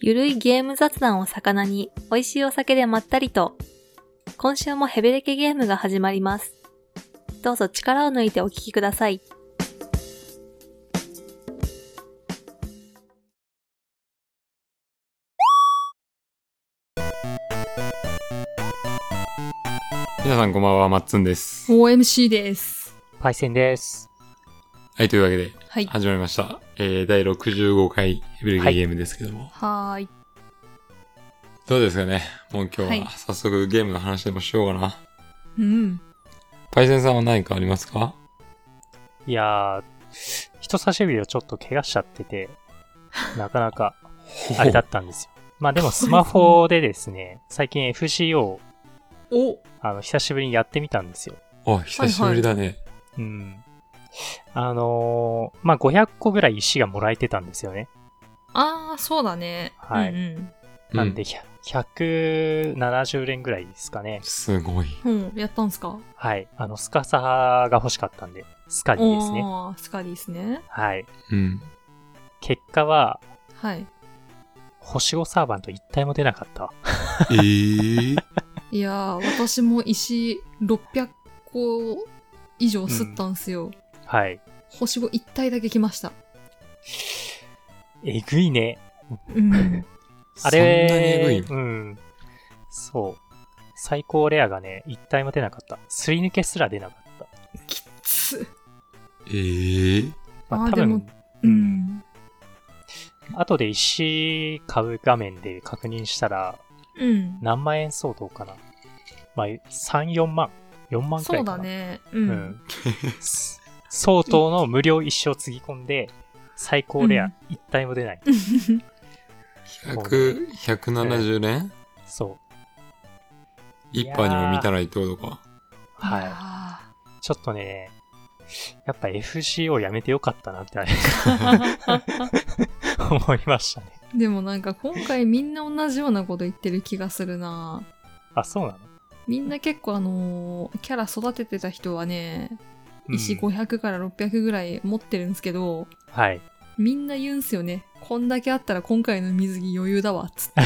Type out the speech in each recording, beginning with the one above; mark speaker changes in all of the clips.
Speaker 1: ゆるいゲーム雑談を魚に、美味しいお酒でまったりと。今週もヘベレケゲームが始まります。どうぞ力を抜いてお聞きください。
Speaker 2: 皆さんこんばんは、まっつんです。
Speaker 3: OMC です。
Speaker 4: パイセンです。
Speaker 2: はい、というわけで、
Speaker 3: はい。
Speaker 2: 始まりました。えー、第65回ヘビルゲ
Speaker 4: はい
Speaker 2: ーゲームですけども。
Speaker 3: はーい。
Speaker 2: どうですかねもう今
Speaker 3: は
Speaker 2: 日
Speaker 3: い
Speaker 2: は早速ゲームの話でもしようかな。
Speaker 3: うん。
Speaker 2: パイセンさんは何かありますか
Speaker 4: いやー、人差し指をちょっと怪我しちゃってて、なかなかあれだったんですよ。まあでもスマホでですね、最近 FCO を
Speaker 3: お
Speaker 4: あの久しぶりにやってみたんですよ。
Speaker 2: お、久しぶりだね。
Speaker 4: うん。あのー、まあ500個ぐらい石がもらえてたんですよね。
Speaker 3: あー、そうだね。
Speaker 4: はい
Speaker 3: うん
Speaker 4: なんで
Speaker 2: う
Speaker 4: ひゃ170連ぐらいですかね。
Speaker 2: すごい。
Speaker 3: うん。うん、やったんすか
Speaker 4: はい。あの、スカサが欲しかったんで、スカリーですね。
Speaker 3: おー、スカリですね。
Speaker 4: はい。
Speaker 2: うん。
Speaker 4: 結果は、
Speaker 3: はい。
Speaker 4: 星5サーバンと一体も出なかった。
Speaker 2: えー、
Speaker 3: いやー、私も石600個以上吸ったんすよ。
Speaker 4: はい。
Speaker 3: 星5一体だけ来ました。
Speaker 4: えぐいね。
Speaker 3: うん。
Speaker 2: そん
Speaker 4: あれ
Speaker 2: なにえぐいの
Speaker 4: うん。そう。最高レアがね、一体も出なかった。すり抜けすら出なかった。
Speaker 3: きつ。
Speaker 2: えー、
Speaker 4: ま
Speaker 3: あ
Speaker 4: あ、
Speaker 3: ー
Speaker 4: 多
Speaker 3: で
Speaker 4: 分
Speaker 3: も、うん。
Speaker 4: 後で石買う画面で確認したら、
Speaker 3: うん。
Speaker 4: 何万円相当かな。まあ、3、4万。4万く
Speaker 3: そ
Speaker 4: らいうかな。
Speaker 3: だ。ね。う。
Speaker 4: うん ん。す 相当の無料石をつぎ込んで、最高レ
Speaker 3: う
Speaker 4: ア
Speaker 3: ん、
Speaker 4: 一体も出ない。
Speaker 2: 100、170連
Speaker 4: そう。
Speaker 2: 一波にも満たないってことか。
Speaker 4: はい。
Speaker 3: あ
Speaker 4: ちょっとね、やっぱ FCO やめてよかったなっ てあれ
Speaker 3: ー
Speaker 4: 思いましたね。
Speaker 3: でもなんか今回みんな同じようなこと言ってる気がするな
Speaker 4: あ、そうなの
Speaker 3: みんな結構あのーキャラ育ててた人はね、
Speaker 4: うん
Speaker 3: 石500から600ぐらい持ってるんですけど、
Speaker 4: はい。
Speaker 3: みんな言うんすよね。こんだけあったら今回の水着余裕だわ、つって。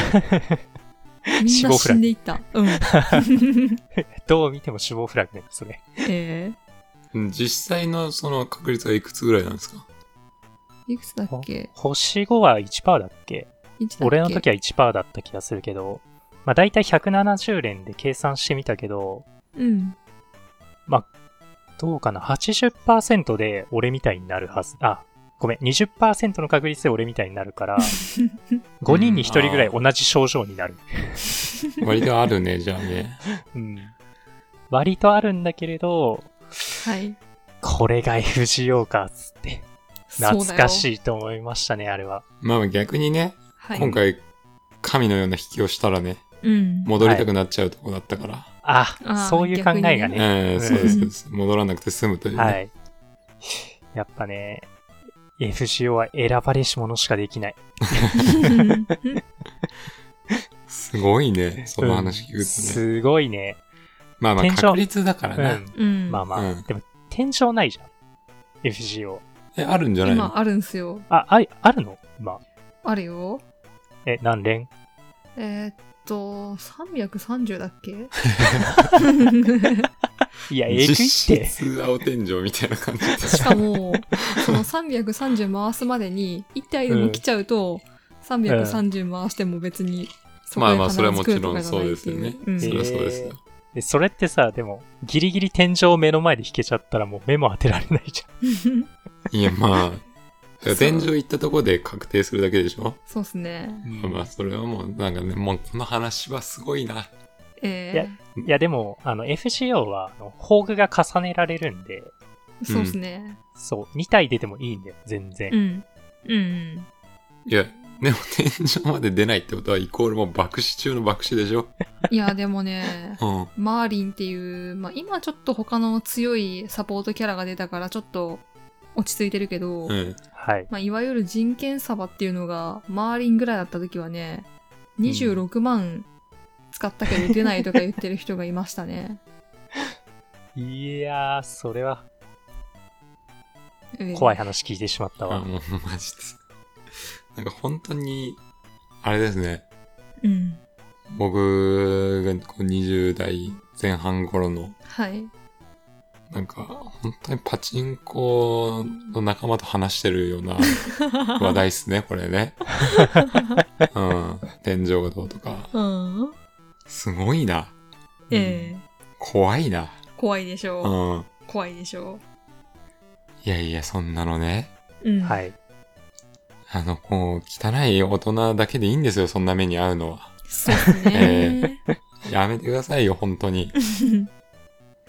Speaker 3: みんな死んでいった。うん。
Speaker 4: どう見ても死亡フラグね、それ。
Speaker 3: え
Speaker 2: 実際のその確率はいくつぐらいなんですか
Speaker 3: ー、いくつだっけ
Speaker 4: 星5は1%だっけ
Speaker 3: ?1 だっけ
Speaker 4: 俺の時は1%だった気がするけど、まあ大体170連で計算してみたけど、
Speaker 3: うん。
Speaker 4: どうかな ?80% で俺みたいになるはず。あ、ごめん。20%の確率で俺みたいにな るから、5人に1人ぐらい同じ症状になる。
Speaker 2: 割とあるね、じゃあね。
Speaker 4: うん。割とあるんだけれど、
Speaker 3: はい。
Speaker 4: これが FGO か、つって。懐か
Speaker 3: い。
Speaker 4: しいと思いましたね、あれは。
Speaker 2: まあ逆にね、
Speaker 3: はい、
Speaker 2: 今。回、神のような引きをしたらね、
Speaker 3: うん。
Speaker 2: 戻りたくなっちゃうとこだったから。
Speaker 4: あ、
Speaker 3: あー
Speaker 4: そういう考
Speaker 3: 逆
Speaker 4: えがね。
Speaker 3: に
Speaker 2: ええそう
Speaker 3: う
Speaker 2: です、
Speaker 3: ん
Speaker 2: そうです。戻らなくて済むという、ね。
Speaker 4: はい。やっぱね、FGO は選ばれし者しかできない。
Speaker 2: すごいね、その話聞くとね。
Speaker 4: すごいね。
Speaker 2: まあまあ、
Speaker 4: テンション
Speaker 2: 確率だから
Speaker 4: う
Speaker 2: ね
Speaker 4: ん。。
Speaker 3: うん。
Speaker 4: まあまあ。
Speaker 2: うん
Speaker 4: でも、天井ないじゃん。FGO。
Speaker 2: え、あるんじゃないの
Speaker 3: 今あるんすよ。
Speaker 4: あ、あり、あるのまあ。
Speaker 3: あるよ。
Speaker 4: え、何連
Speaker 3: えー、っと、330だっ け
Speaker 4: いや、えぐいっ
Speaker 2: 実
Speaker 4: て。
Speaker 2: 質青天井みたい な感じで。
Speaker 3: しかも、その330回すまでに、1体でも来ちゃうと、330回しても別に、こ
Speaker 2: まあ
Speaker 3: で
Speaker 2: まあ、それはもちろん
Speaker 3: 必ず
Speaker 2: そ
Speaker 3: 来
Speaker 2: う
Speaker 3: る
Speaker 2: で
Speaker 3: と
Speaker 2: すよ
Speaker 3: かじゃないっ
Speaker 2: ね
Speaker 3: てい。
Speaker 2: そり
Speaker 3: う
Speaker 2: ゃそうですよ。
Speaker 4: でそれってさ、でも、ギリギリ天井を目の前で引けちゃったらもう目も当てられないじゃん。
Speaker 3: うん
Speaker 2: いや、 まあ、だか
Speaker 3: そ
Speaker 2: ら
Speaker 3: う
Speaker 2: 天井行ったとこで確定するだけでしょ
Speaker 3: そうですね。
Speaker 2: まあ、それはもう、なんかね、もうこの話はすごいな。
Speaker 4: いや
Speaker 3: え
Speaker 4: いや、でも、あの、FGO は、あの、宝具が重ねられるんで、
Speaker 3: ー、そうですね。
Speaker 4: そう、2体出てもいいんだよ、全然。
Speaker 3: うん。うん。
Speaker 2: いや、でも天井まで出ないってことは、イコールもう爆死中の爆死でしょ、
Speaker 3: いや、でもね
Speaker 2: うん。
Speaker 3: マーリンっていう、まあ今ちょっと他の強いサポートキャラが出たから、ちょっと落ち着いてるけど、
Speaker 2: うん。
Speaker 4: はい。
Speaker 3: まあ、いわゆる人権サバっていうのが、マーリンぐらいだった時はね、26万使ったけど出ないとか言ってる人がいました ね。
Speaker 4: いやー、それは、
Speaker 3: ええ
Speaker 4: 怖い話聞いてしまった
Speaker 2: あ、
Speaker 4: わ。
Speaker 2: もう、マジで。なんか本当に、あれですね。
Speaker 3: うん。
Speaker 2: 僕がこう20代前半頃の、
Speaker 3: はい。
Speaker 2: なんか、本当にパチンコの仲間と話してるよう な話題っすね、これね。うん。天井がどうとか。
Speaker 3: うん。
Speaker 2: すごいな。
Speaker 3: ええ
Speaker 2: 怖いな。
Speaker 3: 怖いでしょ
Speaker 2: う
Speaker 3: う。
Speaker 2: ん。
Speaker 3: 怖いでしょ
Speaker 2: いやいや、そんなのね。
Speaker 3: う。うん。。
Speaker 4: はいい。
Speaker 2: あの、こう、汚い大人だけでいいんですよ、そんな目に遭うのは。
Speaker 3: そうですね。
Speaker 2: やめてくださいよ、本当に。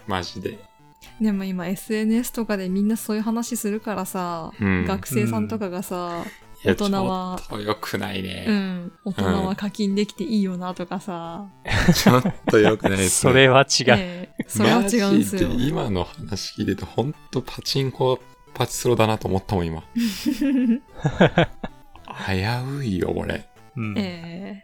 Speaker 2: マジで。
Speaker 3: でも今 SNS とかでみんなそういう話するからさ、
Speaker 2: うん。
Speaker 3: 学生さんとかがさ、
Speaker 2: いや
Speaker 3: 大人は
Speaker 2: ちょっと良くないね。
Speaker 3: うん、大人は課金できていいよなとかさ、
Speaker 2: ちょっと良くないですね。
Speaker 4: それは違う。
Speaker 3: ねえそれは違うんですよ
Speaker 2: マ。ジで今の話聞いてて、ほんとパチンコ、パチスロだなと思ったもん、今。危ういよ、これ。
Speaker 4: うん
Speaker 3: ええ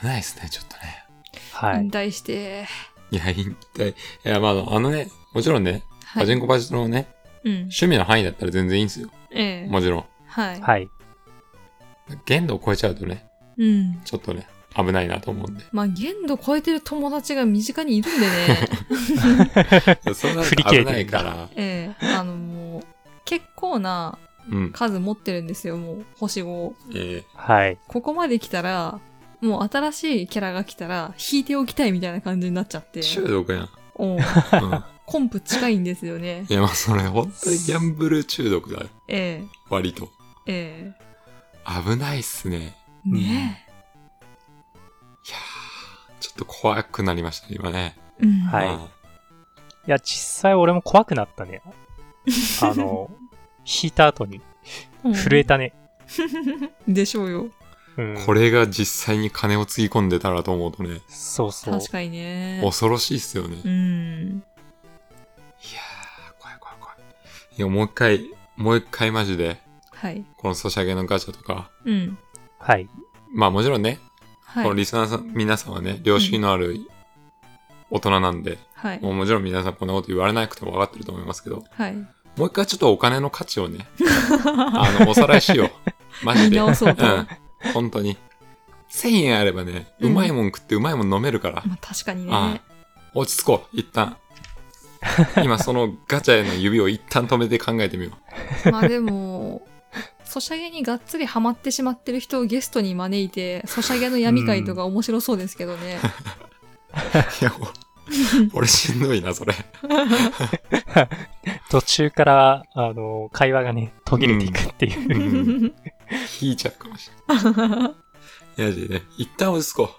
Speaker 2: 危ないですね、ちょっとね。
Speaker 4: はい
Speaker 3: 引。退して、
Speaker 2: いや、引退。いや、まあ、あのね、もちろんね、
Speaker 3: は
Speaker 2: パチンコパチスロのね、
Speaker 3: うん、
Speaker 2: 趣味の範囲だったら全然いいんですよ。
Speaker 3: ええ
Speaker 2: もちろん。
Speaker 3: はい、
Speaker 4: はい。
Speaker 2: 限度を超えちゃうとね、
Speaker 3: うん。
Speaker 2: ちょっとね、危ないなと思うんで。
Speaker 3: まあ、限度超えてる友達が身近にいるんでね、
Speaker 2: そんな
Speaker 4: 振り切
Speaker 2: 危
Speaker 4: れて
Speaker 2: な
Speaker 4: る
Speaker 2: い
Speaker 4: ん
Speaker 2: か
Speaker 4: だ
Speaker 2: ら。
Speaker 3: ええあのもう、結構な
Speaker 2: うん。
Speaker 3: 数持ってるんですよ、もう、星5。
Speaker 2: え
Speaker 4: はい。
Speaker 3: ここまで来たら、もう新しいキャラが来たら、引いておきたいみたいな感じになっちゃって
Speaker 2: ー、。中 毒やん。
Speaker 3: おう
Speaker 2: うん。
Speaker 3: コンプ近いんですよね。
Speaker 2: いや、まあ、それ、本当にギャンブル中毒だよ。
Speaker 3: え
Speaker 2: 割と。
Speaker 3: ええ
Speaker 2: 危ないっすね。
Speaker 3: えね
Speaker 2: いやー、ちょっと怖くなりましたね、今ね。
Speaker 3: え。うん
Speaker 4: はい
Speaker 2: うん
Speaker 4: いや、実際俺も怖くなっ たね。あの、引いた後に
Speaker 3: うん
Speaker 4: 震えたね。
Speaker 3: でしょうよ。
Speaker 4: うん。
Speaker 2: これが実際に金をつぎ込んでたらと思うとね、
Speaker 4: そうそう。
Speaker 3: 確かにね。
Speaker 2: 恐ろしいっすよね。
Speaker 3: う
Speaker 2: い
Speaker 3: ん。
Speaker 2: やー、怖い怖い怖い。いや、もう一回、もう一回マジで、
Speaker 3: はい。
Speaker 2: このソシャゲのガチャとか、
Speaker 3: うん。
Speaker 4: はい。
Speaker 2: まあもちろんね、
Speaker 3: は
Speaker 2: この
Speaker 3: い。
Speaker 2: リスナーさん、皆さんはね、良識のある大人なんで、
Speaker 3: はい。
Speaker 2: もうもちろん皆さんこんなこと言われなくても分かってると思いますけど、
Speaker 3: はい。
Speaker 2: もう一回ちょっとお金の価値をね、あの、おさらいしよう。マジ
Speaker 3: 見
Speaker 2: で。
Speaker 3: 直そうと。
Speaker 2: う
Speaker 3: ま
Speaker 2: ん。本当に。1000円あればね、う
Speaker 3: うん
Speaker 2: まいもん食ってうまいもん飲めるから、
Speaker 3: あ確かに
Speaker 2: あ
Speaker 3: ね。
Speaker 2: あ落ち着こう、一旦。今そのガチャへの指を一旦止めて考えてみよ
Speaker 3: まあでも、ソシャゲにがっつりハマってしまってる人をゲストに招いて、ソシャゲの闇会とか面白そうですけどね。
Speaker 2: う。いや、お俺しんどいな、それ。
Speaker 4: 途中から、あの、会話がね、途切れていくっていう。
Speaker 2: うん引いちゃうかもしれない。マジでね、一旦落ち着こ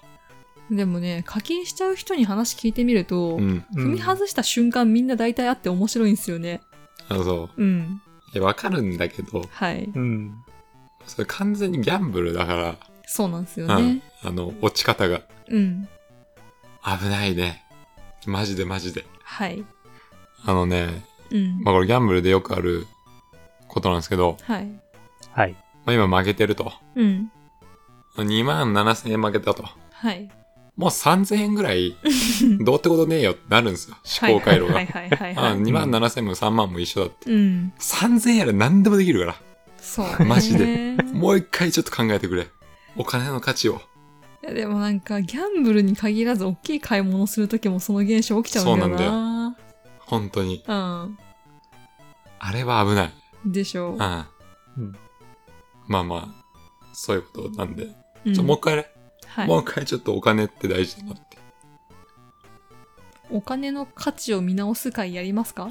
Speaker 3: でもね、課金しちゃう人に話聞いてみると、
Speaker 2: う。うん。
Speaker 4: う
Speaker 3: 踏
Speaker 4: ん
Speaker 3: み外した瞬間みんな大体あって面白いんですよね。
Speaker 2: あの、そう
Speaker 3: うん。
Speaker 2: いや。わかるんだけど、
Speaker 3: はい。
Speaker 4: うん。
Speaker 2: それ完全にギャンブルだか
Speaker 3: そうなんです
Speaker 2: ら、
Speaker 3: よ
Speaker 2: う
Speaker 3: ね
Speaker 2: ん。。あの、落ち方が
Speaker 3: うん。
Speaker 2: 危ないね。マジでマジで。
Speaker 3: はい。
Speaker 2: あのね、
Speaker 3: うん。
Speaker 2: まあこれギャンブルでよくあることなんですけど、
Speaker 3: はい。
Speaker 4: はい。
Speaker 2: まあ今負けてると。
Speaker 3: うん。
Speaker 2: 2万7000円負けたと。
Speaker 3: はい。
Speaker 2: もう3000円ぐら い、どうってことねえよってなるんですよ。思考回路が。
Speaker 3: はいはいはいはいはい、
Speaker 2: あ2万7000円も3万も一緒だって。
Speaker 3: うん。
Speaker 2: 3000円やら何でもできるか
Speaker 3: そう、ね。
Speaker 2: ら。マジで
Speaker 3: い。
Speaker 2: もう一回ちょっと考えてくれ。お金の価値を。
Speaker 3: やでもなんか、ギャンブルに限らず、大きい買い物するときもその現象起きちゃうんだよな。
Speaker 2: そうな本当に。
Speaker 3: うん
Speaker 2: あれは危ない。
Speaker 3: でしょ
Speaker 2: うん。
Speaker 4: うん
Speaker 2: まあまあ、そういうことなんで。
Speaker 3: う。うん
Speaker 2: ちょもう一回ね、
Speaker 3: はい
Speaker 2: もう一回ちょっとお金って大事だ なって。
Speaker 3: お金の価値を見直す会やりますか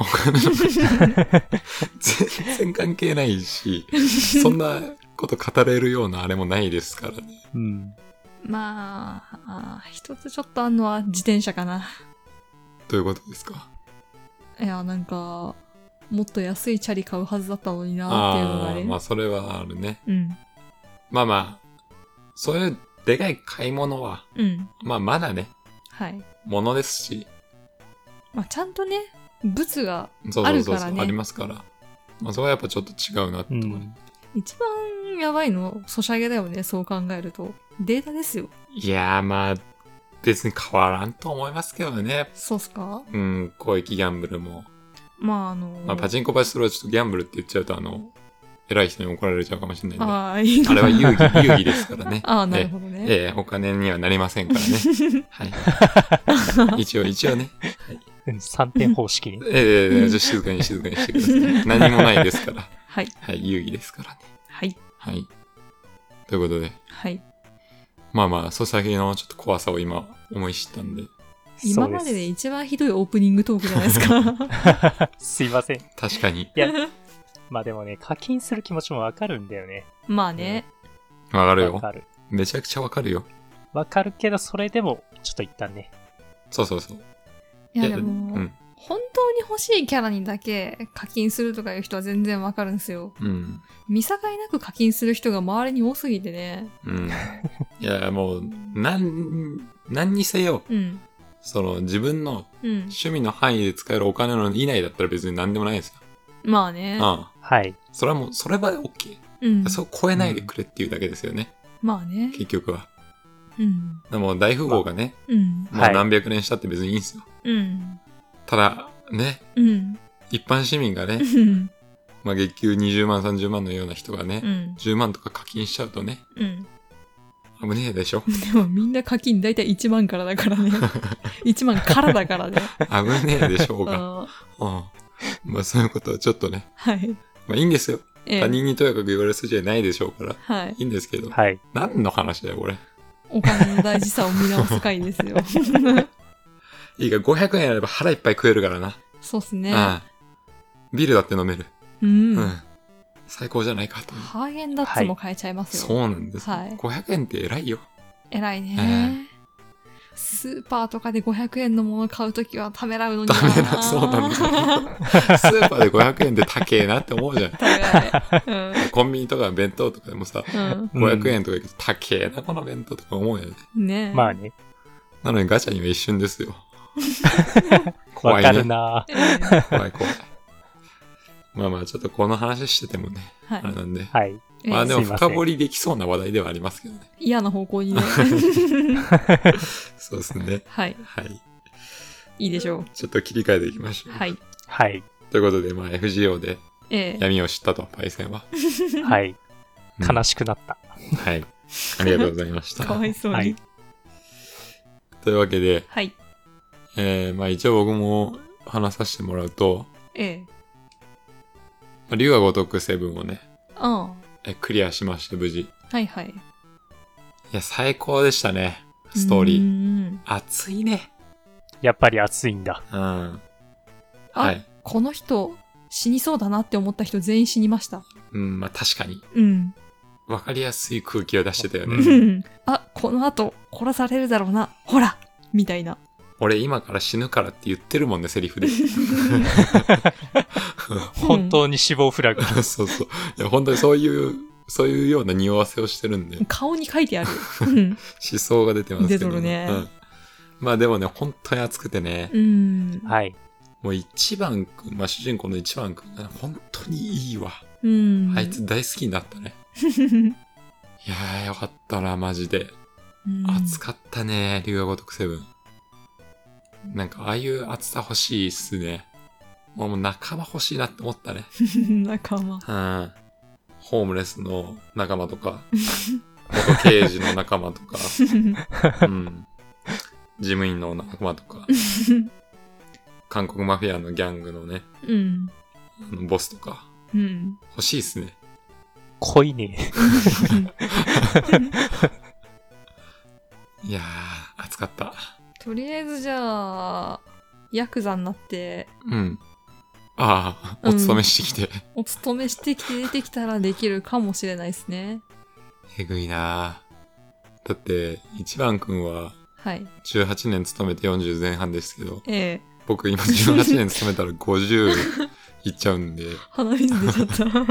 Speaker 2: 全然関係ないし、そんなこと語れるようなあれもないですからね。
Speaker 4: うん。
Speaker 3: まああー、一つちょっとあんのは自転車かな。
Speaker 2: どういうことですか
Speaker 3: いや、なんか、もっと安いチャリ買うはずだったのになっていうのが
Speaker 2: ああ
Speaker 3: ね。
Speaker 2: ー、まあそれはあるね。
Speaker 3: うん。
Speaker 2: まあまあ、そういうでかい買い物は、
Speaker 3: うん。
Speaker 2: まあまだね、
Speaker 3: はい。
Speaker 2: ものですし、
Speaker 3: まあ、ちゃんとね、物が
Speaker 2: そう
Speaker 3: あ
Speaker 2: そう
Speaker 3: る
Speaker 2: そ
Speaker 3: か
Speaker 2: うそ
Speaker 3: ら
Speaker 2: う、
Speaker 3: ね
Speaker 2: ありますから。まあそこはやっぱちょっと違うなって
Speaker 4: う
Speaker 2: 思う、
Speaker 4: ん。
Speaker 3: 一番やばいの、ソシャゲだよね、そう考えると。データですよ。
Speaker 2: いやーまあ、別に変わらんと思いますけどね。
Speaker 3: そうっすか
Speaker 2: うん、広域ギャンブルも。
Speaker 3: まあ、あの、
Speaker 2: まあパチンコパチスロはちょっとギャンブルって言っちゃうとあの、偉い人に怒られちゃうかもしれないんで。あ
Speaker 3: ああ、いい。
Speaker 2: れは遊戯、遊戯ですからね
Speaker 3: ああ、なるほどね。
Speaker 2: ええ、ええお金にはなりませんからね。はい。一応、一応ね。
Speaker 4: うん3点方式に。
Speaker 2: ええええええ、じゃあ静かに静かにしてください。何もないです から。
Speaker 3: はい。
Speaker 2: はい、遊戯ですからね。
Speaker 3: はい。
Speaker 2: はい。ということで、
Speaker 3: はい。
Speaker 2: まあまあ、ソサゲのちょっと怖さを今思い知ったんで、
Speaker 3: 今
Speaker 4: そう
Speaker 3: まで
Speaker 4: す
Speaker 3: で一番ひどいオープニングトークじゃないですか。
Speaker 4: すいません。
Speaker 2: 確かに
Speaker 4: いや、まあでもね、課金する気持ちもわかるんだよね。
Speaker 3: まあね。
Speaker 2: わかる
Speaker 4: わ
Speaker 2: よ。
Speaker 4: かる。
Speaker 2: めちゃくちゃわかるよ。
Speaker 4: わかるけど、それでも、ちょっと一旦ね。
Speaker 2: そうそうそう。
Speaker 3: いや、
Speaker 2: いや
Speaker 3: でも、
Speaker 2: うん。
Speaker 3: 本当に欲しいキャラにだけ課金するとかいう人は全然わかるんですよ。
Speaker 2: うん。
Speaker 3: 見境なく課金する人が周りに多すぎてね。
Speaker 2: うん。いや、もう、なん、何にせよ、
Speaker 3: うん。
Speaker 2: その自分の
Speaker 3: うん。
Speaker 2: 趣味の範囲で使えるお金の以内だったら別に何でもないですよ。
Speaker 3: まあね。
Speaker 2: ああ。
Speaker 4: はい。
Speaker 2: それはもう、それは OK。
Speaker 3: うん。
Speaker 2: そう超えないでくれっていうだけですよね。
Speaker 3: まあね。
Speaker 2: 結局は。
Speaker 3: うん。
Speaker 2: でも大富豪がね、
Speaker 3: うん。
Speaker 4: まあ
Speaker 2: もう
Speaker 4: はい
Speaker 2: 何百年したって別にいいんですよ。
Speaker 3: うん。
Speaker 2: ただ、ね、
Speaker 3: うん。
Speaker 2: 一般市民がね
Speaker 3: う、ん。
Speaker 2: まあ月給20万、30万のような人がね、
Speaker 3: うん。
Speaker 2: 10万とか課金しちゃうとね、
Speaker 3: うん。
Speaker 2: 危ねえ でしょ
Speaker 3: でもみんな課金大体1万からだから ね。1万からだからね。
Speaker 2: 危ねえでしょうが。
Speaker 3: あー
Speaker 2: うん。まあそういうことはちょっとね、
Speaker 3: はい。
Speaker 2: まあいいんですよ。
Speaker 3: ええ
Speaker 2: 他人にとやかく言われる筋合いないでしょうから、
Speaker 3: はい。
Speaker 2: いいんですけど。
Speaker 4: はい。
Speaker 2: 何の話だよ、これ。
Speaker 3: お金の大事さを見直す回 ですよ。
Speaker 2: いいか、500円あれば腹いっぱい食えるからな。
Speaker 3: そうっすね。
Speaker 2: うん。ビールだって飲める。
Speaker 3: うん。
Speaker 2: うん。最高じゃないかと。
Speaker 3: ハーゲンダッツも買えちゃいます
Speaker 2: そ
Speaker 3: よ。
Speaker 2: うなんです。
Speaker 3: はい
Speaker 2: 500円って偉いよ。
Speaker 3: 偉いね、
Speaker 2: え
Speaker 3: スーパーとかで500円のもの買うときはためらうのに
Speaker 2: ダメだ、そうなんだ。スーパーで500円で高えなって思うじゃん。
Speaker 3: だ。うん。
Speaker 2: コンビニとか弁当とかでもさ、
Speaker 3: う
Speaker 2: 500円とか行くと高えな、この弁当とか思うよね。
Speaker 3: ん。ねえ。
Speaker 4: まあね、
Speaker 2: なのにガチャには一瞬ですよ。怖
Speaker 4: わ
Speaker 2: い
Speaker 4: かる
Speaker 2: ね。
Speaker 4: な
Speaker 3: ええ
Speaker 2: 怖い怖い。まあまあ、ちょっとこの話しててもね、
Speaker 3: はい
Speaker 2: あれなんで。
Speaker 4: はい。
Speaker 3: ええ
Speaker 2: まあでも
Speaker 4: すいません
Speaker 2: 深掘りできそうな話題ではありますけどね。
Speaker 3: 嫌な方向 にね。
Speaker 2: そうですね。
Speaker 3: はい。
Speaker 2: はい。
Speaker 3: いいでしょ
Speaker 2: ちょっと切り替えていきまし
Speaker 3: う。
Speaker 2: ょう。
Speaker 3: はい。
Speaker 4: はい。
Speaker 2: ということで、まあ FGO で
Speaker 3: ええ。
Speaker 2: 闇を知ったと、パイセンは。
Speaker 4: は
Speaker 2: う
Speaker 4: い。
Speaker 2: ん
Speaker 4: 悲しくなった。
Speaker 2: はい。ありがとうございました。
Speaker 3: かわいそうに。
Speaker 4: は
Speaker 3: はいい。
Speaker 2: というわけで、えー、まあ一応僕も話させてもらうと、
Speaker 3: ええ。
Speaker 2: まあ竜が如くセブンをね、
Speaker 3: うん。は
Speaker 2: えクリアしまして無事。い
Speaker 3: いはい。
Speaker 2: や、最高でしたね。ストーリ
Speaker 3: う
Speaker 2: ー。
Speaker 3: ん
Speaker 2: 熱いね。
Speaker 4: やっぱり熱いんだ。
Speaker 2: うん。
Speaker 3: あ
Speaker 2: はい。
Speaker 3: この人、死にそうだなって思った人全員死にました。
Speaker 2: うん、まあ確かに。
Speaker 3: うん。
Speaker 2: わかりやすい空気を出してたよ
Speaker 4: う
Speaker 2: ね。
Speaker 3: あ、この後、殺されるだろうな。ほらみたい な。
Speaker 2: 俺今から死ぬからって言ってるもんね、セリフで。
Speaker 4: 本当に死亡フラグ。
Speaker 2: そうそう。いや、本当にそういう、そういうような匂わせをしてるんで、思
Speaker 3: 顔に書いて ある。うん
Speaker 2: 想が出てますけど。
Speaker 3: 出とるね
Speaker 2: うん。まあでもね、本当に熱くてね。
Speaker 3: うん。
Speaker 4: はい。
Speaker 2: もう一番くん、まあ、主人公の一番くんが本当にいいわ。
Speaker 3: うん。
Speaker 2: あいつ大好きになったね。いやーよかったな、マジで。
Speaker 3: うん
Speaker 2: 熱かったね、竜が如くセブン。なんか、ああいう熱さ欲しいっすね。もうもう仲間欲しいなって思ったね。
Speaker 3: 仲間。
Speaker 2: うん。ホームレスの仲間とか、元刑事の仲間 とか、うん。事務員の仲間とか、韓国マフィアのギャングのね、
Speaker 3: うん。
Speaker 2: あのボスとか、
Speaker 3: うん。
Speaker 2: 欲しいっすね。
Speaker 4: 濃いね。
Speaker 2: いやー、暑かった。
Speaker 3: とりあえずじゃあ、ヤクザになって、
Speaker 2: うん。あ
Speaker 3: う
Speaker 2: あ、お
Speaker 3: ん
Speaker 2: 勤めしてきて。
Speaker 3: お勤めしてきて出てきたらできるかもしれないですね。
Speaker 2: えぐいなーだって、一番くんは
Speaker 3: はい。
Speaker 2: 18年勤めて40前半ですけど、
Speaker 3: ええ
Speaker 2: 僕今18年勤めたら50いっちゃうんで、
Speaker 3: 鼻水出ちゃっ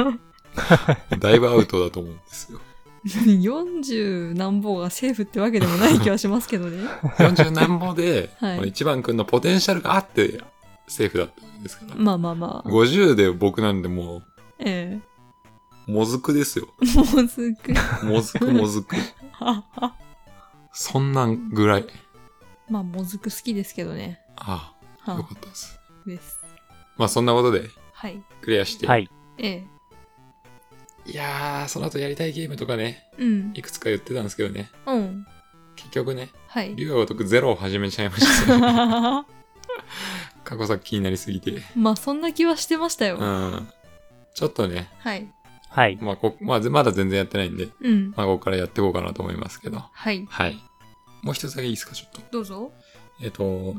Speaker 3: た。
Speaker 2: だいぶアウトだと思うんですよ。
Speaker 3: 40何ぼがセーフってわけでもない気はしますけどね。
Speaker 2: 40何歩で、
Speaker 3: はい
Speaker 2: この一番くんのポテンシャルがあって、セーフだったわけですから。
Speaker 3: まあまあまあ。
Speaker 2: 50で僕なんでも
Speaker 3: ええ
Speaker 2: う、もずくですよ。
Speaker 3: もうすぐ。
Speaker 2: もずくもずく。そんなんぐらい。
Speaker 3: まあ、もずく好きですけどね。
Speaker 2: ああ、よ
Speaker 3: は
Speaker 2: かったです。
Speaker 3: い。です。
Speaker 2: まあそんなことで、
Speaker 3: はい。
Speaker 2: クリアして、
Speaker 4: はい。
Speaker 3: ええ。
Speaker 2: いやー、その後やりたいゲームとかね、
Speaker 3: うん。
Speaker 2: いくつか言ってたんですけどね。
Speaker 3: うん。
Speaker 2: 結局ね、
Speaker 3: はい。
Speaker 2: 竜が如くゼロを始めちゃいました、 ね。過去作気になりすぎて。
Speaker 3: まあ、そんな気はしてましたよ。
Speaker 2: うん。ちょっとね、
Speaker 3: はい。
Speaker 4: はい。
Speaker 2: まあこ、まあ、まだ全然やってないんで、
Speaker 3: うん。
Speaker 2: まあ、ここからやっていこうかなと思いますけど。
Speaker 3: はい。
Speaker 2: はい。もう一つだけいいですか、ちょっと。
Speaker 3: どうぞ。
Speaker 2: えっと、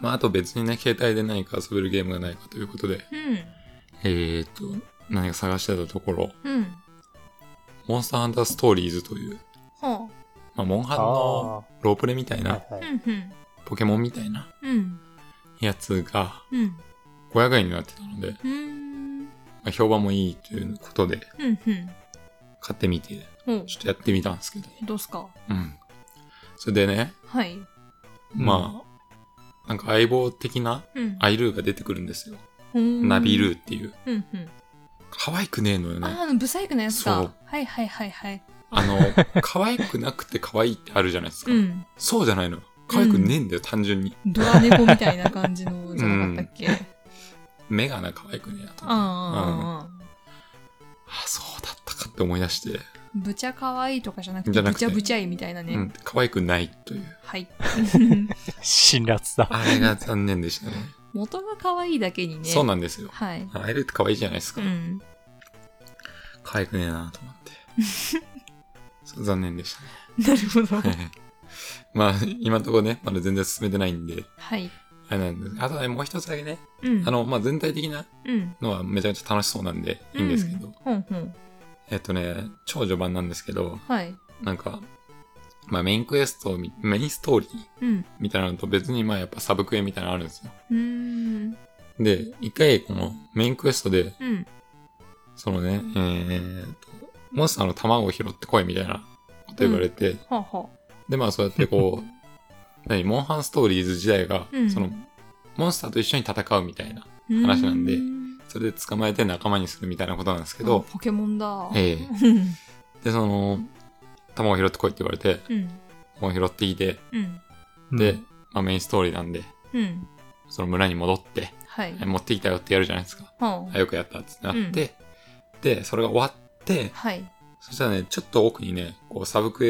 Speaker 2: まあ、あと別にね、携帯で何か遊べるゲームがないかということで、
Speaker 3: うん。
Speaker 2: えー、っと、何か探してたところ、
Speaker 3: うん。
Speaker 2: モンスターハンターストーリーズという、
Speaker 3: は
Speaker 2: まあ、モンハン
Speaker 4: あ
Speaker 2: の
Speaker 4: あ
Speaker 2: ロープレみたい
Speaker 4: ー。は
Speaker 2: な、
Speaker 4: いは
Speaker 3: あ。
Speaker 4: い。
Speaker 3: うん。うん。
Speaker 2: ポケモンみたいな
Speaker 3: うん。
Speaker 2: やつが
Speaker 3: うん。
Speaker 2: 500円になってたので、
Speaker 3: うん。
Speaker 2: まあ、評判もいいということで、
Speaker 3: うん。うん。
Speaker 2: 買ってみて、ち
Speaker 3: ほう
Speaker 2: ょっとやってみたんですけど、
Speaker 3: どうすか
Speaker 2: うん。それでね、
Speaker 3: はい。
Speaker 4: うん
Speaker 2: まあ、なんか相棒的な
Speaker 3: うん。
Speaker 2: アイルーが出てくるんですよ。ナ
Speaker 3: ナ
Speaker 2: ビ
Speaker 3: ー。
Speaker 2: ルーっていう。
Speaker 3: うん。うん。
Speaker 2: 可愛くねえのよね。
Speaker 3: ああ、ブサイクなやつ
Speaker 2: そ
Speaker 3: か
Speaker 2: う。
Speaker 3: はいはいはいはい。
Speaker 2: あの、可愛くなくて可愛いってあるじゃないですか。
Speaker 3: うん。
Speaker 2: そうじゃないの。可愛くねえんだよ、単純に。
Speaker 3: ドラ猫みたいな感じ のじゃなかったっけ、
Speaker 2: 目がな、可愛くねえなと。あ
Speaker 3: ああ、
Speaker 2: そうだったかって思い出して、
Speaker 3: ぶちゃかわいいとかじゃなく
Speaker 2: じ
Speaker 3: て、
Speaker 2: ゃな
Speaker 3: ぶ
Speaker 2: くて
Speaker 3: ちゃぶちゃいみたいなね。
Speaker 2: うん、可愛くないという。
Speaker 3: はい。
Speaker 4: 辛辣だ。
Speaker 2: あれが残念でしたね。
Speaker 3: 元が可愛いだけにね。
Speaker 2: そうなんですよ。
Speaker 3: はい。
Speaker 2: アイルーって可愛いじゃないです
Speaker 3: う
Speaker 2: か。
Speaker 3: ん。
Speaker 2: 可愛くねえなと思って。 そう残念でしたね。
Speaker 3: なるほど。
Speaker 2: まあ、今のところね、まだ全然進めてないんで、
Speaker 3: はい。
Speaker 2: あれなんです。あとね、もう一つだけね、
Speaker 3: うん。
Speaker 2: あの、まあ、全体的な
Speaker 3: うん。
Speaker 2: のはめちゃめちゃ楽しそうなんで、いいんですけど、
Speaker 3: うほんほん。
Speaker 2: えっとね、超序盤なんですけど、
Speaker 3: はい。
Speaker 2: なんか、まあ、メインクエストみ、メインストーリー
Speaker 3: うん。
Speaker 2: みたいなのと別にまあやっぱサブクエみたいなのあるんですよ。
Speaker 3: うーん。
Speaker 2: で、一回このメインクエストで、
Speaker 3: うん。
Speaker 2: そのね、えーっと、モンスターの卵を拾ってこいみたいなこと言われて、
Speaker 3: はあ、は
Speaker 2: でまあそうやって こう、何、モンハンストーリーズ自体が、
Speaker 3: うん
Speaker 2: その、モンスターと一緒に戦うみたいな、
Speaker 3: あ、
Speaker 2: 話なんで
Speaker 3: うーん
Speaker 2: それで捕まえて仲間にするみたいなことなんですけ
Speaker 3: あ
Speaker 2: ど、
Speaker 3: ポケモンだ。
Speaker 2: ええ
Speaker 3: うん。
Speaker 2: で、その、卵を拾ってこいって言われて、
Speaker 3: うん。
Speaker 2: 卵を拾ってきて、
Speaker 3: うん。
Speaker 2: で、まあメインストーリーなんで、
Speaker 3: うん。
Speaker 2: その村に戻って、
Speaker 3: はい。
Speaker 2: 持ってきたよってやるじゃないですか。
Speaker 3: は
Speaker 2: あ
Speaker 3: あ。
Speaker 2: よくやったってなって、で、それが終わって、
Speaker 3: はい。
Speaker 2: そしたらね、ちょっと奥にね、こう、サブク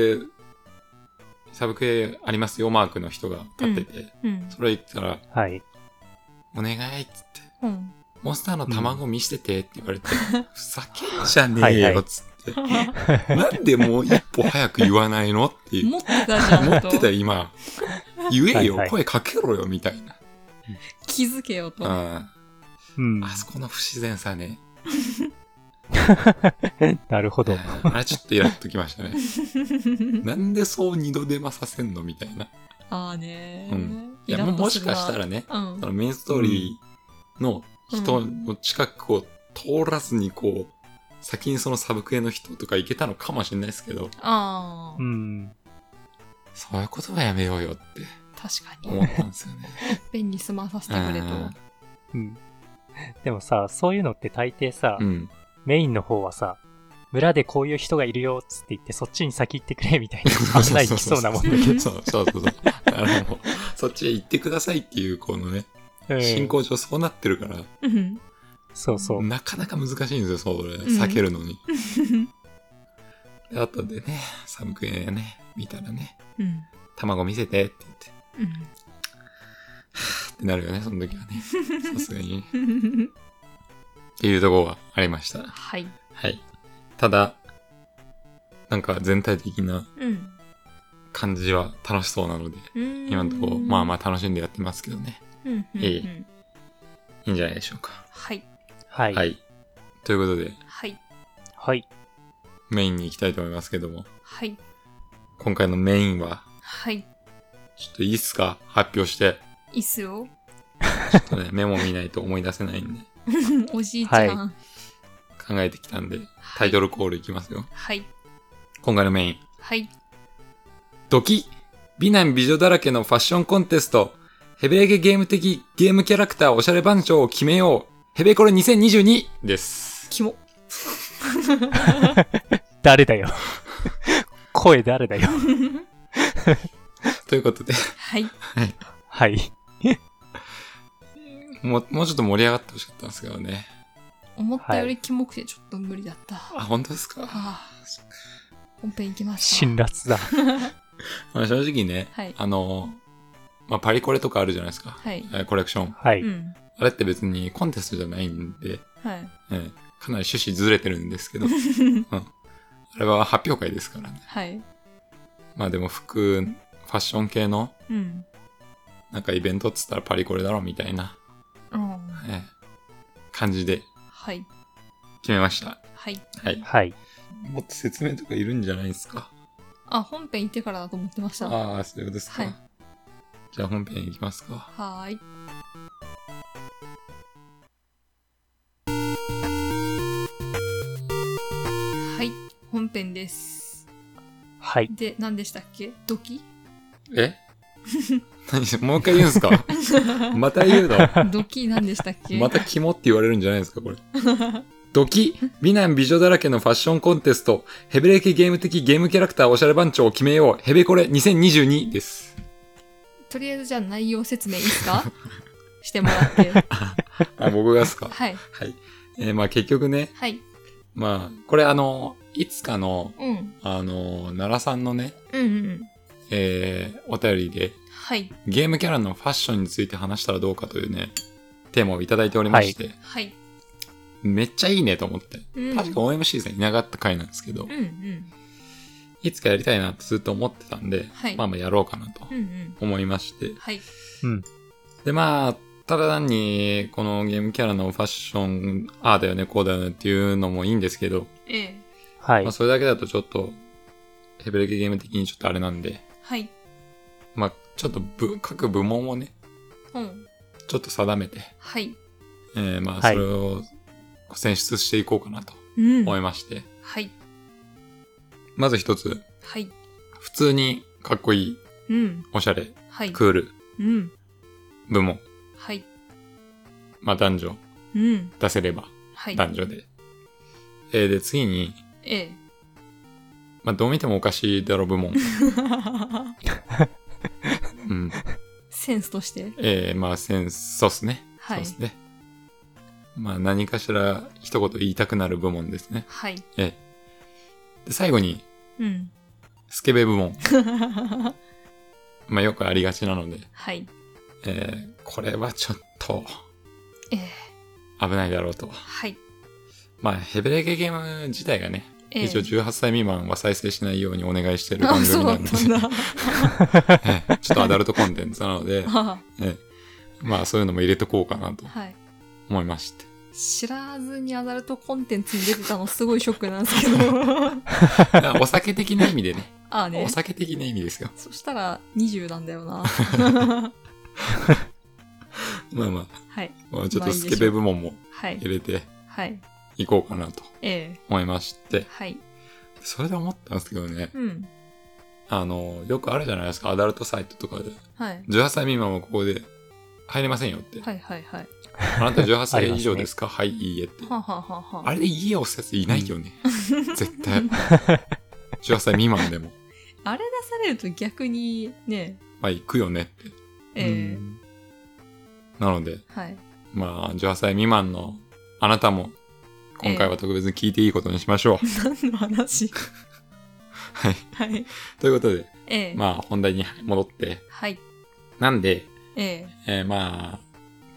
Speaker 2: エ、サブクエありますよマークの人が立ってて、
Speaker 3: うん。
Speaker 2: それ言ったら、
Speaker 4: はい。
Speaker 2: お願いっつって、
Speaker 3: うん。
Speaker 2: モンスターの卵見せててって言われて、ふざけんじゃねえよっつって、 なんでもう一歩早く言わないのっていう。
Speaker 3: 持ってたじゃんと。
Speaker 2: 持ってたよ、今。言えよ、
Speaker 4: はいはい
Speaker 2: 声かけろよ、みたいな。
Speaker 3: 気づけよと。
Speaker 2: うん
Speaker 4: うん。
Speaker 2: あそこの不自然さね。
Speaker 4: なるほど。
Speaker 2: あれちょっとイラっときましたね。 なんでそう二度手間させんのみたいな。
Speaker 3: ああねー。
Speaker 2: うん
Speaker 3: イ
Speaker 2: いや、
Speaker 3: ラ
Speaker 2: も
Speaker 3: ッ
Speaker 2: も
Speaker 3: とす
Speaker 2: し
Speaker 3: るな
Speaker 2: かしたらね、
Speaker 3: うん
Speaker 2: そ。のメインストーリーの人の近くを通らずにこう、先にそのサブクエの人とか行けたのかもしれないですけど、
Speaker 3: ああ
Speaker 4: う、ん。
Speaker 2: そういうことはやめようよって
Speaker 3: 確かに。
Speaker 2: 思ったんですよね。
Speaker 3: ペンに済まさせてくれと。
Speaker 4: うん。でもさ、そういうのって大抵さ、
Speaker 2: うん。
Speaker 4: メインの方はさ、村でこういう人がいるよっつって言って、そっちに先行ってくれみたい な案内行きそうなもんだけ
Speaker 2: けど。そうそうそうそう。あの、もうそっちへ行ってくださいっていう、このね、
Speaker 4: ど。 うん
Speaker 2: 進行上そうなってるから、
Speaker 3: うん。
Speaker 4: そうそう。
Speaker 2: なかなか難しいんですよ、それ。
Speaker 3: ん
Speaker 2: 避けるのに。で後でね、寒くねね、見たらね、
Speaker 3: うん。
Speaker 2: 卵見せてって言って、
Speaker 3: うん
Speaker 2: ってなるよね、その時はね。さすがにね。っていうところはありました。
Speaker 3: はい。
Speaker 2: はい。ただ、なんか全体的な
Speaker 3: うん。
Speaker 2: 感じは楽しそうなので、今のところ、まあまあ楽しんでやってますけどね。
Speaker 3: あ。うん。うん
Speaker 2: いいいいんじゃないでしょうか。
Speaker 3: はい。
Speaker 4: はい。
Speaker 2: はい。ということで、
Speaker 3: はい。
Speaker 4: はい。
Speaker 2: メインに行きたいと思いますけども、
Speaker 3: はい。
Speaker 2: 今回のメインは、
Speaker 3: はい。い
Speaker 2: ちょっといいっすか発表して。
Speaker 3: いっすよ。
Speaker 2: ちょっとね、メモ見ないと思い出せないんで、
Speaker 3: おじいちゃん。
Speaker 2: 考えてきたんで、タイトルコールいきますよ。
Speaker 3: はい。
Speaker 2: 今回のメイン。
Speaker 3: はい。
Speaker 2: ドキ美男美女だらけのファッションコンテスト。ヘベレゲゲーム的ゲームキャラクターおしゃれ番長を決めよう。ヘベコレ2022です。
Speaker 3: キモ。
Speaker 4: 誰だよ。 声誰だよ。
Speaker 2: ということで、
Speaker 3: はい。
Speaker 4: はい。
Speaker 2: もう、もうちょっと盛り上がってほしかったんですけどね。
Speaker 3: 思ったよりキモくてちょっと無理だった。
Speaker 2: あ、
Speaker 3: は
Speaker 2: 本当ですか
Speaker 3: あ、本編行きました。
Speaker 4: 辛辣だ。
Speaker 2: まあ正直ね、
Speaker 3: はい
Speaker 2: あの、まあ、パリコレとかあるじゃないですか。
Speaker 3: はい。
Speaker 2: えーコレクション。
Speaker 4: は
Speaker 3: う
Speaker 4: い。
Speaker 3: ん。
Speaker 2: あれって別にコンテストじゃないんで、
Speaker 3: はい。
Speaker 2: えーかなり趣旨ずれてるんですけど、うんあれは発表会ですからね。
Speaker 3: はい。
Speaker 2: まあでも服、ファッション系の
Speaker 3: うん。
Speaker 2: なんかイベントっつったらパリコレだろみたいな、
Speaker 3: うん。
Speaker 2: えー感じで
Speaker 3: はい。
Speaker 2: 決めました。
Speaker 3: はい。
Speaker 2: はい。
Speaker 4: はい。
Speaker 2: もっと説明とかいるんじゃないですか。
Speaker 3: あ、本編行ってからだと思ってました。は
Speaker 2: ああ、そういうことですか。
Speaker 3: はい
Speaker 2: じゃあ本編いきますか。
Speaker 3: ーい。はい。本編です。
Speaker 4: はい。
Speaker 3: で、何でしたっけド キ
Speaker 2: え何もう一回言うんすか また言うの
Speaker 3: ドキ何でしたっけ
Speaker 2: またキモって言われるんじゃないですか、これ。ドキ美男美女だらけのファッションコンテスト、ヘベレケゲーム的ゲームキャラクターおしゃれ番長を決めよう、ヘベコレ2022です。
Speaker 3: とりあえずじゃあ内容説明いいです かしてもらって。
Speaker 2: あ、僕がっ すか。
Speaker 3: はい。
Speaker 2: はい。えーまあ結局ね、
Speaker 3: はい。
Speaker 2: まあ、これあの、いつかの、
Speaker 3: うん。
Speaker 2: あの、奈良さんのね、
Speaker 3: うんうんうん。
Speaker 2: えーお便りで、
Speaker 3: はい。
Speaker 2: ゲームキャラのファッションについて話したらどうかというね、テーマをいただいておりまして、
Speaker 3: はい。
Speaker 2: めっちゃいいねと思って。
Speaker 3: うん。
Speaker 2: 確か OMC さんいなかった回なんですけど、
Speaker 3: うんうん。
Speaker 2: いつかやりたいなってずっと思ってたんで、
Speaker 3: はい
Speaker 2: まあまあやろうかなと
Speaker 3: うんうん。
Speaker 2: 思いまして。
Speaker 3: はい。
Speaker 4: うん。
Speaker 2: で、まあ、ただ単に、このゲームキャラのファッション、ああだよね、こうだよねっていうのもいいんですけど、
Speaker 3: ええ。
Speaker 4: はい
Speaker 2: まあ。それだけだとちょっと、ヘベレケゲーム的にちょっとあれなんで、
Speaker 3: はい。
Speaker 2: まあ、ちょっと部、各部門をね、
Speaker 3: うん。
Speaker 2: ちょっと定めて、
Speaker 3: はい。
Speaker 2: えーまあ、
Speaker 4: は
Speaker 2: そ
Speaker 4: い
Speaker 2: れを選出していこうかなと
Speaker 3: うん。
Speaker 2: 思い
Speaker 3: はい。
Speaker 2: まして、
Speaker 3: はい。
Speaker 2: まず一つ、普通にかっこいい、
Speaker 3: うん。
Speaker 2: おしゃれ、
Speaker 3: はい。
Speaker 2: クール
Speaker 3: うん。
Speaker 2: 部門、
Speaker 3: はい。
Speaker 2: まあ男女
Speaker 3: うん。
Speaker 2: 出せれば、
Speaker 3: はい。
Speaker 2: 男女で。えーで、次に、
Speaker 3: ええ。
Speaker 2: まあ、どう見てもおかしいだろ部門。うん。
Speaker 3: センスとして。
Speaker 2: えーまあ、センス、そうっすね。
Speaker 3: はい
Speaker 2: そうっすね。まあ、何かしら一言言いたくなる部門ですね。
Speaker 3: はい。
Speaker 2: えーで、最後に、
Speaker 3: うん。
Speaker 2: スケベ部門。まあ、よくありがちなので、
Speaker 3: はい。
Speaker 2: えーこれはちょっと
Speaker 3: ええ。
Speaker 2: 危ないだろうと。
Speaker 3: はい。
Speaker 2: まあ、ヘベレケゲーム自体がね、
Speaker 3: ええ。
Speaker 2: 一応18歳未満は再生しないようにお願いしてる番
Speaker 3: あ、そ
Speaker 2: 組
Speaker 3: うだ
Speaker 2: な
Speaker 3: っ
Speaker 2: んで、
Speaker 3: たんだ。
Speaker 2: ええちょっとアダルトコンテンツなの で、
Speaker 3: あ
Speaker 2: ええまあそういうのも入れとこうかなと
Speaker 3: はい。
Speaker 2: 思いまして。
Speaker 3: 知らずにアダルトコンテンツに出てたのすごいショックなんですけ ど。
Speaker 2: まあお酒的な意味でね。
Speaker 3: ああね
Speaker 2: お。酒的な意味ですよ。
Speaker 3: そしたら20なんだよな。
Speaker 2: まあま
Speaker 3: はい。
Speaker 2: あ、まあ、ちょっとスケベ部門も
Speaker 3: はい。
Speaker 2: 入れて
Speaker 3: はい。
Speaker 2: いこうかなと
Speaker 3: ええ。
Speaker 2: 思いまして。
Speaker 3: はい。
Speaker 2: それで思ったんですけどね。
Speaker 3: うん。
Speaker 2: あの、よくあるじゃないですか。アダルトサイトとかで。
Speaker 3: はい。
Speaker 2: 18歳未満はここで入れませんよって。
Speaker 3: はいはいはい。
Speaker 2: あなた18 歳
Speaker 4: ありますね
Speaker 2: 以上ですか、はい、いいえって。
Speaker 3: はあ、はあはあはあ、
Speaker 2: あれでいいえを押すやついないよね。絶対。18歳未満でも。
Speaker 3: あれ出されると逆にね、
Speaker 2: まあ行くよねって。
Speaker 3: ええ
Speaker 4: うん
Speaker 2: なので、
Speaker 3: はい。
Speaker 2: まあ、18歳未満のあなたも、今回は特別に聞いていいことにしましょう。
Speaker 3: 何の話
Speaker 2: はい。
Speaker 3: はい。
Speaker 2: ということで、
Speaker 3: ええ
Speaker 2: まあ、本題に戻って。
Speaker 3: はい。
Speaker 2: なんで、
Speaker 3: ええ
Speaker 2: えーまあ、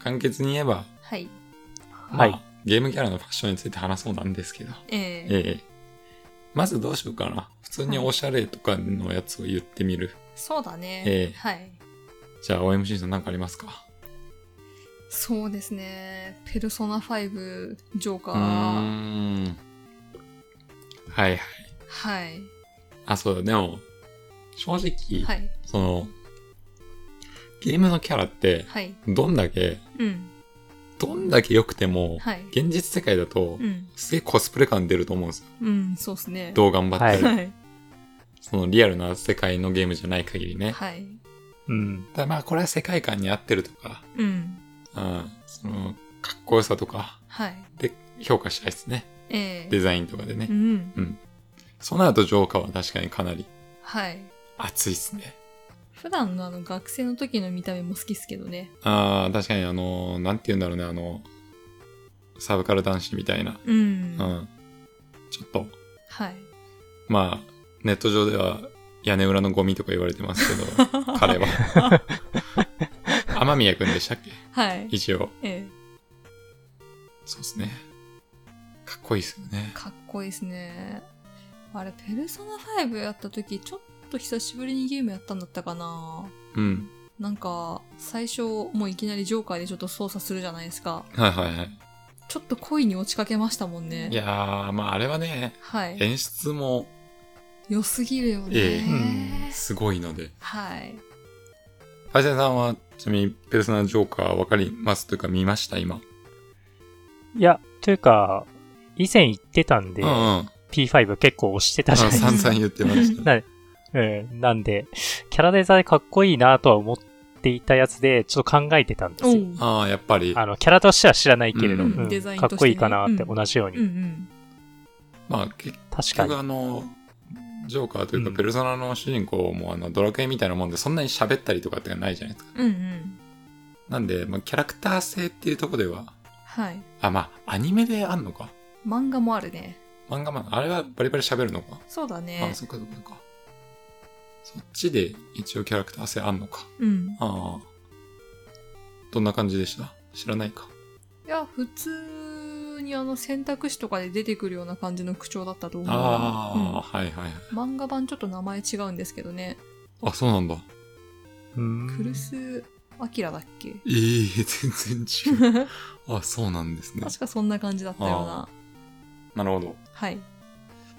Speaker 2: 簡潔に言えば、
Speaker 3: はい。
Speaker 2: ま
Speaker 4: は
Speaker 2: あ
Speaker 4: い。
Speaker 2: ゲームキャラのファッションについて話そうなんですけど、
Speaker 3: え
Speaker 2: え
Speaker 3: え
Speaker 2: えまずどうしようかな。普通におしゃれとかのやつを言ってみる。
Speaker 3: そうだね。
Speaker 2: ええ
Speaker 3: はい。
Speaker 2: じゃあ、OMC さん何かありますか
Speaker 3: そうですね。ペルソナ5、ジョーカ
Speaker 2: う
Speaker 3: ー。
Speaker 2: ーん。はいはい。
Speaker 3: はい。
Speaker 2: あ、そうだ、でも、正直、
Speaker 3: はい。
Speaker 2: その、ゲームのキャラって、
Speaker 3: はい。
Speaker 2: どんだけ、
Speaker 3: うん。
Speaker 2: どんだけ良くても、
Speaker 3: はい。
Speaker 2: 現実世界だと
Speaker 3: う、ん。
Speaker 2: すげえコスプレ感出ると思うんですよ。
Speaker 3: うん、そうですね。
Speaker 2: どう頑張っても、
Speaker 4: は
Speaker 3: はい。
Speaker 2: そのリアルな世界のゲームじゃない限りね。
Speaker 3: はい。
Speaker 4: うん。
Speaker 2: ただまあこれは世界観に合ってるとか、
Speaker 3: うん。
Speaker 2: うん、その、かっこよさとか
Speaker 3: はい。
Speaker 2: で評価したいですね。
Speaker 3: ええ
Speaker 2: デザインとかでね
Speaker 3: う。ん。
Speaker 2: そうなるとジョーカーは確かにかなり
Speaker 3: はい。
Speaker 2: 熱いっすね。
Speaker 3: 普段のあの学生の時の見た目も好きっすけどね。
Speaker 2: ああ、確かにあの、なんて言うんだろうね、あの、サブカル男子みたいな、
Speaker 3: うん
Speaker 2: う。ん。ちょっと、
Speaker 3: はい。
Speaker 2: まあ、ネット上では屋根裏のゴミとか言われてますけど、彼は。 雨宮くんでしたっけ
Speaker 3: はい。
Speaker 2: 一応。
Speaker 3: ええ
Speaker 2: そうですね。かっこいいですよね。
Speaker 3: かっこいいですね。あれ、ペルソナ5やった時、ちょっと久しぶりにゲームやったんだったかな
Speaker 2: うん。
Speaker 3: なんか、最初、もういきなりジョーカーでちょっと操作するじゃないですか。
Speaker 2: はいはいはい。
Speaker 3: ちょっと恋に落ちかけましたもんね。
Speaker 2: いやー、まああれはね、
Speaker 3: はい。
Speaker 2: 演出も
Speaker 3: 良すぎるよね。
Speaker 2: ええ
Speaker 4: うん
Speaker 2: すごいので。
Speaker 3: はい。
Speaker 2: パイセンさんは、ちなみに、ペルソナジョーカーわかりますというか見ました今。
Speaker 4: いや、というか、以前言ってたんで、
Speaker 2: うんうん。
Speaker 4: P5 結構押してたじゃないです
Speaker 2: 散
Speaker 4: か。
Speaker 2: 々言ってま した。
Speaker 4: なうん、なんで、キャラデザインかっこいいなとは思っていたやつで、ちょっと考えてたんで
Speaker 3: う
Speaker 4: すよ。
Speaker 3: ん。
Speaker 2: ああ、やっぱり、
Speaker 4: あの、キャラとしては知らないけれど、
Speaker 2: うん
Speaker 4: うん
Speaker 3: デザイン
Speaker 4: か
Speaker 3: と
Speaker 4: っ
Speaker 3: してね
Speaker 4: こいいかなって
Speaker 3: うん
Speaker 4: 同じように。
Speaker 3: うんうん。
Speaker 2: まあ結
Speaker 4: 確かに
Speaker 2: 局。あの、ジョーカーというか、
Speaker 4: うん
Speaker 2: ペルソナの主人公もあのドラクエみたいなもんで、そんなに喋ったりとかってないじゃないですか。
Speaker 3: うんうん。
Speaker 2: なんで、まあ、キャラクター性っていうところでは、
Speaker 3: はい。
Speaker 2: あ、まあ、アニメであんのか。
Speaker 3: 漫画もあるね。
Speaker 2: 漫画もあれはバリバリ喋るのか。
Speaker 3: そうだね。
Speaker 2: あ、そっかそっかそっか。そっちで一応キャラクター性あんのか。
Speaker 3: うん。
Speaker 2: ああ。どんな感じでした知らないか。
Speaker 3: いや、普通にあの選択肢とかで出てくるような感じの口調だったと思うな。
Speaker 2: ああ、はいはいはい。
Speaker 3: うん漫画版ちょっと名前違うんですけどね。
Speaker 2: あ、そうなんだ。
Speaker 4: うん
Speaker 3: クルス・アキラだっけ
Speaker 2: ええ全然違う。
Speaker 3: 確
Speaker 2: あ、そうなんですね。
Speaker 3: かそんな感じだったような。
Speaker 2: なるほど。
Speaker 3: はい。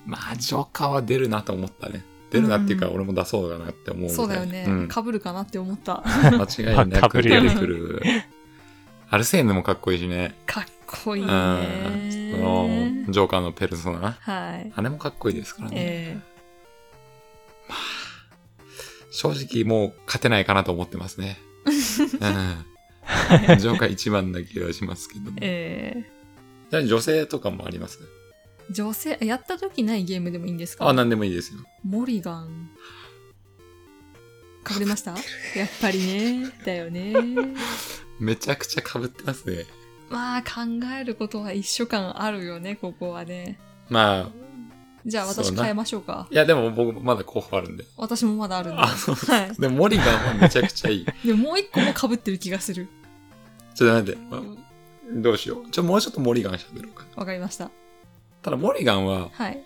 Speaker 2: まあ、ジョーカーは出るなと思ったね。出るなっていうか、
Speaker 3: うん
Speaker 2: 俺も出そうだなって思うみたいな。
Speaker 3: そうだよね
Speaker 2: うん。
Speaker 3: 被るかなって思った。
Speaker 2: 間違いな
Speaker 4: か
Speaker 2: く
Speaker 4: ぶ
Speaker 2: 出
Speaker 4: る
Speaker 2: て
Speaker 3: よ
Speaker 2: くる。アルセーヌもかっこいいしね。
Speaker 3: かっこいい
Speaker 2: うん。そ
Speaker 3: ね
Speaker 2: の、。ジョーカーのペルソナ。
Speaker 3: はい。
Speaker 2: あれもかっこいいですからね。
Speaker 3: え
Speaker 2: 正直もう勝てないかなと思ってますね。うん。ジョーカー一番な気がしますけど
Speaker 3: え
Speaker 2: も。
Speaker 3: ええ
Speaker 2: じゃあ女性とかもあります
Speaker 3: 女性、やった時ないゲームでもいいんですか
Speaker 2: あ、なんでもいいですよ。
Speaker 3: モリガン。かぶれましたやっぱりね。だよね。
Speaker 2: めちゃくちゃ被ってますね。
Speaker 3: まあ考えることは一緒感あるよね、ここはね。
Speaker 2: まあ、
Speaker 3: じゃあ
Speaker 2: そ
Speaker 3: 私
Speaker 2: うな
Speaker 3: 変えましょうか。
Speaker 2: いやでも僕まだ候補あるんで。
Speaker 3: 私もまだあるんで。
Speaker 2: あ、そう。
Speaker 3: は
Speaker 2: でもモリガンはめちゃくちゃい い。
Speaker 3: い。でももう一個も被ってる気がする。
Speaker 2: ちょっと待って、まどうしよう。ちょ、もうちょっとモリガン喋ろうか。
Speaker 3: わかりました。
Speaker 2: ただ、モリガンは、
Speaker 3: はい。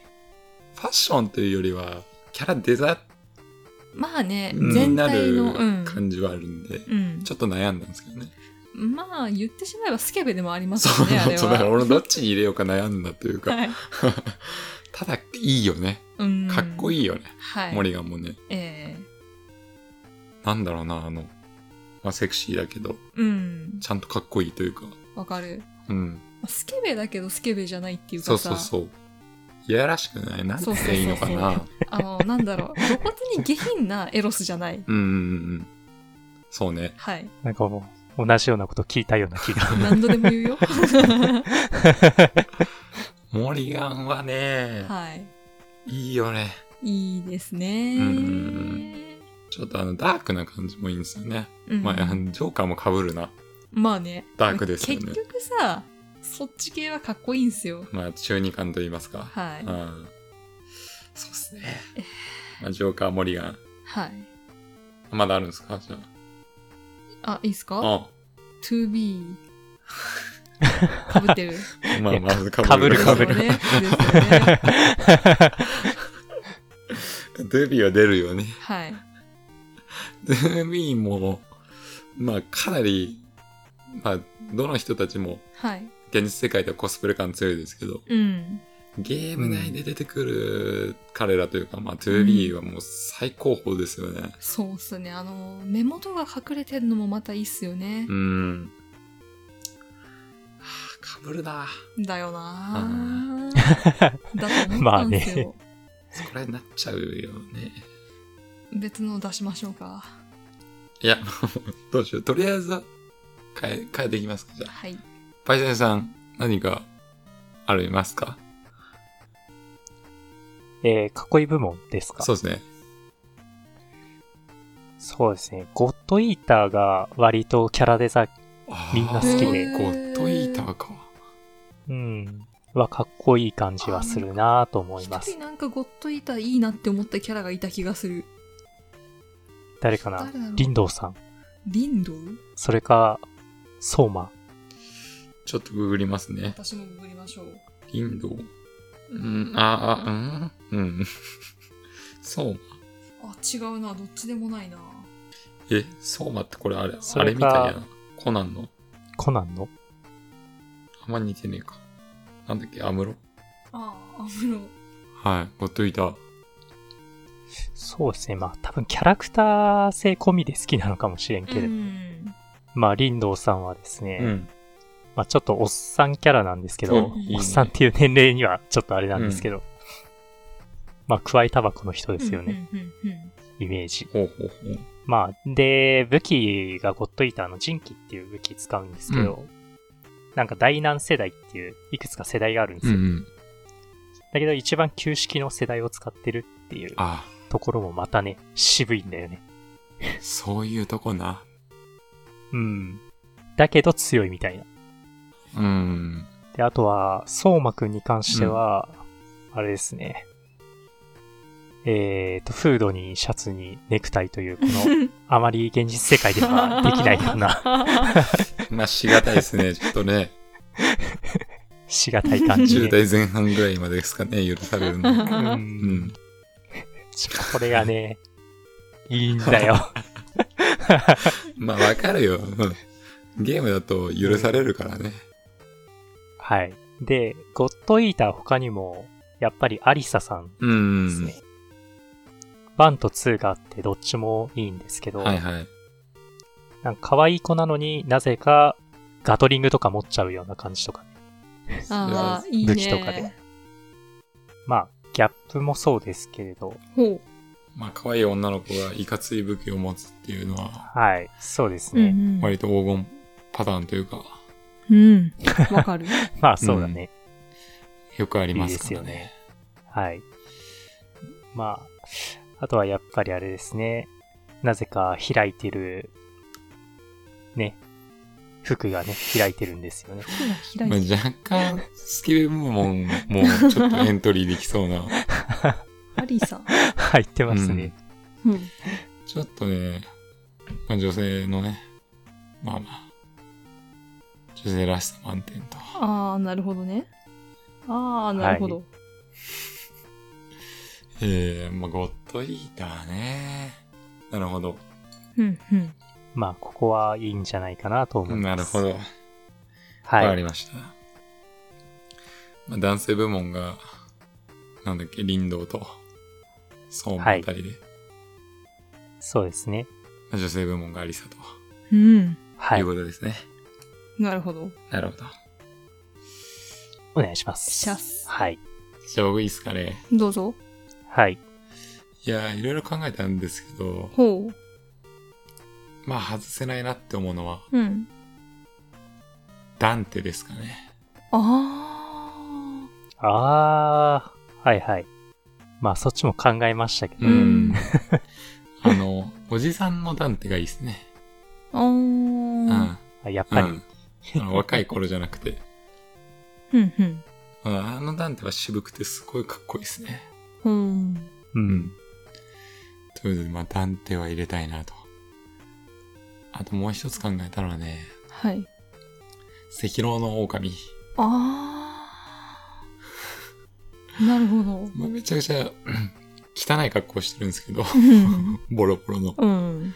Speaker 2: ファッションというよりは、キャラデザ
Speaker 3: まあね、
Speaker 2: に
Speaker 3: 全
Speaker 2: な
Speaker 3: 体の、
Speaker 2: る
Speaker 3: うん。
Speaker 2: 感じはあるんで、
Speaker 3: うん。
Speaker 2: ちょっと悩んだんですけどね。
Speaker 3: まあ言ってしまえばスケベでもあります
Speaker 2: そ
Speaker 3: よ
Speaker 2: う、
Speaker 3: ね、あれは。
Speaker 2: そう、だから俺どっちに入れようか悩んだというか、
Speaker 3: はい。
Speaker 2: ただ、いいよね。
Speaker 3: うん。
Speaker 2: かっこ
Speaker 3: い。
Speaker 2: いいよね。
Speaker 3: はい。
Speaker 2: モリガンもね。
Speaker 3: ええ
Speaker 2: なんだろうな、あの、まあ、セクシーだけど、
Speaker 3: うん。
Speaker 2: ちゃんとかっこいいというか、
Speaker 3: わかる。
Speaker 2: うん。
Speaker 3: スケベだけどスケベじゃないっていうか
Speaker 2: そ
Speaker 3: さ。
Speaker 2: うそうそう。いやらしくないなん
Speaker 3: そうそうそうそう
Speaker 2: ていいのかな。
Speaker 3: あの、なんだろう、露骨に下品なエロスじゃない。
Speaker 2: うんうんうんうん。そうね。
Speaker 3: はい。
Speaker 4: なんかもう、同じようなこと聞いたような気が。
Speaker 3: 何度でも言うよ。
Speaker 2: モリガンはね、
Speaker 3: はい。
Speaker 2: いいよね。
Speaker 3: いいですね。
Speaker 2: うんちょっとあの、ダークな感じもいいんですよね。
Speaker 3: うん
Speaker 2: まあ、あのジョーカーも被るな。
Speaker 3: まあね。
Speaker 2: ダークですよね
Speaker 3: 結局さ、そっち系はかっこいいんすよ。
Speaker 2: まあ、中二感と言いますか。
Speaker 3: はい
Speaker 2: うん。そうっすね。まあ、ジョーカー、モリガン。
Speaker 3: はい。
Speaker 2: まだあるんですかじゃ
Speaker 3: あ、いいっす
Speaker 2: あ。
Speaker 3: か
Speaker 2: あ
Speaker 3: ?2B。かぶってる。
Speaker 2: うん。まあ、まず被
Speaker 4: かぶ
Speaker 2: る。
Speaker 4: るかぶ
Speaker 3: ですよ
Speaker 4: る
Speaker 3: ね。ですよね。
Speaker 2: ドゥービーは出るよね。
Speaker 3: はい。
Speaker 2: ドゥービーも、まあ、かなり、まあ、どの人たちも、
Speaker 3: はい。
Speaker 2: 現実世界ではコスプレ感強いですけど、
Speaker 3: うん。
Speaker 2: ゲーム内で出てくる彼らというか、まあ、トゥービーはもう最高峰ですよね。
Speaker 3: そうっすね。あの、目元が隠れてるのもまたいいっすよね
Speaker 2: う。ん。はあ、かぶるな。
Speaker 3: だよなぁ。だと思ったんです よ。
Speaker 2: それになっちゃうよね。
Speaker 3: 別の出しましょうか。
Speaker 2: いや、も うどうしよう。とりあえずは、変え、変えていきますか。じゃあ、
Speaker 3: はい。
Speaker 2: パイセンさん、何か、ありますか
Speaker 4: えー、かっこいい部門ですか
Speaker 2: そうですね。
Speaker 4: そうですね。ゴッドイーターが割とキャラデザインみんな好きで
Speaker 2: あーゴッドイーターか。
Speaker 4: うん。はかっこいい感じはするなぁと思いま
Speaker 3: 一
Speaker 4: す
Speaker 3: 人。なんかゴッドイーターいいなって思ったキャラがいた気がする。
Speaker 4: 誰かな
Speaker 3: 誰だろう
Speaker 4: 林道さん。
Speaker 3: リンドウ
Speaker 4: それか、相馬。
Speaker 2: ちょっとググりますね。
Speaker 3: 私もググりましょう。
Speaker 2: インド。うん、あ、あ、うん、うん。 そう。
Speaker 3: あ、違うな。どっちでもないな。
Speaker 2: え、そうまってこれあれ、
Speaker 4: そ
Speaker 2: あ
Speaker 4: れ
Speaker 2: れみたい
Speaker 4: か
Speaker 2: やな。コナンの。
Speaker 4: コナンの
Speaker 2: あんま似てねえか。なんだっけ、アムロ
Speaker 3: ああ、アムロ。
Speaker 2: はい、ゴッドイーター。
Speaker 4: そうですね。まあ多分キャラクター性込みで好きなのかもしれんけれど。
Speaker 3: うん。
Speaker 4: まあ林道さんはですね、
Speaker 2: うん。
Speaker 4: まあちょっとおっさんキャラなんですけど、
Speaker 2: うんいいね
Speaker 4: おっさんっていう年齢にはちょっとあれなんですけど、まあくわえタバコの人ですよね、
Speaker 3: うんうんうんうん。
Speaker 4: イメージ。
Speaker 2: ほうほうほう。
Speaker 4: まあ、で、武器がゴッドイーターの人気っていう武器使うんですけど、なんか第何世代っていう、いくつか世代があるんです
Speaker 2: うん
Speaker 4: よ。
Speaker 2: うん。
Speaker 4: だけど一番旧式の世代を使ってるっていう
Speaker 2: あ、
Speaker 4: ところもまたね、渋いんだよね。
Speaker 2: そういうとこな。
Speaker 4: うん。だけど強いみたいな。
Speaker 2: うん。
Speaker 4: で、あとは、相馬くんに関しては、あれですね。えーと、フードにシャツにネクタイという、こ の、あまり現実世界で はできないような、
Speaker 2: まあ、しがたいですね。ちょっとね、
Speaker 4: しがたい感じ
Speaker 2: 10
Speaker 4: で。
Speaker 2: 代前半ぐらいまでですかね、許される の。
Speaker 4: う
Speaker 2: うんん。
Speaker 4: これがね、いいん だよ。
Speaker 2: まあ、わかるよ。うんゲームだと許されるからね。
Speaker 4: はい。で、ゴッドイーター他にも、やっぱりアリサさ
Speaker 2: う
Speaker 4: んです
Speaker 2: ん
Speaker 4: ね。。ワンとツーがあってどっちもいいんですけど、
Speaker 2: はいはい。
Speaker 4: なんか可愛い子なのになぜかガトリングとか持っちゃうような感じとかね。
Speaker 3: ああ、いいね。
Speaker 4: 武器とかで。まあ、ギャップもそうですけれど、
Speaker 3: ほ
Speaker 2: まあ、可愛い女の子がいかつい武器を持つっていうのは、
Speaker 4: はい、そうです
Speaker 3: う。う
Speaker 4: ね。
Speaker 3: ん
Speaker 2: 割と黄金パターンというか、
Speaker 3: うん。うん。わ かる。
Speaker 4: まあ、そうだね。
Speaker 2: よくありま
Speaker 4: いい
Speaker 2: す
Speaker 4: で
Speaker 2: か
Speaker 4: すよ
Speaker 2: らね
Speaker 4: ね。はい。まあ、あとはやっぱりあれですね。なぜか開いてる、ね、服がね、開いてるんです よね。
Speaker 3: 開い
Speaker 2: ま
Speaker 3: て
Speaker 2: あ、
Speaker 3: る
Speaker 2: 若干、スキル部門もうちょっとエントリーできそうな。
Speaker 3: アリサ。
Speaker 4: 入ってますね。
Speaker 3: うん。
Speaker 2: ちょっとね、まあ、女性のね、まあまあ、女性らしさ満点と。
Speaker 3: ああ、なるほどね。ああ、なるほど。
Speaker 2: えー、まあ、ゴッドイーターね。なるほど。
Speaker 3: うんうん。
Speaker 4: まあ、ここはいいんじゃないかなと思い
Speaker 2: な
Speaker 4: ます。
Speaker 2: るほ。ど。わ
Speaker 4: は
Speaker 2: か
Speaker 4: い。
Speaker 2: りました。まあ、男性部門が、なんだっけ、林道と、相馬あたりで、
Speaker 4: そうですね。
Speaker 2: まあ女性部門がアリサと、、。
Speaker 3: うん。
Speaker 4: はいいう
Speaker 2: ことですね。
Speaker 3: なるほど。
Speaker 2: なるほど。
Speaker 4: お願いします。
Speaker 3: シャス
Speaker 4: はい。
Speaker 2: じゃあ僕いいっすかね。
Speaker 3: どうぞ。
Speaker 4: はい。
Speaker 2: いやー、いろいろ考えたんですけど、
Speaker 3: ほ
Speaker 2: まあ、外せないなって思うのは、
Speaker 3: う。うん。
Speaker 2: ダンテですかね。
Speaker 3: あ
Speaker 4: あー、はいはい。まあ、そっちも考えましたけど。
Speaker 3: うん
Speaker 2: あの、おじさんのダンテがいいですね。
Speaker 3: あ。ああ。うん
Speaker 2: うん。うん。
Speaker 4: あやっぱり。
Speaker 2: あの若い頃じゃなくて。
Speaker 3: うん。
Speaker 2: うんあのダンテは渋くてすごいかっこいいですね。
Speaker 3: うん。
Speaker 4: うん。
Speaker 2: ということで、まあ、ダンテは入れたいなと。あともう一つ考えたのはね、
Speaker 3: はい。
Speaker 2: 赤狼の狼。
Speaker 3: ああ。なるほど。
Speaker 2: まあ、めちゃくちゃ、うん汚い格好してるんですけど、
Speaker 3: うん
Speaker 2: ボロボロの。
Speaker 3: うん。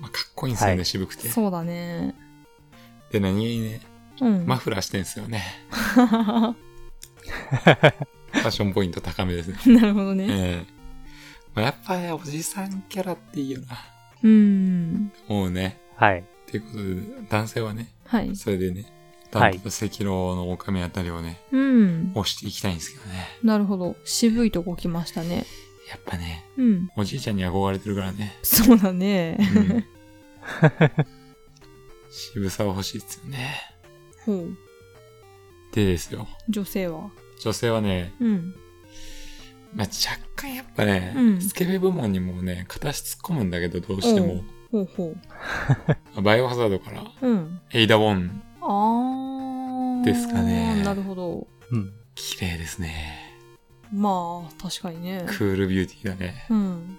Speaker 2: まあ、かっこいいんですよね、
Speaker 4: はい
Speaker 2: 渋くて。
Speaker 3: そうだね。
Speaker 2: で、何気にね、
Speaker 3: うん。
Speaker 2: マフラーしてんすよね。ファッションポイント高めですね。
Speaker 3: なるほどね。
Speaker 2: ええまあ、やっぱりおじさんキャラっていいよな。
Speaker 3: うん。
Speaker 2: もうね。
Speaker 4: はい。
Speaker 2: ということで、男性はね、
Speaker 3: はい。
Speaker 2: それでね、
Speaker 4: は
Speaker 2: ダ
Speaker 4: い
Speaker 2: ンと赤老の狼あたりをね、
Speaker 3: うん。
Speaker 2: 押していきたいんですけどね。
Speaker 3: なるほど。渋いとこ来ましたね。
Speaker 2: やっぱね、
Speaker 3: うん。
Speaker 2: おじいちゃんに憧れてるからね。
Speaker 3: そうだね
Speaker 2: う。ん、 渋さは欲しいですよね。
Speaker 3: ほう。
Speaker 2: でですよ。
Speaker 3: 女性は。
Speaker 2: 女性はね、
Speaker 3: うん。
Speaker 2: まあ、若干やっぱね、
Speaker 3: うん
Speaker 2: スケベ部門にもね、片足突っ込むんだけど、どうしても。
Speaker 3: ほうほ
Speaker 2: バイオハザードから、
Speaker 3: う。うん。
Speaker 2: エイダ・ウォン
Speaker 3: あー。
Speaker 2: ですかね
Speaker 3: なるほど。
Speaker 4: うん。
Speaker 2: 綺麗ですね。
Speaker 3: まあ、確かにね。
Speaker 2: クールビューティーだね。
Speaker 3: うん。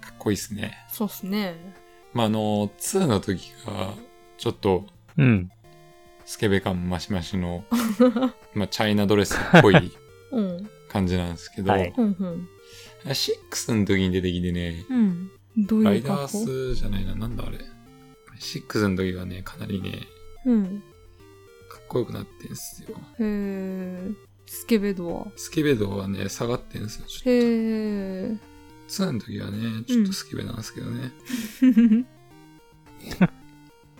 Speaker 2: かっこいいですね。
Speaker 3: そうっすね。
Speaker 2: まあ、あの、2の時が、ちょっと、
Speaker 4: うん。
Speaker 2: スケベ感マシマシの、まあ、チャイナドレスっぽい
Speaker 3: うん。
Speaker 2: 感じなんですけど、
Speaker 4: はい
Speaker 3: うん
Speaker 2: 6の時に出てきてね、
Speaker 1: うん。
Speaker 3: うん。どう
Speaker 2: ラ
Speaker 3: い
Speaker 2: イ
Speaker 3: う格好
Speaker 2: ダースじゃないな、なんだあれ。6の時はね、かなりね、
Speaker 3: うん。
Speaker 2: かっこよくなってんすよ。
Speaker 3: へー。スケベドア。
Speaker 2: スケベ度はね、下がってんすよ。ち
Speaker 3: へ
Speaker 2: ょっ
Speaker 3: ー。
Speaker 2: と2の時はね、ちょっとスケベなんですけどね。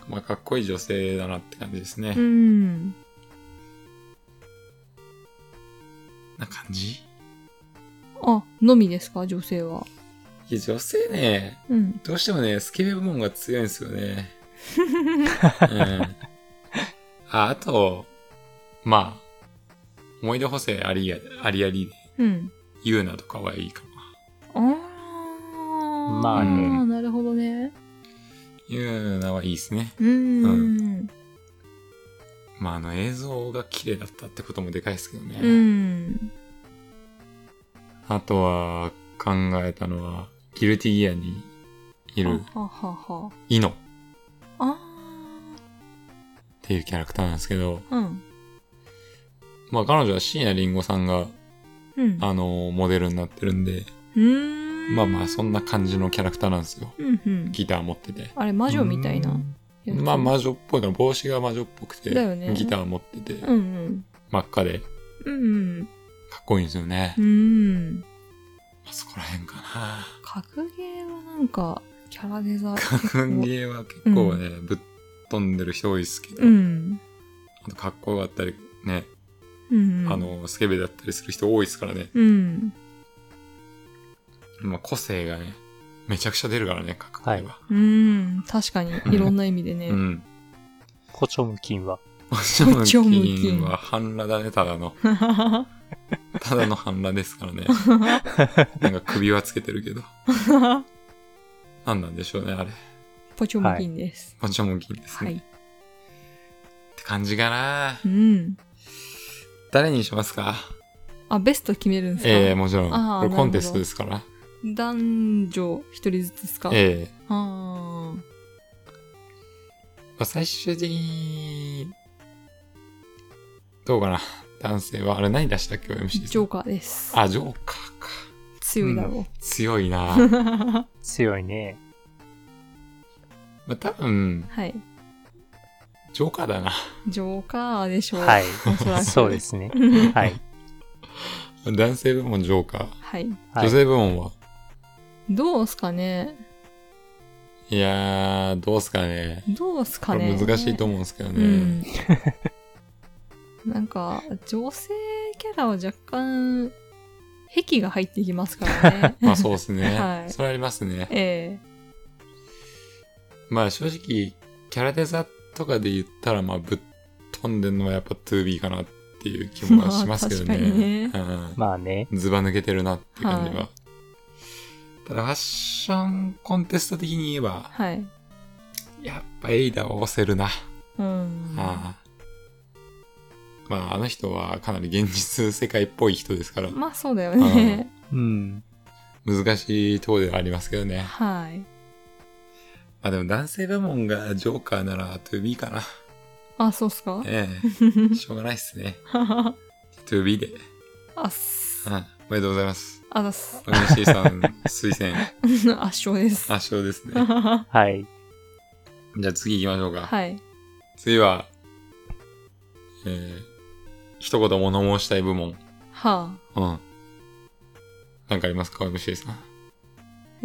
Speaker 2: まあ、かっこいい女性だなって感じですね。
Speaker 3: うん。
Speaker 2: な感じ
Speaker 3: あ、のみですか、女性は。
Speaker 2: いや、女性ね、
Speaker 3: うん。
Speaker 2: どうしてもね、スケベ部門が強いんですよね。 うん。あ、あと、まあ、思い出補正ありや、ありありで、
Speaker 3: うん。
Speaker 2: 言うなとかはいいか
Speaker 3: あ
Speaker 2: な。
Speaker 3: ー。
Speaker 4: まあ
Speaker 2: ね
Speaker 3: なるほどね。
Speaker 2: 言うなはいいですね。
Speaker 3: うん。
Speaker 2: まあ、あの映像が綺麗だったってこともでかいですけどね。
Speaker 3: うん。
Speaker 2: あとは、考えたのは、ギルティギアにいる
Speaker 3: はははは。
Speaker 2: イノっ
Speaker 3: あ
Speaker 2: ていうキャラクターなんですけど、
Speaker 3: ー。うん。
Speaker 2: まあ彼女は椎名林檎さんが、
Speaker 3: うん。
Speaker 2: あのモデルになってるんで、
Speaker 3: うーん。
Speaker 2: まあまあそんな感じのキャラクターなんですよ。
Speaker 3: うんうん。
Speaker 2: ギター持ってて。
Speaker 3: あれ、魔女みたいな。やつ
Speaker 2: まあ魔女っぽいから帽子が魔女っぽくて、
Speaker 3: だよね
Speaker 2: ギター持ってて、
Speaker 3: うんうん。
Speaker 2: 真っ赤で、か
Speaker 3: うんうん。
Speaker 2: っこいいんですよね。
Speaker 3: うん。
Speaker 2: まあそこら辺かな。
Speaker 3: 格ゲーはなんか、キャラデザ
Speaker 2: 格ゲーは結構ね、ぶっ飛んでる人多いですけど、
Speaker 3: うん。
Speaker 2: あとかっこよかったり、ね、
Speaker 3: うん。
Speaker 2: あ、の、スケベだったりする人多いですからね。
Speaker 3: うん。
Speaker 2: まあ個性がね、めちゃくちゃ出るからね、格ゲーは。
Speaker 3: うん。確かに、いろんな意味でね。
Speaker 2: うん。
Speaker 4: コチョムキンは。
Speaker 2: もちろん、
Speaker 3: ちょむきん
Speaker 2: 金は半裸だね、ただの。ただの半裸ですか らね。なんか首輪つけてるけど。なんなんでしょうね、あれ。
Speaker 3: ポチョムキンです。
Speaker 2: もちろん金です
Speaker 3: は
Speaker 2: ね。
Speaker 3: い
Speaker 2: っ。て感じかな
Speaker 3: うん。
Speaker 2: 誰にしますか
Speaker 3: あ、ベスト決めるんですか、
Speaker 2: ええもちろん。
Speaker 3: あー
Speaker 2: これコンテストですから。
Speaker 3: 男女一人ずつですかあ
Speaker 2: ええ
Speaker 3: あー。
Speaker 2: まあ、最終的に、どうかな。男性は、あれ何出したっけ ?MC
Speaker 3: ジョーカーです。
Speaker 2: あ、ジョーカーか。
Speaker 3: 強いだろ
Speaker 2: 強いな。
Speaker 3: う。
Speaker 4: 強いね。
Speaker 2: まあ、多分、
Speaker 3: はい。
Speaker 2: ジョーカーだな。
Speaker 3: ジョーカーでしょう。
Speaker 4: はい。
Speaker 3: おそらく。
Speaker 4: そうで すね。はい。
Speaker 2: 男性部門ジョーカー。
Speaker 3: はい。
Speaker 4: は
Speaker 2: 女
Speaker 4: い。
Speaker 2: 性部門は
Speaker 3: どうすかね
Speaker 2: いやー、どうすかね。
Speaker 3: どうす
Speaker 2: こ
Speaker 3: か
Speaker 2: れ
Speaker 3: ね
Speaker 2: 難しいと思うんですけど
Speaker 3: う
Speaker 2: ね。
Speaker 3: ん。なんか、女性キャラは若干、癖が入ってきますからね
Speaker 2: 。まあそうです ね。
Speaker 3: はい
Speaker 2: それありますね。
Speaker 3: え
Speaker 2: まあ正直、キャラデザとかで言ったら、まあぶっ飛んでんのはやっぱ 2B かなっていう気もしますけ どね。うん
Speaker 4: まあね。
Speaker 2: ズバ抜けてるなって感じは。ただファッションコンテスト的に言え
Speaker 3: え
Speaker 2: ば、
Speaker 3: はい。
Speaker 2: やっぱエイダを押せるな。
Speaker 3: うん。
Speaker 2: ああまああの人はかなり現実世界っぽい人ですから、
Speaker 3: まあそうだよね。
Speaker 4: うん。
Speaker 2: 難しいとこではありますけどね。
Speaker 3: はい。
Speaker 2: まあでも男性部門がジョーカーなら 2B かな。
Speaker 3: あ、そうっす か
Speaker 2: ええ。しょうがないっすね。
Speaker 3: あ
Speaker 2: 2B で。
Speaker 3: っす
Speaker 2: うん。。おめでとうございます。
Speaker 3: あざっす。
Speaker 2: MC さん推薦
Speaker 3: 圧勝です。
Speaker 2: 圧勝ですね。
Speaker 3: は
Speaker 4: はい。
Speaker 2: じゃあ次行きましょうか。
Speaker 3: い。
Speaker 2: 次は、えー、一言物申したい部門。
Speaker 3: はあ。
Speaker 2: うん。なんかありますか ?MC さん。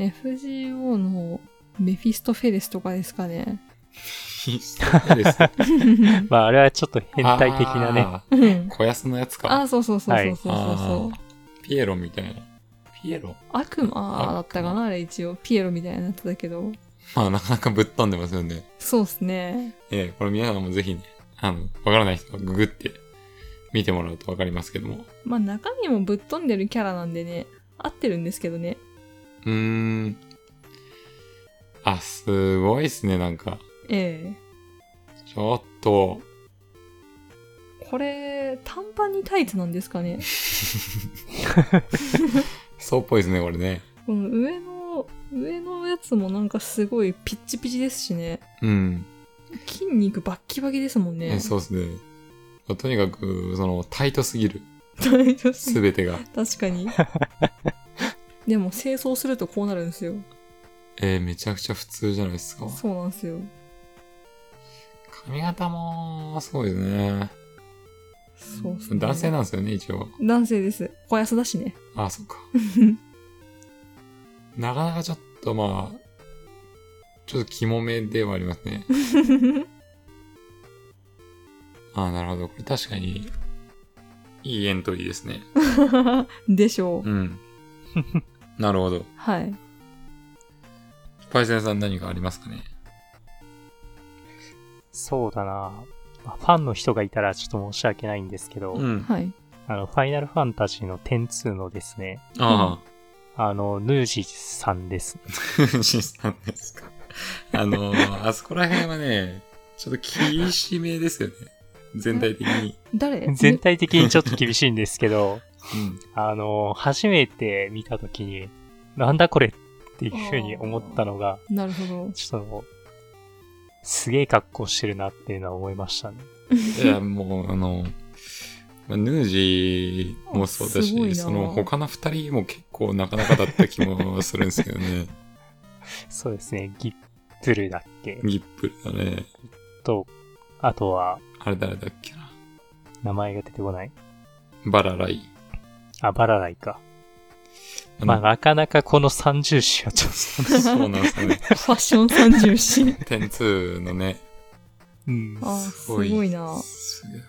Speaker 3: FGO のメフィストフェレスとかですか ね。
Speaker 2: いいっすねですね
Speaker 4: まああれはちょっと変態的なね。
Speaker 2: あ
Speaker 3: うん
Speaker 2: ー。小安のやつか。
Speaker 3: あ、そうそうそうそうそうそう
Speaker 2: あ
Speaker 3: そう。
Speaker 2: ーピエロみたいな。ピエロ
Speaker 3: 悪魔だったかなあれ一応。ピエロみたいになってたけど。
Speaker 2: まあなかなかぶっ飛んでますよね。
Speaker 3: そうっすね。
Speaker 2: ええこれ皆さんもぜひね、あの、わからない人はググって見てもらうとわかりますけども。
Speaker 3: まあ中身もぶっ飛んでるキャラなんでね。合ってるんですけどね。
Speaker 2: うーん。あ、すごいっすね、なんか。
Speaker 3: ええ
Speaker 2: ちょっと、
Speaker 3: これ、短パンにタイツなんですかね。
Speaker 2: そうっぽいですね、これね。
Speaker 3: この上の、上のやつもなんかすごいピッチピチですしね。
Speaker 2: うん。
Speaker 3: 筋肉バッキバキですもんね。
Speaker 2: えそうですね。とにかく、その、タイトすぎる。
Speaker 3: 大丈夫
Speaker 2: すべてが。
Speaker 3: 確か に。でも清掃するとこうなるんですよ。
Speaker 2: えーめちゃくちゃ普通じゃないですか。
Speaker 3: そうなんですよ。
Speaker 2: 髪型も、そうですね。
Speaker 3: そうっすね
Speaker 2: 男性なんですよね、一応。
Speaker 3: 男性です。小安だしね。
Speaker 2: あ、そっか。なかなかちょっとまあ、ちょっと肝めではあります ね。あなるほど。これ確かに、いいエントリ ーですね。
Speaker 3: でしょう。
Speaker 2: うん。なるほど。
Speaker 3: はい。
Speaker 2: パイセンさん何かありますかね
Speaker 4: そうだな。まあファンの人がいたらちょっと申し訳ないんですけど、
Speaker 2: ん。
Speaker 3: はい。
Speaker 4: あの、ファイナルファンタジーの102のですね、
Speaker 2: あ
Speaker 4: あの、ヌージさんです。
Speaker 2: あ、シンさんですか。あのー、あそこら辺はね、ちょっと厳しめですよね。全体的に。
Speaker 3: 誰
Speaker 4: 全体的にちょっと厳しいんです けど、
Speaker 2: うん。
Speaker 4: あの、初めて見たときに、なんだこれっていうふうに思ったのが、
Speaker 3: なるほど。
Speaker 4: ちょっと、すげえ格好してるなっていうのは思いましたね。
Speaker 2: いや、もう、あの、まあヌージーもそうだ
Speaker 3: すごいな
Speaker 2: し、その他の二人も結構なかなかだった気もするんですけ どね。
Speaker 4: そうですね、ギップルだっけ
Speaker 2: ギップルだね。
Speaker 4: と、あとは、
Speaker 2: あれ誰だっけな。
Speaker 4: 名前が出てこない。
Speaker 2: バラライ。
Speaker 4: あ、バラライか。
Speaker 2: あの
Speaker 4: まあ、なかなかこの三重視はちょ っ
Speaker 2: そうなんです よね。
Speaker 3: ファッション三重 視。
Speaker 2: テンツーのね。
Speaker 4: と、うん。
Speaker 3: あ
Speaker 2: すごい
Speaker 3: すごいな
Speaker 2: すごいね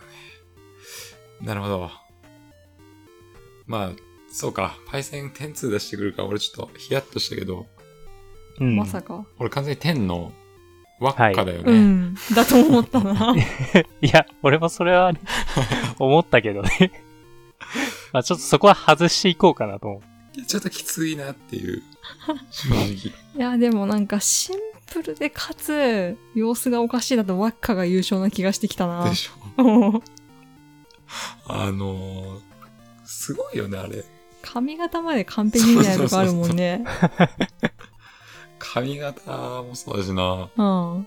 Speaker 2: なるほど。まあ、そうか。パイセンテンツー出してくるから、俺ちょっとヒヤッとしたけど、
Speaker 4: うん
Speaker 3: まさか。
Speaker 2: 俺完全に天の輪っかだよね。
Speaker 3: うん。だと思ったな。
Speaker 4: いや、俺もそれ はね、思ったけどね。 まあ、ちょっとそこは外していこうかなと思う。
Speaker 2: いやちょっときついなっていう。正直。
Speaker 3: いや、でもなんかシンプルでかつ、様子がおかしいだとワッカが優勝な気がしてきたな
Speaker 2: で。しょ。
Speaker 3: もう
Speaker 2: あのー、すごいよね、あれ。
Speaker 3: 髪型まで完璧みたいなとこあるもんね。
Speaker 2: 髪型もそうだしな。
Speaker 3: うん。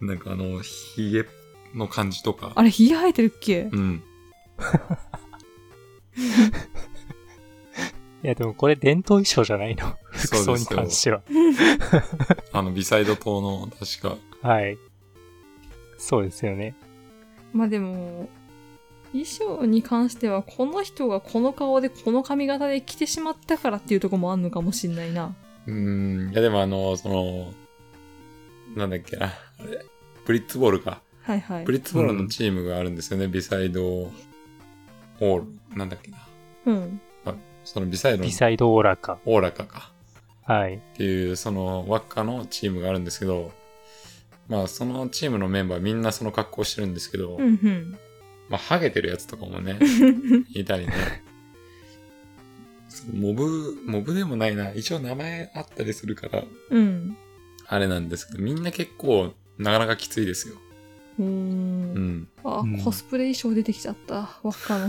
Speaker 2: なんかあの、ヒゲの感じとか。
Speaker 3: あれ、ひげ生えてるっけ
Speaker 2: うん。
Speaker 4: いや、でもこれ伝統衣装じゃないの。服
Speaker 2: そう
Speaker 4: 装
Speaker 2: で
Speaker 4: に
Speaker 2: すよ
Speaker 4: 関しては。
Speaker 2: あの、ビサイド島の、確か。
Speaker 4: はい。そうですよね。
Speaker 3: まあでも、衣装に関しては、この人がこの顔でこの髪型で着てしまったからっていうとこもあんのかもしんないな。
Speaker 2: うーん。いや、でもあの、その、なんだっけな。あれ。ブリッツボールか。
Speaker 3: はいはい
Speaker 2: ブ。リッツボールのチームがあるんですよね。ビサイドオール。なんだっけな。
Speaker 3: うん。
Speaker 2: そのビサイドの
Speaker 4: ビサイドオーラか。
Speaker 2: オーラカか。
Speaker 4: はい。
Speaker 2: っていう、その輪っかのチームがあるんですけど、まあ、そのチームのメンバーみんなその格好してるんですけど、
Speaker 3: うん
Speaker 2: まあ、ハゲてるやつとか もね、
Speaker 3: うん。
Speaker 2: いたりね。そうモブ、モブでもないな。一応名前あったりするから、
Speaker 3: うん。
Speaker 2: あれなんですけど、みんな結構、なかなかきついですよ。
Speaker 3: うー。
Speaker 2: うんん。
Speaker 3: あ
Speaker 4: うん、
Speaker 3: コスプレ衣装出てきちゃった。輪っかの。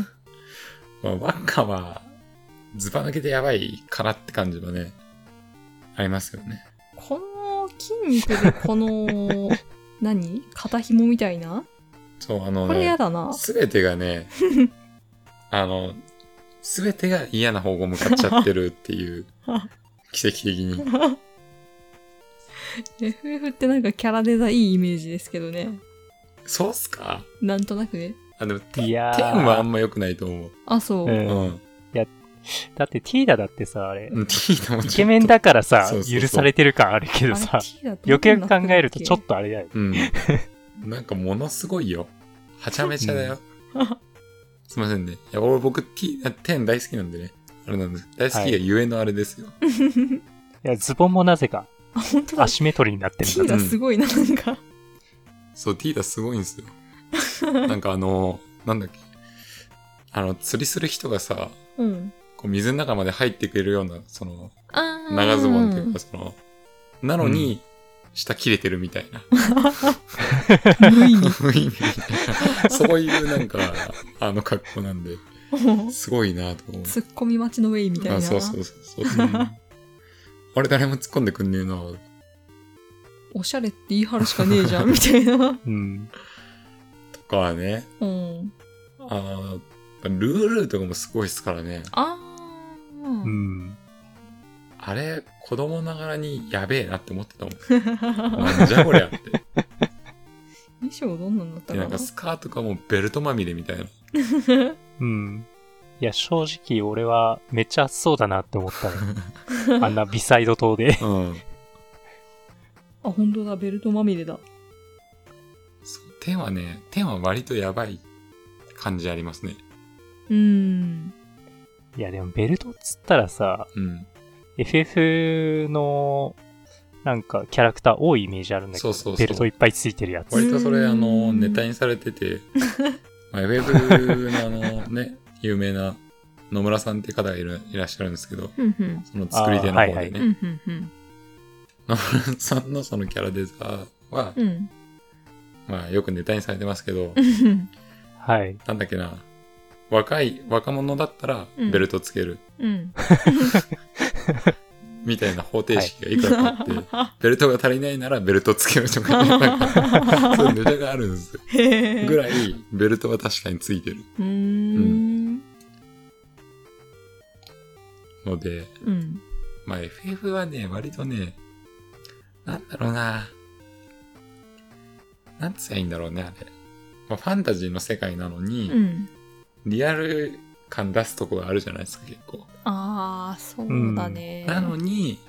Speaker 2: まあ、ワッカは、ズバ抜けてやばいからって感じはね、ありますよね。
Speaker 3: この筋肉でこ の、何肩紐みたいな
Speaker 2: そう、あの
Speaker 3: これや
Speaker 2: ね、
Speaker 3: だな。
Speaker 2: すべてが ね、あの、すべてが嫌な方向向かっちゃってるって いう、奇跡的に。
Speaker 3: FF ってなんかキャラデザいいイメージですけどね。
Speaker 2: そうっすか
Speaker 3: なんとなくね。
Speaker 2: あ、でも、テ
Speaker 4: いやー
Speaker 2: ンはあんま良くないと思う。
Speaker 3: あ、そうう。
Speaker 4: ん
Speaker 2: うん。
Speaker 4: だってティーダだってさ、あれ、
Speaker 2: うん、ティーダもちょっと
Speaker 4: イケメンだからさ
Speaker 2: そう、そうそう
Speaker 4: 許されてる感あるけどさ、よくよく考えるとちょっとあれだよ。
Speaker 2: うん。なんかものすごいよ。はちゃめちゃだよ。すいませんね。いや、俺僕、T、あテン大好きなんでね。あれなんです。大好きがゆえのあれですよ。
Speaker 4: いや、ズボンもなぜか、
Speaker 3: あ、本当だ
Speaker 4: ア。シメトリーになってるん
Speaker 3: ティ
Speaker 4: だ
Speaker 3: ー
Speaker 4: ぞ
Speaker 3: ラすごいな、なんか。
Speaker 2: そう、ティーダすごいんですよ。 なんかあの、なんだっけ。あの、釣りする人がさ、
Speaker 3: うん。
Speaker 2: こう水の中まで入ってくれるような、その、
Speaker 3: あー
Speaker 2: 長ズボンっていうか、その、なのに、下切れてるみたいな。
Speaker 3: 無意 味。
Speaker 2: 無意味みたいなそういうなんか、あの格好なんで、すごいなと思う。
Speaker 3: 突っ込み待ちのウェイみたいな。
Speaker 2: あ、そうそうそうそう。うんあれ誰も突っ込んでくんねえな。
Speaker 3: おしゃれって言い張るしかねえじゃん、みたい な。
Speaker 4: うん。
Speaker 2: とかね。
Speaker 3: うん。
Speaker 2: あールールーとかもすごいですからね。
Speaker 3: あー。
Speaker 4: うん。
Speaker 2: あれ、子供ながらにやべえなって思ってたもん。なんじゃこりゃって。
Speaker 3: 衣装どんなんだった
Speaker 2: で、な
Speaker 3: か
Speaker 2: ん
Speaker 3: な
Speaker 2: かスカートかもうベルトまみれみたいな。
Speaker 4: うん。いや、正直俺はめっちゃ暑そうだなって思ったね。あんなビサイド島で。
Speaker 2: うん。
Speaker 3: あ、本当だ、ベルトまみれだ。
Speaker 2: そう手はね、手は割とやばい感じありますね。
Speaker 3: うん。
Speaker 4: いや、でもベルトっつったらさ、
Speaker 2: うん。
Speaker 4: FF のなんかキャラクター多いイメージあるんだけ
Speaker 2: そ
Speaker 4: ど、
Speaker 2: うそうそう
Speaker 4: ベルトいっぱいついてるやつ。
Speaker 2: 割とそれ、あ
Speaker 3: う
Speaker 2: の、
Speaker 3: ん
Speaker 2: ネタにされてて、まあ、FF のあの、ね、有名な野村さんって方がいるいらっしゃるんですけど、
Speaker 3: ふんふん。
Speaker 2: その作り手の
Speaker 4: あ
Speaker 2: 方
Speaker 4: ー
Speaker 2: でね、
Speaker 4: はい
Speaker 3: ふ
Speaker 4: はい
Speaker 3: んふんふん。
Speaker 2: 野村 さんのそのキャラデザーは、
Speaker 3: うん。
Speaker 2: まあよくネタにされてますけど、
Speaker 3: うん。
Speaker 4: はい。
Speaker 2: なんだっけな、若い、若者だったら
Speaker 3: うん
Speaker 2: ベルトつける
Speaker 3: うん。
Speaker 2: みたいな方程式がいくらかあ って、ベルトが足りないならベルトつけるとか、なんかそういうネタがあるんですよ。
Speaker 3: へえ。
Speaker 2: ぐ
Speaker 3: い。
Speaker 2: らい、 ベルトは確かについてる
Speaker 3: うーん。
Speaker 2: ので、
Speaker 3: うん。
Speaker 2: まあ FF はね、割とね、なんだろうな。なんつったらいいんだろうね、あれ。まあ、ファンタジーの世界なのに、
Speaker 3: うん。
Speaker 2: リアル感出すとこがあるじゃないですか、結構。
Speaker 3: あー、そうだね。
Speaker 2: なのに、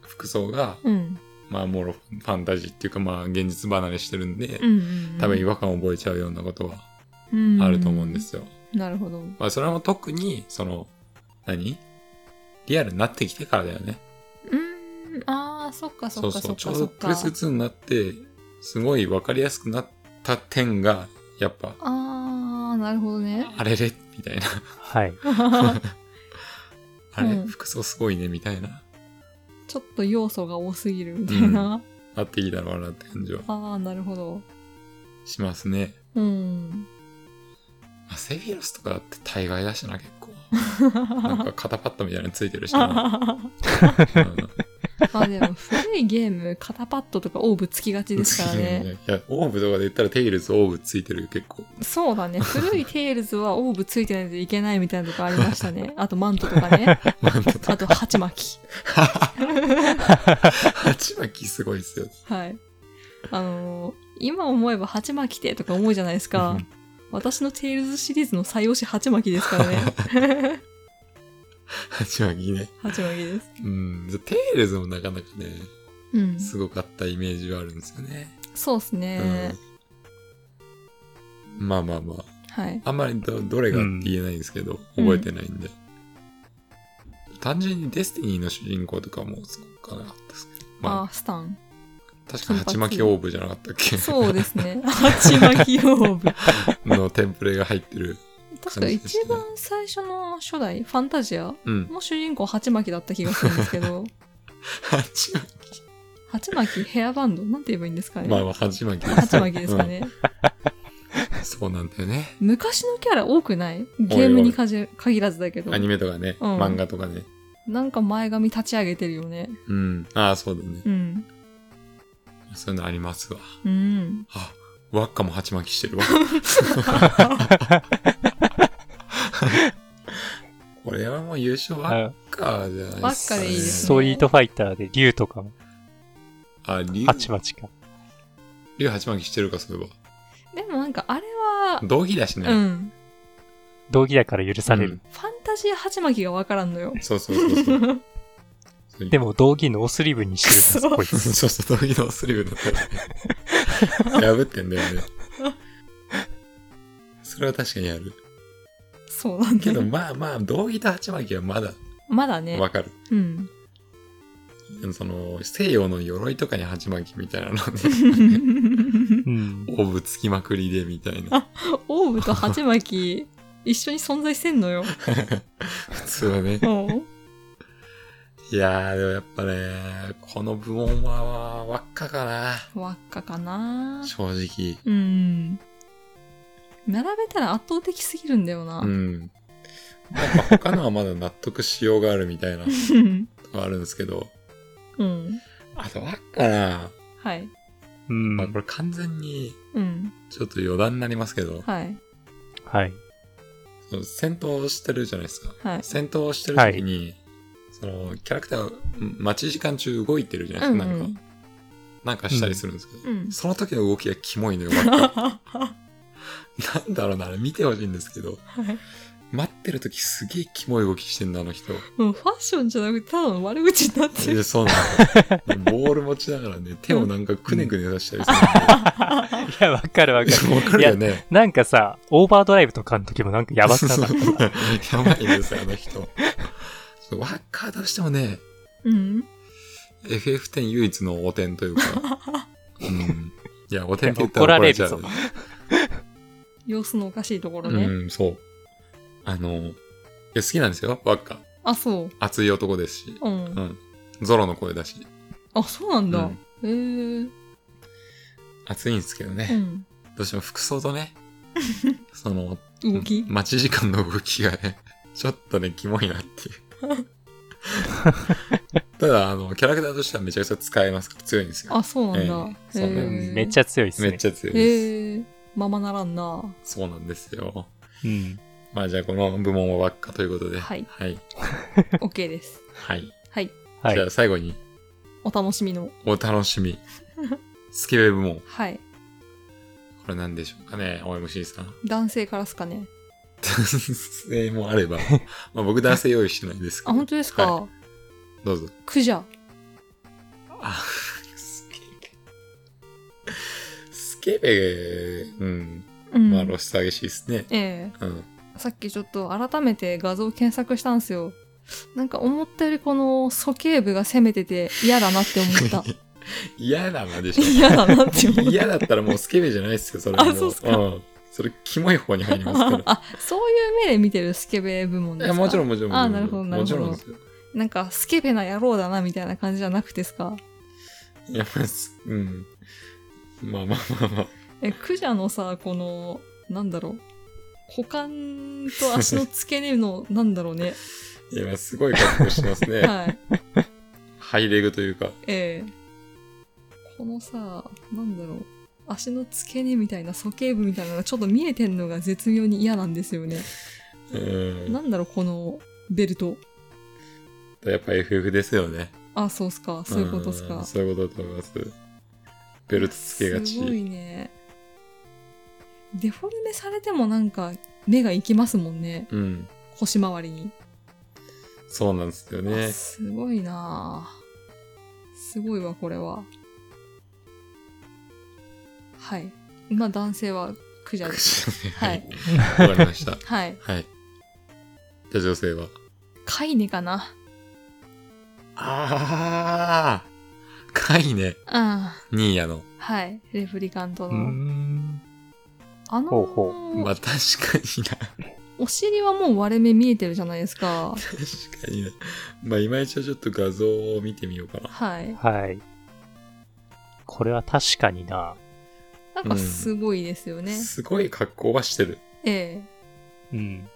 Speaker 2: 服装が、
Speaker 3: うん。
Speaker 2: まあ、もろファンタジーっていうか、まあ、現実離れしてるんで、
Speaker 3: うんうん。
Speaker 2: 多分違和感を覚えちゃうようなことは
Speaker 3: 分
Speaker 2: あると思うんで。すよ。
Speaker 3: なるほど。
Speaker 2: まあ、それも特に、その、何リアルになってきてからだよね。
Speaker 3: うん。あー、そっかそっかそっ
Speaker 2: ちょ
Speaker 3: か
Speaker 2: う
Speaker 3: そ
Speaker 2: ど
Speaker 3: っ
Speaker 2: プレ
Speaker 3: か。
Speaker 2: ス2になって、すごい分かりやすくなった点が、やっぱ、
Speaker 3: あー、なるほど ね。
Speaker 2: あれれみたいな。
Speaker 4: はい。
Speaker 2: あれ、
Speaker 3: うん
Speaker 2: 服装すごいね、みたいな。
Speaker 3: ちょっと要素が多すぎるみたいな。
Speaker 2: なっていいだろうなって感じは
Speaker 3: あー、なるほど。
Speaker 2: しますね。
Speaker 3: うん。
Speaker 2: まあ、セフィロスとかだって大概だしな、結 構。なんか肩パッドみたいなのついてるしな。うん
Speaker 3: あでも古いゲーム肩パッドとかオーブつきがちですからね。
Speaker 2: いや、オーブとかで言ったらテイルズオーブついてるよ、結構。
Speaker 3: そうだね古いテイルズはオーブついてないといけないみたいなとこありました ね。あとマントとかね。
Speaker 2: マントと
Speaker 3: あとハチマキ。
Speaker 2: ハチマキすごいですよ。
Speaker 3: はい。あのー今思えばハチマキってとか思うじゃないですか
Speaker 2: う。ん
Speaker 3: 私のテイルズシリーズの最推しハチマキです からね。
Speaker 2: ハチマキね。
Speaker 3: ハチマキです。
Speaker 2: うん。テイルズもなかなかね、
Speaker 3: うん。
Speaker 2: すごかったイメージはあるんですよね。
Speaker 3: そうですね。
Speaker 2: うん。まあまあまあ。
Speaker 3: はい。
Speaker 2: あんまりどどれがって言えないんですけど、
Speaker 3: うん
Speaker 2: 覚えてないんで。単純にデスティニーの主人公とかもすごくかなかったですけど。まあ
Speaker 3: あ、スタン。
Speaker 2: 確か鉢巻きオーブじゃなかったっけ
Speaker 3: そうですね。 ハチマキオ ーブ。
Speaker 2: のテンプレが入ってる。
Speaker 3: 確か一番最初の初代、ファンタジア
Speaker 2: うん。
Speaker 3: もう主人公ハチマキだった気がするんですけ ど、
Speaker 2: 鉢巻
Speaker 3: ハチマキヘアバンドなんて言えばいいんですか
Speaker 2: き。
Speaker 3: ね。
Speaker 2: まあまあ鉢巻きです。
Speaker 3: ハチマキですかね。
Speaker 2: うん。そうなんだよね。
Speaker 3: 昔のキャラ多くないゲームにかじ限らずだけど
Speaker 2: ア、ニメとかね、
Speaker 3: うん
Speaker 2: 漫画とかね。
Speaker 3: なんか前髪立ち上げてるよね。
Speaker 2: うん。ああ、そうだね。
Speaker 3: うん。
Speaker 2: そういうのありますわ。
Speaker 3: うん。
Speaker 2: あ、ワッカも鉢巻きして るわ。これはもう優勝ワッ
Speaker 4: あ
Speaker 2: カーじゃないですか、ね。
Speaker 3: ワッカでいいです
Speaker 4: ス
Speaker 3: ね
Speaker 4: トリートファイターで竜とかも、
Speaker 2: あ、竜
Speaker 4: ハチマチか。
Speaker 2: 竜鉢巻きしてるか、そういえ
Speaker 3: でもなんかあれは
Speaker 2: ば。、道着だしね。
Speaker 3: うん。
Speaker 4: 道着だから許される。
Speaker 3: ファンタジーハチマキがわからんのよ。
Speaker 2: そうそうそうそう。そう
Speaker 4: でも道着ノースリーブにしてるやつこいつ。
Speaker 2: そうそう、ドミノスリーブだ ったらね。破ってんだよね。それは確かにある。
Speaker 3: そうなんだ
Speaker 2: けど、
Speaker 3: よ。
Speaker 2: まあまあ、道着と鉢巻きはまだ
Speaker 3: まだね。
Speaker 2: わかる。
Speaker 3: うん。
Speaker 2: その、西洋の鎧とかに鉢巻きみたいなのね、
Speaker 4: うん。
Speaker 2: オーブつきまくりでみたいな。
Speaker 3: オーブとハチマキ、 一緒に存在してんのよ。
Speaker 2: 普通はね。
Speaker 3: うん。
Speaker 2: いいやー、でもやっぱね、この部門は輪っかかな。
Speaker 3: 輪っかかな
Speaker 2: 正直。
Speaker 3: うん。並べたら圧倒的すぎるんだよな。
Speaker 2: うん。なんか他のはまだ納得しようがあるみたいなの
Speaker 3: うん。
Speaker 2: があるんですけど、
Speaker 3: うん。
Speaker 2: あと輪っかな。
Speaker 3: はい。
Speaker 4: うん
Speaker 2: まあこれ完全に
Speaker 3: うん。
Speaker 2: ちょっと余談になりますけど、
Speaker 3: はい。
Speaker 4: はい。
Speaker 2: その戦闘してるじゃないですか。
Speaker 3: はい。
Speaker 2: 戦闘してる時に、そのキャラクターうん待ち時間中動いてるじゃないですか、
Speaker 3: うんうん
Speaker 2: なんかなんかしたりするんですけど、
Speaker 3: うん
Speaker 2: その時の動きがキモいのよ輪っかなんだろうなあれ見てほしいんですけど
Speaker 3: はい
Speaker 2: 待ってる時すげえキモい動きしてんだあの人
Speaker 3: もうファッションじゃなくて、ただの悪口になって
Speaker 2: い
Speaker 3: る。
Speaker 2: やそうなのボール持ちながら ね手をなんかくねくね出したりす
Speaker 4: いや、わかるわ かる。
Speaker 2: るわかるよね
Speaker 4: なんかさ、オーバードライブとかの時もなんかやばくなかっ
Speaker 2: やばいんですよあの人そう輪っかどうしてもね
Speaker 3: うん。
Speaker 2: FF10 唯一の汚点というか。うん、いや、汚点って言った
Speaker 4: 怒ら
Speaker 2: ら怒ら
Speaker 4: れ
Speaker 2: れ
Speaker 4: る
Speaker 2: ちゃ
Speaker 4: ぞ
Speaker 2: う。
Speaker 3: 様子のおかしいところ
Speaker 2: う
Speaker 3: ね。
Speaker 2: ん、そう。あの、いや好きなんですよ、ばっか。
Speaker 3: あ、そ
Speaker 2: 熱い男ですし。
Speaker 3: う。う。
Speaker 2: うんん。ゾロの声だし。
Speaker 3: あ、そうなん
Speaker 2: う
Speaker 3: だ
Speaker 2: ん。
Speaker 3: へえ。
Speaker 2: 熱いんですけど
Speaker 3: う
Speaker 2: ね。
Speaker 3: ん。
Speaker 2: どうしても服装と ね、その、
Speaker 3: 動き
Speaker 2: 待ち時間の動きがね、 ちょっとね、キモいなっていう。 ただ、あの、キャラクターとしてはめちゃくちゃ使えますから強いんですよ。
Speaker 3: あ、そうなんだ。
Speaker 2: ええそう
Speaker 4: う
Speaker 2: ね
Speaker 4: んめっ
Speaker 3: ゃ。
Speaker 4: ちゃ強いですね。
Speaker 2: めっちゃ強いです。
Speaker 3: へえ。ままならんな。
Speaker 2: そうなんですよ。
Speaker 4: うん。
Speaker 2: まあじゃあこの部門は輪っかということで。
Speaker 3: はい
Speaker 2: はい。
Speaker 3: OK です。
Speaker 2: はい。
Speaker 3: はい。
Speaker 4: はい
Speaker 2: じゃ。あ最後に、
Speaker 3: お楽しみの。
Speaker 2: お楽 しみ。スケベ部門。こ
Speaker 3: はい。
Speaker 2: れ何でしょうか ね、OMC さん。
Speaker 3: 男性からっすかね。
Speaker 2: 男性もあれ ば。まあ僕男性用意してないですけ
Speaker 3: あ、
Speaker 2: ど。
Speaker 3: 本当ですか、
Speaker 2: はどうぞ。
Speaker 3: クジャ。
Speaker 2: あ、スケベ。スケベ、うん。
Speaker 3: うん。
Speaker 2: まあ露出激しいですね。
Speaker 3: ええ
Speaker 2: うん。
Speaker 3: さっきちょっと改めて画像検索したんですよ。なんか思ったよりこの鼠径部が攻めてて嫌だなって思 った。
Speaker 2: 嫌なのでしょ。
Speaker 3: 嫌だなって思った。
Speaker 2: 嫌だったらもうスケベじゃないですよ、それはも
Speaker 3: あそうっすか
Speaker 2: うん。それ、キモい方に入りますから。
Speaker 3: あ、そういう目で見てるスケベ部門
Speaker 2: い
Speaker 3: です
Speaker 2: や、
Speaker 3: か
Speaker 2: もちろん、もちろん。
Speaker 3: あ
Speaker 2: も
Speaker 3: な
Speaker 2: ちろん
Speaker 3: るほどなるほど
Speaker 2: もちろんですよ。
Speaker 3: なんかスケベな野郎だなみたいな感じじゃなくてですか
Speaker 2: いや、まあ、すうん。まあまあまあまあ。
Speaker 3: え、クジャのさ、この、なんだろう。股間と足の付け根の、なんだろうね。
Speaker 2: いや、すごい格好してますね。
Speaker 3: はい。
Speaker 2: ハイレグというか。
Speaker 3: ええこのさ、なんだろう。足の付け根みたいな鼠径部みたいなのがちょっと見えてんのが絶妙に嫌なんですよね。
Speaker 2: うん。
Speaker 3: なんだろう、このベルト。
Speaker 2: やっぱ FF ですよね。
Speaker 3: あ、そうっすか。そういうことっす
Speaker 2: ん
Speaker 3: か。
Speaker 2: そういうことだと思います。ベルトつけが
Speaker 3: すごい
Speaker 2: ち。
Speaker 3: ね。デフォルメされてもなんか目が行きますもんね。
Speaker 2: うん。
Speaker 3: 腰回りに。
Speaker 2: そうなんですよ
Speaker 3: あ
Speaker 2: ね。
Speaker 3: すごいなあすごいわ、これは。はい。まあ男性はクジャです。はい。
Speaker 2: わかりました。
Speaker 3: はい。
Speaker 2: はい。じゃあ女性は。
Speaker 3: カイネかな。
Speaker 2: ああかいね。
Speaker 3: う
Speaker 2: ニーヤの。
Speaker 3: ん。はい。レプリカント
Speaker 4: うー
Speaker 3: の。
Speaker 4: ん。
Speaker 3: あのー
Speaker 4: ほうほう
Speaker 2: まあ確かにな。
Speaker 3: お尻はもう割れ目見えてるじゃないです か。
Speaker 2: 確かにな。まあ今一応ちょっと画像を見てみようかな。
Speaker 3: はい。
Speaker 4: はい。これは確かにな。
Speaker 3: なんかすごいですよね。
Speaker 2: すごい格好はしてる。
Speaker 3: ええ。
Speaker 4: うん。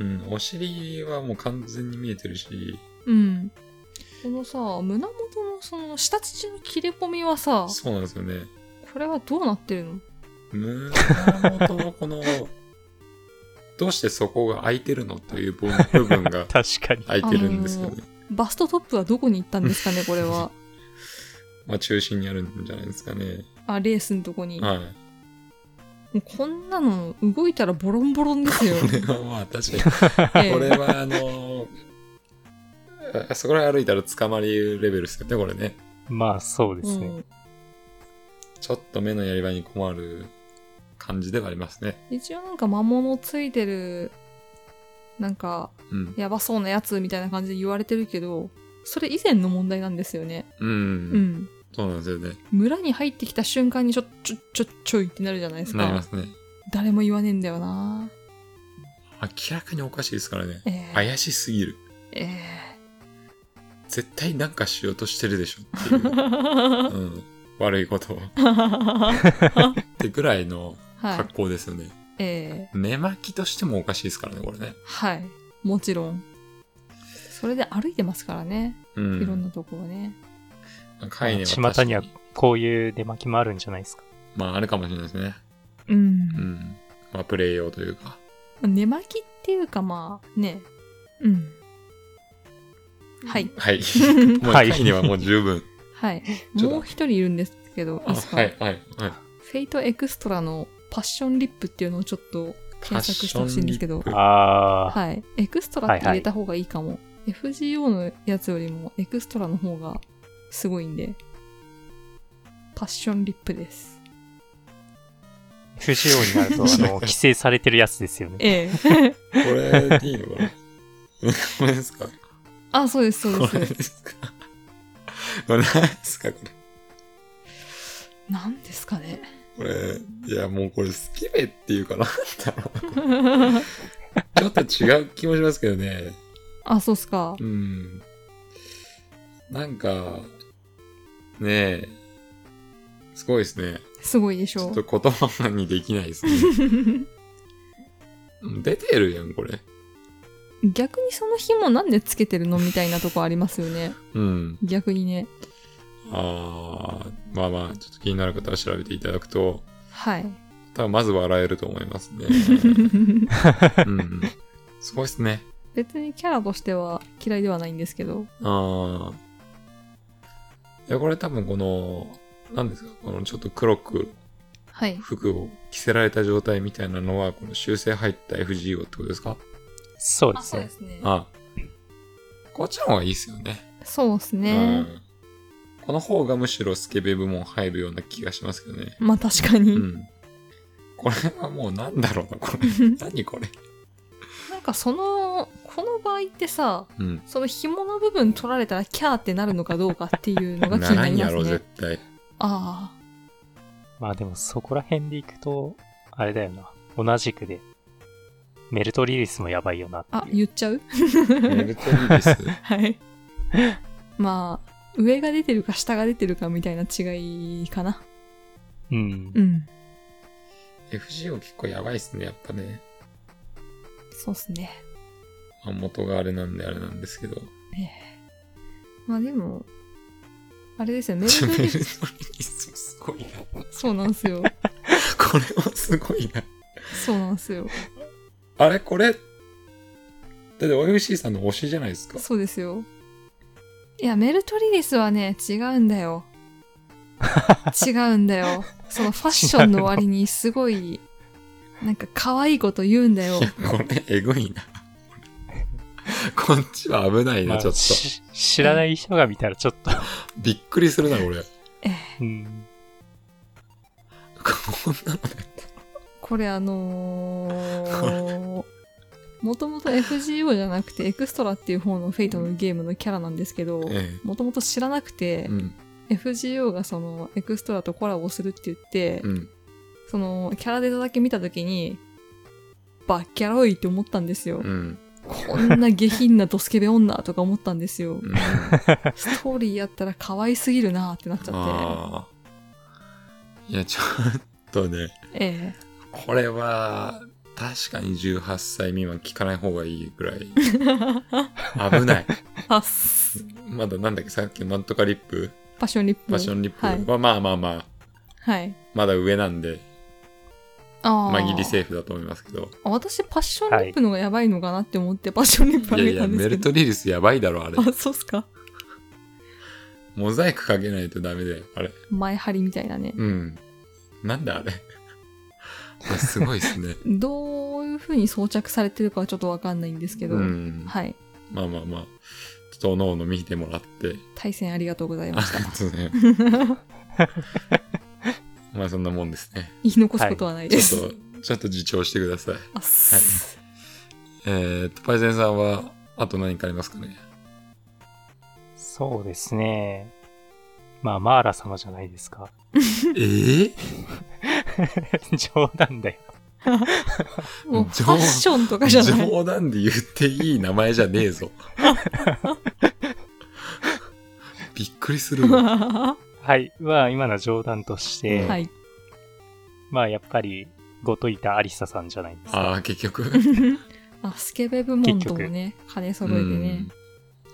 Speaker 2: うん、お尻はもう完全に見えてるし、
Speaker 3: うん。このさ、胸元のその下乳の切れ込みはさ、
Speaker 2: そうなんですよね。
Speaker 3: これはどうなってるの
Speaker 2: 胸元のこの、どうしてそこが空いてるのという部部分が
Speaker 4: 確かに。
Speaker 2: 空いてるんですよね。
Speaker 3: バストトップはどこに行ったんですかね、これ は。
Speaker 2: まあ中心にあるんじゃないですかね。
Speaker 3: あ、レースのとこに。も
Speaker 2: は
Speaker 3: うこんなの動いたらボロンボロンですよ。
Speaker 2: い。 これはまあ確か
Speaker 3: え
Speaker 2: に、
Speaker 3: え
Speaker 2: これはあの、あそこら辺歩いたら捕まりるレベルですよね、これね。
Speaker 4: まあ、そうで
Speaker 3: う
Speaker 4: すね。
Speaker 3: ん、
Speaker 2: ちょっと目のやり場に困る感じではありますね。
Speaker 3: 一応なんか魔物ついてる、なんか、
Speaker 2: うん。
Speaker 3: やばそうなやつみたいな感じで言われてるけど、それ以前の問題なんですよね。
Speaker 2: うん。
Speaker 3: うん。
Speaker 2: そうなんですよね。
Speaker 3: 村に入ってきた瞬間にちょ、ちょ、ちょ、ちょいってなるじゃないです
Speaker 2: なりま
Speaker 3: か。
Speaker 2: すね。
Speaker 3: 誰も言わねえんだよな。
Speaker 2: 明らかにおかしいですからね。
Speaker 3: ええ
Speaker 2: 怪しすぎる。
Speaker 3: ええ
Speaker 2: 絶対なんかしようとしてるでしょっていう、うん、悪いことを。 ってぐらいの
Speaker 3: はい
Speaker 2: 格。好ですよね。
Speaker 3: ええ
Speaker 2: 目巻きとしてもおかしいですからね、これね。
Speaker 3: はい。もちろん。それで歩いてますからね。
Speaker 2: う
Speaker 3: いろん
Speaker 2: ん。
Speaker 3: なとこをね。
Speaker 2: カイネは確か
Speaker 4: 巷にはこういう出巻きもあるんじゃないですか。
Speaker 2: まあ、あるかもしれないですね。
Speaker 3: う。
Speaker 2: うんん。まあ、プレイ用というか。
Speaker 3: 寝巻きっていうかまあ、ね。うん。 はい。
Speaker 2: はい。もう、
Speaker 4: はい
Speaker 2: カイネはもう十分。
Speaker 3: はい。
Speaker 2: ちょっと
Speaker 3: もう一人いるんですけど、いい
Speaker 2: あ
Speaker 3: ですか、
Speaker 2: はい、はい、はい。
Speaker 3: フェイトエクストラのパッションリップっていうのをちょっと検索してほしいんですけど
Speaker 2: パッションリッ
Speaker 4: ああ、
Speaker 3: はい。エクストラって入れた方がいいかも。FGO のやつよりもエクストラの方がすごいんで。パッションリップです。
Speaker 4: 不使用にな ると、あの、規制されてるやつですよね。
Speaker 3: ええ。
Speaker 2: プこれでいいのかなこれですか
Speaker 3: あ、そうです、 そう
Speaker 2: これ
Speaker 3: で。
Speaker 2: ですすかこれ何ですかこれ。
Speaker 3: なんですかね。
Speaker 2: これ、いや、もうこれ、スケベっていうかなん だろう。ちょっと違う気もしますけどね。
Speaker 3: あ、そうっすか
Speaker 2: う。ん。なんか、ねえ、すごいですね。
Speaker 3: すごいでし
Speaker 2: ちょ
Speaker 3: ょ
Speaker 2: っと言葉にできないですね。出てるやん、これ。
Speaker 3: う。逆にその紐なんでつけてるのみたいなとこありますよね。
Speaker 2: うん。
Speaker 3: 逆にね。
Speaker 2: あー、まあまあ、ちょっと気になる方は調べていただくと、
Speaker 3: はい。
Speaker 2: 多分まず笑えると思いますね。うん。すごいですね。
Speaker 3: 別にキャラとしては嫌いではないんですけど。
Speaker 2: あー。いや、これ多分この、何ですかこのちょっと黒く
Speaker 3: はい。
Speaker 2: 服を着せられた状態みたいなのは、この修正入った FGO ってことですか
Speaker 4: そうですね。
Speaker 3: すね
Speaker 2: あこっちの方がいいですよね。
Speaker 3: そうです
Speaker 2: う
Speaker 3: ね。
Speaker 2: ん。この方がむしろスケベ部門入るような気がしますけどね。
Speaker 3: まあ確かに。
Speaker 2: うん。これはもうなんだろうな、これ。何これ。
Speaker 3: なんかその、この場合ってさ、
Speaker 2: うん。
Speaker 3: その紐の部分取られたらキャーってなるのかどうかっていうのが気
Speaker 2: な
Speaker 3: に
Speaker 2: ら
Speaker 3: なんり
Speaker 2: や
Speaker 3: ます
Speaker 2: ろ、
Speaker 3: ね
Speaker 2: 絶。対。
Speaker 3: ああ、
Speaker 4: まあでもそこら辺で行くと、あれだよな。同じくで。メルトリリスもやばいよなって
Speaker 3: あ、
Speaker 4: いう。
Speaker 3: 言っちゃう
Speaker 2: メルトリリス。
Speaker 3: はい。 まあ、上が出てるか下が出てるかみたいな違いかな。
Speaker 4: うん
Speaker 3: う。ん。
Speaker 2: FGO 結構やばいっすね、やっぱね。
Speaker 3: そうっすね。
Speaker 2: まあ元があれなんであれなんですけど。
Speaker 3: まあでも、あれ ですよ、メル
Speaker 2: ち
Speaker 3: ト
Speaker 2: ょメルト
Speaker 3: リ
Speaker 2: リ
Speaker 3: リス。
Speaker 2: リスすごいな。
Speaker 3: そうなんですよ。
Speaker 2: これはすごいな。
Speaker 3: そうなんですよ。
Speaker 2: あれこれ、だって OFC さんの推しじゃないですか。
Speaker 3: そうですよ。いや、メルトリリスはね、違うんだ よ。違うんだよ。そのファッションの割にすごい、なんか可愛いこと言うんだよ
Speaker 2: い。や、これ、えぐいな。こっちは危ない
Speaker 4: ま
Speaker 2: な、
Speaker 4: あ
Speaker 2: ちょっと。
Speaker 4: し知らない人が見たらちょっと、
Speaker 2: びっくりするな、これ。
Speaker 4: うん。
Speaker 2: こんなの
Speaker 3: これあのー、もともと FGO じゃなくてエクストラっていう方のフェイトのゲームのキャラなんですけど、
Speaker 2: え
Speaker 3: もともと知らなくて
Speaker 2: えう、ん、
Speaker 3: FGO がそのエクストラとコラボするって言って、
Speaker 2: うん。
Speaker 3: そのキャラデータだけ見たときに、バッキャロイって思ったんですよ。
Speaker 2: うん。
Speaker 3: こんな下品なドスケベ女とか思ったんですよ
Speaker 2: う。ん。
Speaker 3: ストーリーやったら可愛すぎるなーってなっちゃっ
Speaker 2: あーいや、ちょっとね、
Speaker 3: て。え
Speaker 2: これは、確かに18歳未満聞かない方がいい ぐら
Speaker 3: え
Speaker 2: い、危ない。
Speaker 3: あっす。
Speaker 2: まだなんだっけ、さっきのなんとかリップ、
Speaker 3: パッションリップ。
Speaker 2: パッションリップ
Speaker 3: はい。
Speaker 2: は、まあまあまあ、
Speaker 3: はい。
Speaker 2: まだ上なんで、
Speaker 3: ああ。
Speaker 2: まあギリセーフだと思いますけど。
Speaker 3: あ私、パッションリップのがやばいのかなって思って、パッションリップあ
Speaker 2: いや
Speaker 3: げ
Speaker 2: い
Speaker 3: た
Speaker 2: や、
Speaker 3: んで
Speaker 2: メ
Speaker 3: すけ
Speaker 2: ル
Speaker 3: ど。
Speaker 2: トリリスやばいだろ、あれ。
Speaker 3: あ、そうっすか。
Speaker 2: モザイクかけないとダメだよ、あれ。
Speaker 3: 前張りみたいなね。
Speaker 2: うん。なんだあ れ。あれすごいですね。
Speaker 3: どういう風に装着されてるかはちょっとわかんないんですけど。
Speaker 2: うん。
Speaker 3: はい。
Speaker 2: まあまあまあ。ちょっとおのおの見てもらって。
Speaker 3: 対戦ありがとうございま
Speaker 2: あ
Speaker 3: す。
Speaker 2: りがとうございます。 まあそんなもんですね。
Speaker 3: 言い残すことはないで
Speaker 2: ち
Speaker 3: す。
Speaker 2: ょっと、ちょっと自重してください。
Speaker 3: あっす。
Speaker 2: えー、っと、パイセンさんは、あと何かありますか ね
Speaker 4: そうですね。まあ、マーラ様じゃないですか。
Speaker 2: えー、
Speaker 4: 冗談だよ。
Speaker 3: もう、フ
Speaker 2: 冗
Speaker 3: ァッションとかじゃない。
Speaker 2: 冗談で言っていい名前じゃねえぞ。びっくりす るわ。
Speaker 4: はい。まあ、今の冗談として、
Speaker 2: うん
Speaker 3: はい。
Speaker 4: まあ、やっぱり、ごといたアリサさんじゃないですか。
Speaker 2: ああ、結局。
Speaker 3: あ、スケベ部門ともね、金揃えてね。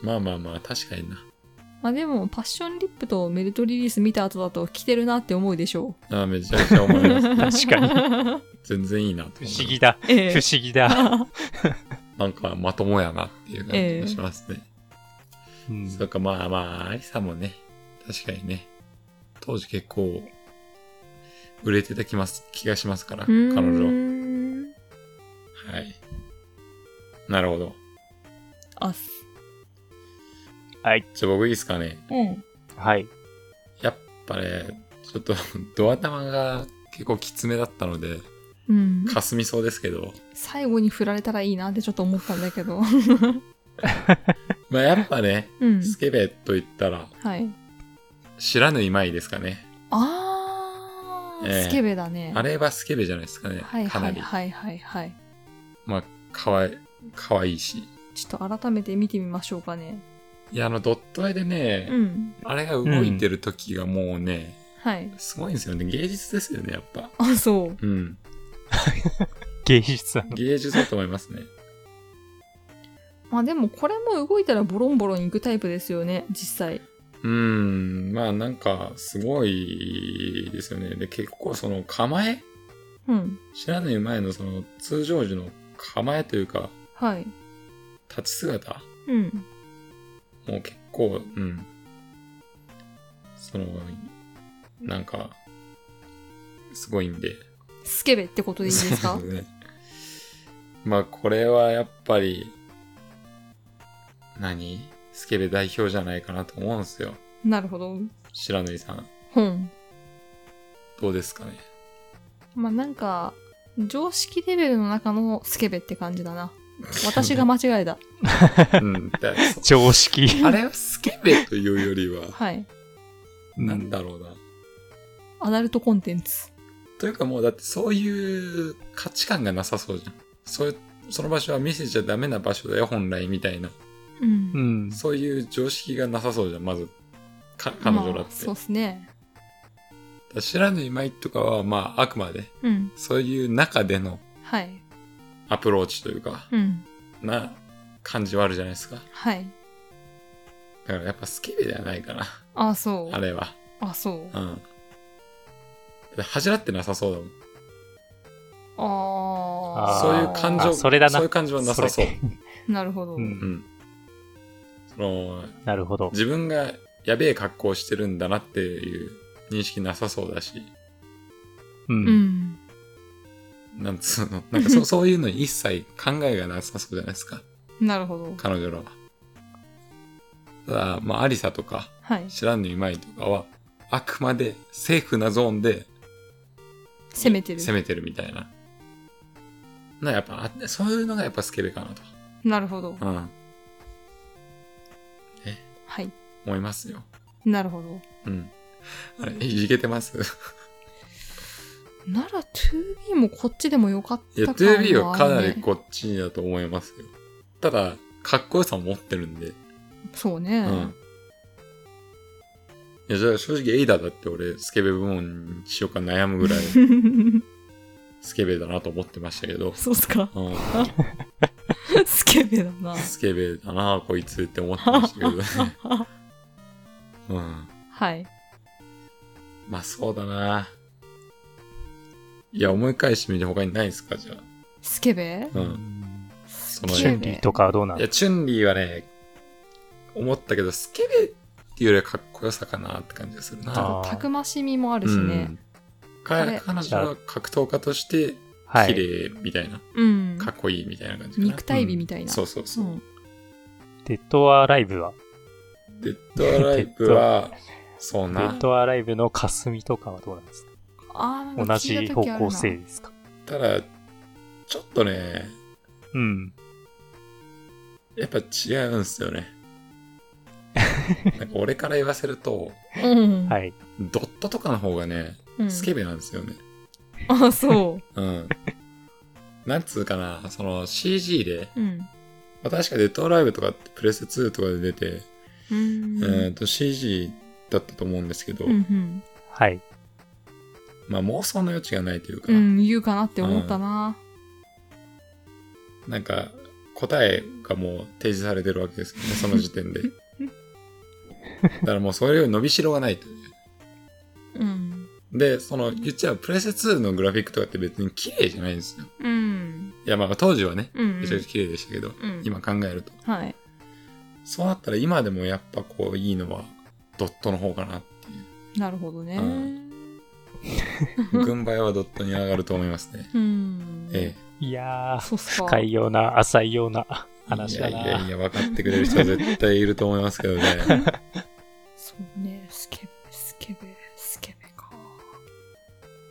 Speaker 2: うんまあまあまあ、確かにな。
Speaker 3: まあでも、パッションリップとメルトリリース見た後だと着てるなって思うでしょ
Speaker 2: あーめちゃくちゃ思
Speaker 3: う。
Speaker 2: い ます。
Speaker 4: 確か
Speaker 3: に。
Speaker 2: 全然いいなと思い
Speaker 4: 不
Speaker 2: ます
Speaker 4: 思議だ。
Speaker 3: え
Speaker 4: 不
Speaker 3: え
Speaker 4: 思議だ。
Speaker 2: なんかまともやなっていう感じがしますね。
Speaker 4: うん
Speaker 2: そっか、まあまあ、アリサもね、確かにね、当時結構、売れてたきます気がしますから、彼
Speaker 3: う
Speaker 2: 女。
Speaker 3: ーん
Speaker 2: はい。なるほど。
Speaker 3: あ、
Speaker 2: じゃあ僕いいですかね。
Speaker 3: うん。
Speaker 4: はい。
Speaker 2: やっぱね、ちょっと、 ドア玉が結構きつめだったので、
Speaker 3: うん。
Speaker 2: かすみそうですけど、
Speaker 3: 最後に振られたらいいなってちょっと思ったんだけど。
Speaker 2: まあやっぱね、
Speaker 3: うん。
Speaker 2: スケベと言ったら、
Speaker 3: はい。
Speaker 2: 知らぬいまいですかね。
Speaker 3: あー、
Speaker 2: ええ
Speaker 3: スケベだね。
Speaker 2: あれはスケベじゃないですかね。
Speaker 3: はい
Speaker 2: か
Speaker 3: は
Speaker 2: ないり。
Speaker 3: はいはいはい。
Speaker 2: まあ、かわい、かわいいし。
Speaker 3: ちょっと改めて見てみましょうかね。
Speaker 2: いや、あの、ドット絵でね、
Speaker 3: うん。
Speaker 2: あれが動いてる時がもうね、
Speaker 3: はい。
Speaker 2: すごいんですよね。芸術ですよね、やっぱ。
Speaker 3: あ、そう。
Speaker 2: うん。
Speaker 4: 芸術なの
Speaker 2: 芸術だと思いますね。
Speaker 3: まあでもこれも動いたらボロンボロンいくタイプですよね、実際。
Speaker 2: うん。まあなんか、すごいですよね。で、結構その構え
Speaker 3: うん。
Speaker 2: 知らない前のその通常時の構えというか、
Speaker 3: はい。
Speaker 2: 立ち姿
Speaker 3: うん。
Speaker 2: もう結構、うん。その、なんか、すごいんで。
Speaker 3: スケベってことでいいです
Speaker 2: そ
Speaker 3: か
Speaker 2: うですね。まあこれはやっぱり、何スケベ代表じゃないかなと思うんですよ。
Speaker 3: なるほど。
Speaker 2: 白縫さん。
Speaker 3: 本。
Speaker 2: どうですかね。
Speaker 3: まあなんか、常識レベルの中のスケベって感じだ な。私が間違えた。
Speaker 2: うん。だそう
Speaker 4: 常識。
Speaker 2: あれはスケベというよりは、
Speaker 3: はい。
Speaker 2: なんだろうな。
Speaker 3: アダルトコンテンツ。
Speaker 2: というかもうだってそういう価値観がなさそうじゃん。そういう、その場所は見せちゃダメな場所だよ、本来みたいな。
Speaker 3: う。
Speaker 4: うんん。
Speaker 2: そういう常識がなさそうじゃん、まず。か彼女だ
Speaker 3: まあ
Speaker 2: って。
Speaker 3: そうっすね。
Speaker 2: だから知らぬいまいとかは、まあ、あくまで、
Speaker 3: うん。
Speaker 2: そういう中での
Speaker 3: はい。
Speaker 2: アプローチというか、
Speaker 3: うん。
Speaker 2: な感じはあるじゃないですか。
Speaker 3: はい。
Speaker 2: だからやっぱスケベではないかな、
Speaker 3: あ、そう。
Speaker 2: あ
Speaker 3: あ
Speaker 2: れは。
Speaker 3: そう
Speaker 2: う。ん。だって恥じらってなさそうだもん。
Speaker 3: ああ。
Speaker 4: あー
Speaker 2: そういう感
Speaker 4: あ
Speaker 2: 情、
Speaker 4: それだな
Speaker 2: そういう感情はなさそう。
Speaker 4: それ
Speaker 3: なるほど。
Speaker 4: う
Speaker 2: うんん。その、
Speaker 4: なるほど。
Speaker 2: 自分がやべえ格好してるんだなっていう認識なさそうだし、
Speaker 4: う。
Speaker 3: うんん。
Speaker 2: なんつうの、なんか そそういうのに一切考えがなさそうじゃないですか、
Speaker 3: なるほど。
Speaker 2: 彼女らは。ただ、まあ、アリサとか、
Speaker 3: はい。
Speaker 2: 知らんのうまいとかは、あくまでセーフなゾーンで
Speaker 3: 攻めてる。
Speaker 2: 攻めてるみたいな。な、やっぱ、あそういうのがやっぱスケベかなと。
Speaker 3: なるほど。
Speaker 2: うん、
Speaker 3: はい。
Speaker 2: 思いますよ。
Speaker 3: なるほど。
Speaker 2: うん。あれ、いじけてます
Speaker 3: なら 2B もこっちでもよかっ
Speaker 2: いや、
Speaker 3: た感はある、ね。
Speaker 2: 2B はかなりこっちだと思いますよ。ただ、かっこよさも持ってるんで。
Speaker 3: そうね。
Speaker 2: うん。いや、じゃあ正直エイダーだって俺、スケベ部門にしようか悩むぐらいスケベだなと思ってましたけ ど。
Speaker 3: そうっすか。
Speaker 2: うん。
Speaker 3: スケベだな。
Speaker 2: スケベだなこいつって思ってましたけ どね。うん。
Speaker 3: はい。
Speaker 2: まあそうだないや、思い返してみて他にないですかじゃあ。
Speaker 3: スケベ
Speaker 2: うん。
Speaker 3: そ
Speaker 2: の
Speaker 4: チュンリーとかはどうないの
Speaker 2: や、チュンリーはね、思ったけど、スケベっていうよりはかっこよさかなって感じがするな。
Speaker 4: あー
Speaker 3: たくましみもあるしね。
Speaker 2: うん、か
Speaker 3: あれ
Speaker 2: 彼女は格闘家として
Speaker 4: は
Speaker 2: 綺
Speaker 4: い。
Speaker 2: 麗みたいな、
Speaker 3: うん。
Speaker 2: かっこいいみたいな感じかな
Speaker 3: 肉体美みたいな。
Speaker 2: そうそうそう、
Speaker 3: うん
Speaker 4: デッドアライブは
Speaker 2: デッドアライブはそう
Speaker 4: デ
Speaker 2: な
Speaker 4: ッドアライブの霞とかはどうなんですか
Speaker 3: あーなんか
Speaker 4: 同
Speaker 3: 聞い
Speaker 4: じ
Speaker 3: た
Speaker 4: 方
Speaker 3: 時あるな
Speaker 4: 向性ですか
Speaker 2: ただちょっとね
Speaker 4: うん。
Speaker 2: やっぱ違うんすよねなんか俺から言わせると
Speaker 3: うん。
Speaker 4: はい。
Speaker 2: ドットとかの方がね
Speaker 3: うん
Speaker 2: スケベなんですよね
Speaker 3: あ、そ
Speaker 2: うん、なんつうかなその CG で
Speaker 3: う。うん。
Speaker 2: まあ確かデッドアライブとかってプレステ2とかで出て
Speaker 3: うん
Speaker 2: えー、と CG だったと思うんですけど、
Speaker 3: うん
Speaker 4: はい。
Speaker 2: まあ妄想の余地がないという
Speaker 3: う
Speaker 2: か、
Speaker 3: ん、うん、言うかなって思ったな。
Speaker 2: なんか答えがもう提示されてるわけですよね、その時 点で。だからもうそれより伸びしろがないという。
Speaker 3: うん。
Speaker 2: で、その言っちゃうプレセ2のグラフィックとかって別に綺麗じゃないんですよ。
Speaker 3: うん。
Speaker 2: いやまあ当時はね、
Speaker 3: うん。
Speaker 2: めちゃくちゃ綺麗でしたけど、
Speaker 3: うん
Speaker 2: 今考えると。
Speaker 3: はい。
Speaker 2: そうなったら今でもやっぱこういいのはドットの方か なっていう。
Speaker 3: なるほどね
Speaker 2: う。軍配はドットに上がると思いますね。
Speaker 3: うん。
Speaker 2: ええ。
Speaker 4: いやー、
Speaker 3: そうっすか。
Speaker 4: 深いような、浅いような話だな。
Speaker 2: いやいやいや、分かってくれる人は絶対いると思います けどね。
Speaker 3: そうね。スケベ、スケベ、スケベか。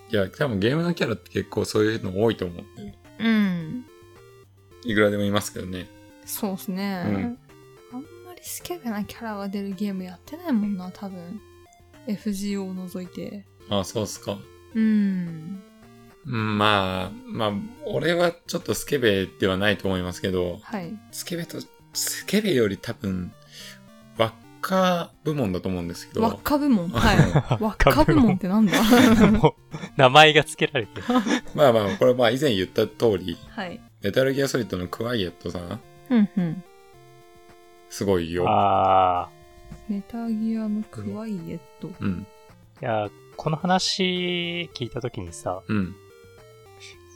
Speaker 2: いや、多分ゲームのキャラって結構そういうの多いと思うんで。
Speaker 3: うん。
Speaker 2: いくらでもいますけどね。
Speaker 3: そうっすね。
Speaker 2: うん
Speaker 3: あんまりスケベなキャラが出るゲームやってないもんな、多分。FGO を除いて。
Speaker 2: ああ、そうっすか。
Speaker 3: うん。
Speaker 2: うんまあ、まあ、俺はちょっとスケベではないと思いますけど、
Speaker 3: はい。
Speaker 2: スケベと、スケベより多分、輪っか部門だと思うんですけど。
Speaker 3: 輪っか部門。はい。輪っか部門ってなんだ
Speaker 4: もう名前が付けられてる。
Speaker 2: まあまあ、これまあ以前言った通り、
Speaker 3: はい。
Speaker 2: メタルギアソリッドのクワイエットさん、
Speaker 3: うんうん。
Speaker 2: すごいよ。
Speaker 4: あ
Speaker 3: メタギアのクワイエット。
Speaker 2: うん、
Speaker 4: ーいやー、この話聞いたときにさ、
Speaker 2: うん、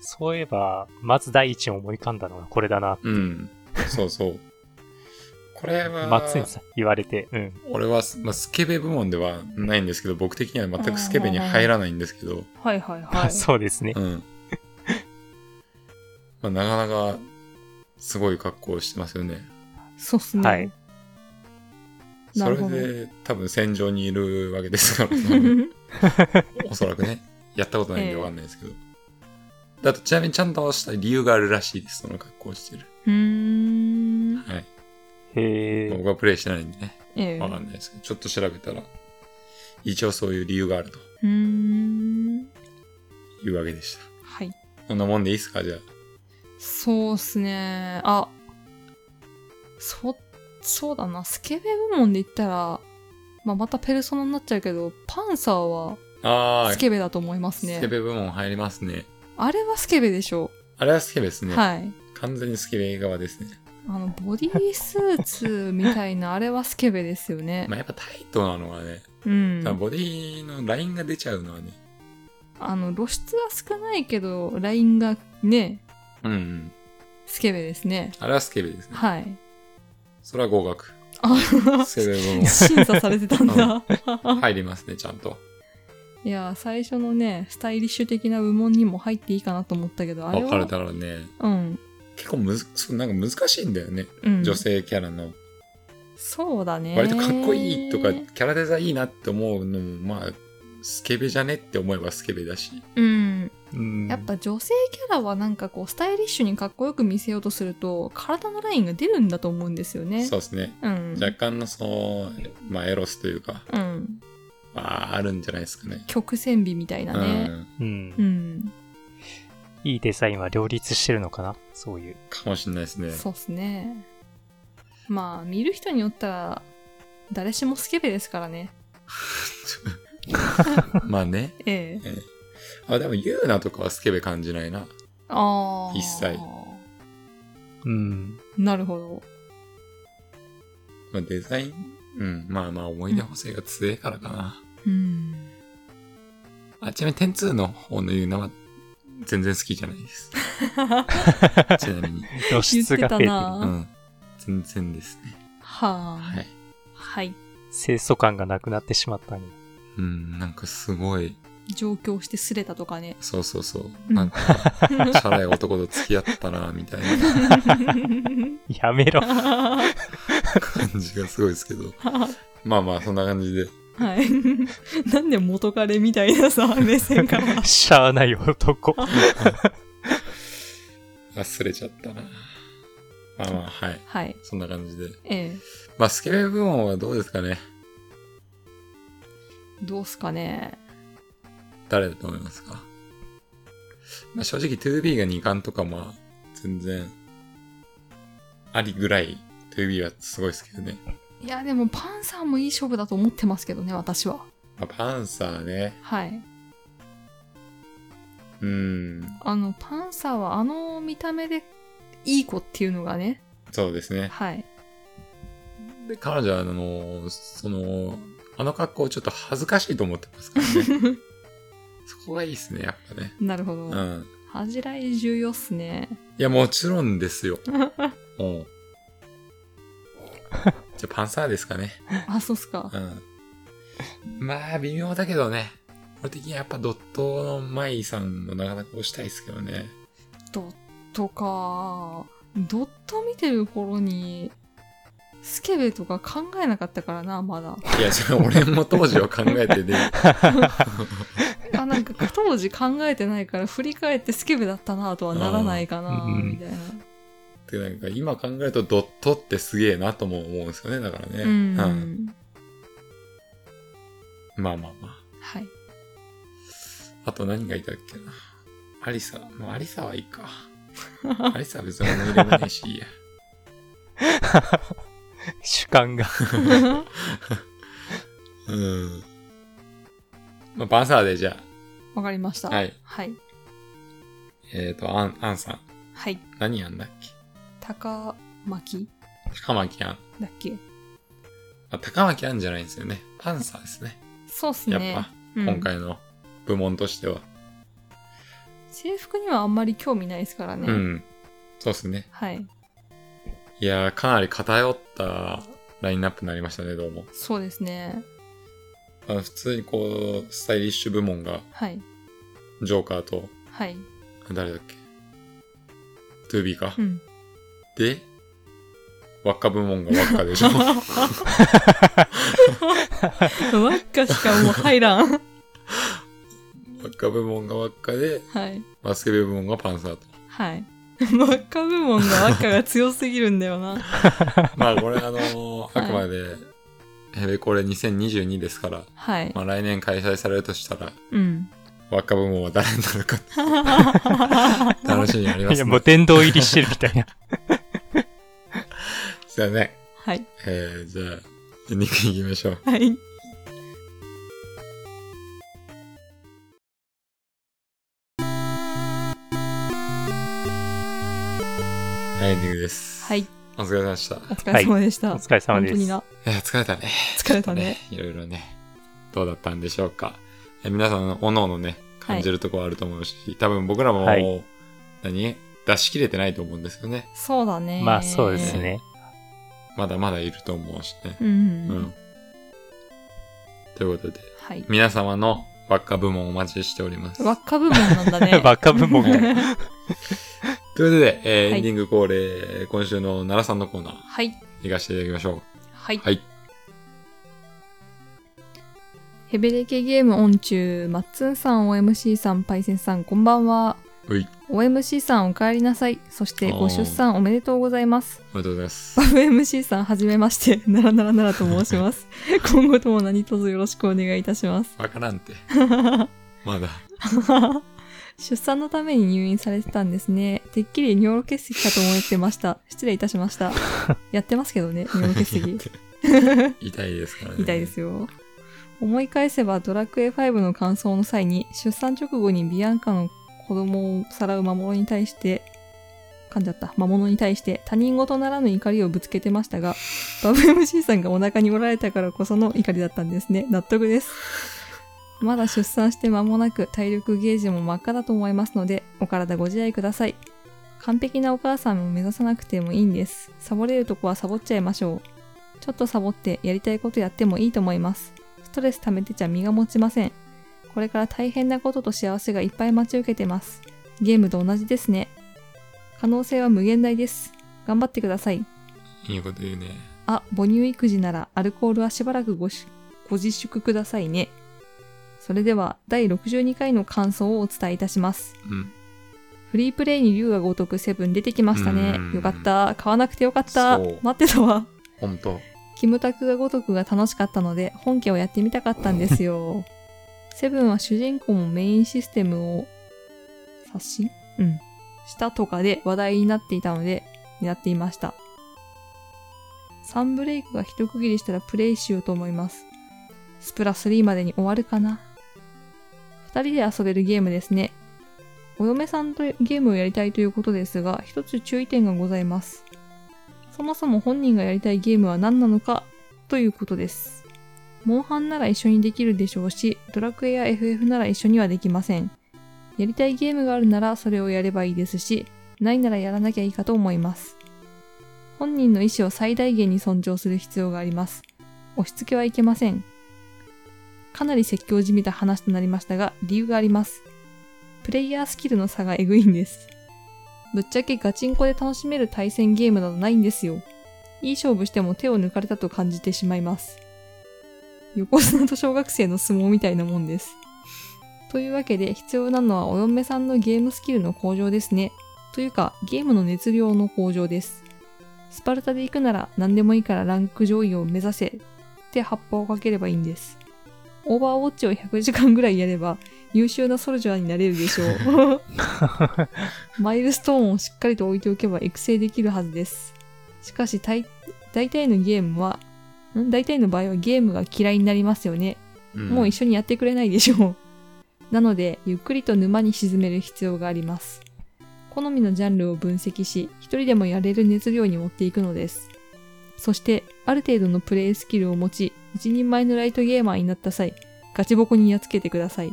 Speaker 4: そういえば、まず第一に思い浮かんだのがこれだな。
Speaker 2: うん。そうそう。これは、
Speaker 4: 松井さん言われて、うん。
Speaker 2: 俺は、まあ、スケベ部門ではないんですけど、僕的には全くスケベに入らないんですけど、
Speaker 3: はいはい
Speaker 4: まあ
Speaker 3: はい。
Speaker 4: そうですね
Speaker 2: う。ん。まあ、なかなか、すごい格好をしてますよね。
Speaker 3: そうっすね。
Speaker 4: はい。
Speaker 3: な
Speaker 2: そ
Speaker 3: る
Speaker 2: れ
Speaker 3: ほど
Speaker 2: で、多分戦場にいるわけですから、ね、おそらくね。やったことないんでわかんないですけど。だと、ちなみにちゃんとした理由があるらしいです、その格好をしてる。
Speaker 3: うーん。
Speaker 2: はい。
Speaker 4: へー
Speaker 2: 僕はプレイしてないんでね。
Speaker 3: ええ。
Speaker 2: わかんないですけど、ちょっと調べたら、一応そういう理由があると
Speaker 3: うーん。
Speaker 2: いうわけでした。
Speaker 3: はい。
Speaker 2: こんなもんでいいっすかじゃあ。
Speaker 3: そうっすね。あ。そ、そうだな。スケベ部門で言ったら、まあ、またペルソナになっちゃうけど、パンサーは
Speaker 2: あー
Speaker 3: スケベだと思いますね。
Speaker 2: スケベ部門入りますね。
Speaker 3: あれはスケベでしょ
Speaker 2: あれはスケベです
Speaker 3: う。
Speaker 2: ね。
Speaker 3: はい。
Speaker 2: 完全にスケベ側ですね。
Speaker 3: あの、ボディースーツみたい な、あれはスケベですよね
Speaker 2: ま。あやっぱタイトなのはね、
Speaker 3: うん。
Speaker 2: ボディのラインが出ちゃうのはね、
Speaker 3: あの、露出は少ないけど、ラインがね、
Speaker 2: うんうん。
Speaker 3: スケベですね。
Speaker 2: あれはスケベですね。
Speaker 3: はい。
Speaker 2: それは合 格。
Speaker 3: あ
Speaker 2: スケベ部
Speaker 3: 審査されてたんだ。
Speaker 2: 門入りますね、ちゃんと。
Speaker 3: いや、最初のね、スタイリッシュ的な部門にも入っていいかなと思ったけど、あれ
Speaker 2: 分
Speaker 3: は。
Speaker 2: かれたらね、
Speaker 3: うん。
Speaker 2: 結構むず、そうなんか難しいんだよね。
Speaker 3: うん。
Speaker 2: 女。性キャラの。
Speaker 3: そうだね。
Speaker 2: 割とかっこいいとか、キャラデザいいなって思うのも、まあ、スケベじゃねって思えばスケベだし。
Speaker 3: うん。
Speaker 4: うん
Speaker 3: やっぱ女性キャラはなんかこう、スタイリッシュにかっこよく見せようとすると、体のラインが出るんだと思うんですよね。
Speaker 2: そうですね。
Speaker 3: うん。
Speaker 2: 若干のその、まあ、エロスというか、
Speaker 3: うん。
Speaker 2: まあ、あるんじゃないですかね。
Speaker 3: 曲線美みたいな
Speaker 2: う
Speaker 3: ね。
Speaker 2: ん。
Speaker 4: うん
Speaker 3: うん。
Speaker 4: いいデザインは両立してるのかなそういう。
Speaker 2: かもしれないですね。
Speaker 3: そうっすね。まあ、見る人によったら、誰しもスケベですからね。
Speaker 2: まあね。
Speaker 3: ええ。
Speaker 2: あ、でも、ユーナとかはスケベ感じないな。
Speaker 3: ああ。
Speaker 2: 一切
Speaker 4: うん。
Speaker 3: なるほど。
Speaker 2: まあ、デザインうん。まあまあ、思い出補正が強いからかな。
Speaker 3: うん。
Speaker 2: あ、ちなみに、点2の方のユーナは、全然好きじゃな いです。ちなみに。
Speaker 4: 露出が増
Speaker 3: 言
Speaker 4: えてる
Speaker 3: ってた。な
Speaker 2: うん。全然ですね。
Speaker 3: は
Speaker 2: は
Speaker 3: あ。
Speaker 2: い。
Speaker 3: はい。
Speaker 4: 清楚感がなくなってしまったんや
Speaker 2: うん、なんかすごい、。
Speaker 3: 上京してすれたとかね
Speaker 2: そうそうそう。
Speaker 3: うん
Speaker 2: なんか、チャラい男と付き合ったな、みたいな
Speaker 4: やめろ。
Speaker 2: 感じがすごいですけど。まあまあ、そんな感じで。
Speaker 3: はい。なんで元彼みたいなさ、目線から。
Speaker 4: しゃあない男。
Speaker 2: 忘れちゃったな。まあまあ、はい。
Speaker 3: はい。
Speaker 2: そんな感じで。
Speaker 3: ええ。
Speaker 2: まあ、スケベ部門はどうですかね
Speaker 3: どうすかね。
Speaker 2: 誰だと思いますかまあ、正直 2B が2巻とかまあ、全然、ありぐらい 2B はすごいですけどね。
Speaker 3: いや、でもパンサーもいい勝負だと思ってますけどね、私は。
Speaker 2: まあパンサーね。
Speaker 3: はい。
Speaker 2: うん。
Speaker 3: あの、パンサーはあの見た目でいい子っていうのがね、
Speaker 2: そうですね。
Speaker 3: はい。
Speaker 2: で、彼女は、あの、その、あの格好をちょっと恥ずかしいと思ってますからね。そこがいいですね、やっぱね。
Speaker 3: なるほど。
Speaker 2: うん。
Speaker 3: 恥じらい重要っすね。
Speaker 2: いや、もちろんですよ。うん。じゃあ、パンサーですかね。
Speaker 3: あ、そうっすか
Speaker 2: う。ん。まあ、微妙だけどね。俺的にはやっぱドットのマイさんもなかなか推したいですけどね。
Speaker 3: ドットか。ドット見てる頃に、スケベとか考えなかったからな、まだ。
Speaker 2: いや、それ俺も当時は考えてね。
Speaker 3: あなんか 当時考えてないから振り返ってスケベだったなとはならないかな、
Speaker 4: うん
Speaker 3: みたいな。
Speaker 2: で、なんか今考えるとドットってすげえなとも思うんですよね、だからね。
Speaker 3: うん。
Speaker 2: まあまあまあ。
Speaker 3: はい。
Speaker 2: あと何がいたっけな。アリサ。まあ、アリサはい いか。アリサは別に思い入れもないし、いいや。
Speaker 4: 主観が。
Speaker 2: うん。まあ、パンサーでじゃ
Speaker 3: わかりました。
Speaker 2: あ。はい。
Speaker 3: はい。
Speaker 2: えっ、と、アン、アンさん。
Speaker 3: はい。
Speaker 2: 何やんだっ
Speaker 3: 高巻
Speaker 2: け高巻あん。
Speaker 3: だっけ
Speaker 2: あ、高巻あんじゃないんですよね。パンサーですね。
Speaker 3: そうっす
Speaker 2: やっ
Speaker 3: ね。
Speaker 2: ぱ、
Speaker 3: うん
Speaker 2: 今回の部門としては。
Speaker 3: 制服にはあんまり興味ないですからね。
Speaker 2: うん。そうですね。
Speaker 3: はい。
Speaker 2: いやー、かなり偏ったラインナップになりましたね、どうも。
Speaker 3: そうですね。
Speaker 2: あの普通にこう、スタイリッシュ部門が、
Speaker 3: はい。
Speaker 2: ジョーカーと、
Speaker 3: はい。
Speaker 2: 誰だっけトゥービーか。
Speaker 3: うん。
Speaker 2: で、輪っか部門が輪っかで しょ
Speaker 3: 輪っかしかもう入らん。
Speaker 2: 輪っか部門が輪っかで、
Speaker 3: はい。
Speaker 2: バスケ部門がパンサーと。
Speaker 3: はい。 輪っか部門が輪っかが強すぎるんだよ な。
Speaker 2: まあこれあのーあくまで、ヘベコレ2022ですから、
Speaker 3: はい。
Speaker 2: まあ来年開催されるとしたら、
Speaker 3: うん。
Speaker 2: 輪っか部門は誰になるかって楽しみにありま
Speaker 4: い
Speaker 2: す
Speaker 4: や、
Speaker 2: ね。
Speaker 4: もう殿堂入りしてるみたいな。
Speaker 2: じゃあね、
Speaker 3: はい。
Speaker 2: えー、じゃあ、エンディング行きましょう。
Speaker 3: はい。
Speaker 2: はい、エンディングです。。
Speaker 3: はいい。
Speaker 2: お疲れ様でした。
Speaker 3: お疲れ様でした。
Speaker 4: お疲れ様です
Speaker 3: 本当にな。
Speaker 2: いや、疲れたね。
Speaker 3: 疲れたね。
Speaker 2: いろいろね、どうだったんでしょうか。え皆さん、おのおのね、感じるとこあると思うし、多分僕らも、
Speaker 4: はい
Speaker 2: 何出し切れてないと思うんですよね。
Speaker 3: そうだね。
Speaker 4: まあそうですね。
Speaker 2: まだまだいると思うしね。
Speaker 3: うん。
Speaker 2: うん。ということで、
Speaker 3: はい。
Speaker 2: 皆様の輪っか部門お待ちしております。
Speaker 3: 輪っか部門なんだ ね。
Speaker 4: バカ部門が。
Speaker 2: ということで、えー
Speaker 3: はい
Speaker 2: エンディング恒例、今週の奈良さんのコーナー、
Speaker 3: はい。
Speaker 2: 行かせていただきましょ
Speaker 3: はい。
Speaker 2: う。はい。
Speaker 3: ヘベレケゲームオン中、マッツンさん、OMC さん、パイセンさん、こんばんは。
Speaker 2: うい、
Speaker 3: OMC さん、お帰りなさい。そして、
Speaker 2: おー
Speaker 3: ご出産おめでとうございます。
Speaker 2: おめでとうございま す
Speaker 3: バ。ブ MC さん、はじめまして、 ならならならと申します。今後とも何卒よろしくお願いいたします。
Speaker 2: わか らんて。まだ。
Speaker 3: 出産のために入院されてたんですね。てっきり尿路結石かと思ってました。失礼いたしました。やってますけどね、尿路結
Speaker 2: やっ
Speaker 3: 石。
Speaker 2: て 痛いですからね。
Speaker 3: 痛いですよ。思い返せばドラクエ5の感想の際に、出産直後にビアンカの子供をさらう魔物に対して、噛んじゃった。魔物に対して他人事ならぬ怒りをぶつけてましたが、バブ MC さんがお腹におられたからこその怒りだったんですね。納得です。まだ出産して間もなく体力ゲージも真っ赤だと思いますので、お体ご自愛ください。完璧なお母さんを目指さなくてもいいんです。サボれるとこはサボっちゃいましょう。ちょっとサボってやりたいことやってもいいと思います。ストレス溜めてちゃ身が持ちません。これから大変なことと幸せがいっぱい待ち受けてます。ゲームと同じですね。可能性は無限大です。頑張ってください。
Speaker 2: いいこと言うね。
Speaker 3: あ、母乳育児ならアルコールはしばらくごしご自粛くださいね。それでは第62回の感想をお伝えいたします。
Speaker 2: うん。
Speaker 3: フリープレイに竜が如くセブン出てきましたね
Speaker 2: うー。ん
Speaker 3: よかった。買わなくてよかった。
Speaker 2: そう
Speaker 3: 待ってたわ。
Speaker 2: ほんと。
Speaker 3: キムタクが如くが楽しかったので、本家をやってみたかったんですよ。セブンは主人公もメインシステムを刷新うん。したとかで話題になっていたので、になっていました。サンブレイクが一区切りしたらプレイしようと思います。スプラ3までに終わるかな。二人で遊べるゲームですね。お嫁さんとゲームをやりたいということですが、一つ注意点がございます。そもそも本人がやりたいゲームは何なのかということです。モンハンなら一緒にできるでしょうし、ドラクエや FF なら一緒にはできません。やりたいゲームがあるならそれをやればいいですし、ないならやらなきゃいいかと思います。本人の意思を最大限に尊重する必要があります。押し付けはいけません。かなり説教じみた話となりましたが、理由があります。プレイヤースキルの差がえぐいんです。ぶっちゃけガチンコで楽しめる対戦ゲームなどないんですよ。いい勝負しても手を抜かれたと感じてしまいます。横綱と小学生の相撲みたいなもんです。というわけで必要なのはお嫁さんのゲームスキルの向上ですね。というか、ゲームの熱量の向上です。スパルタで行くなら何でもいいからランク上位を目指せって葉っぱをかければいいんです。オーバーウォッチを100時間ぐらいやれば優秀なソルジャーになれるでしょう。マイルストーンをしっかりと置いておけば育成できるはずです。しかし大、大体のゲームは、ん大体の場合はゲームが嫌いになりますよね。
Speaker 2: うん
Speaker 3: もう一緒にやってくれないでしょう。 なので、ゆっくりと沼に沈める必要があります。好みのジャンルを分析し、一人でもやれる熱量に持っていくのです。そして、ある程度のプレイスキルを持ち、一人前のライトゲーマーになった際、ガチボコにやっつけてください。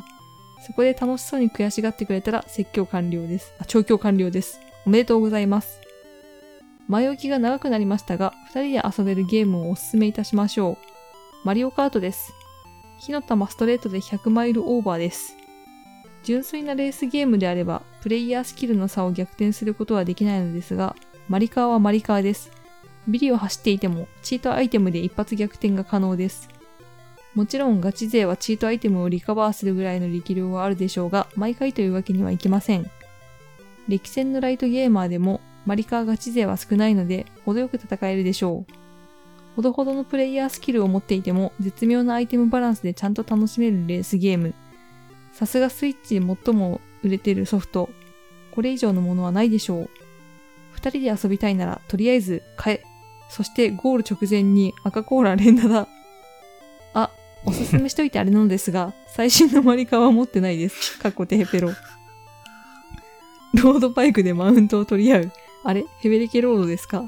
Speaker 3: そこで楽しそうに悔しがってくれたら説教完了です。あ、調教完了です。おめでとうございます。前置きが長くなりましたが、二人で遊べるゲームをおすすめいたしましょう。マリオカートです。火の玉ストレートで100マイルオーバーです。純粋なレースゲームであれば、プレイヤースキルの差を逆転することはできないのですが、マリカーはマリカーです。ビリを走っていても、チートアイテムで一発逆転が可能です。もちろんガチ勢はチートアイテムをリカバーするぐらいの力量はあるでしょうが、毎回というわけにはいきません。歴戦のライトゲーマーでも、マリカーガチ勢は少ないので、程よく戦えるでしょう。ほどほどのプレイヤースキルを持っていても、絶妙なアイテムバランスでちゃんと楽しめるレースゲーム。さすがスイッチで最も売れてるソフト。これ以上のものはないでしょう。二人で遊びたいなら、とりあえず買え。そしてゴール直前に赤コーラ連打だ。あ、おすすめしといてあれなのですが、最新のマリカは持ってないです。かっこテヘペロ。ロードバイクでマウントを取り合う。あれヘベレケロードですか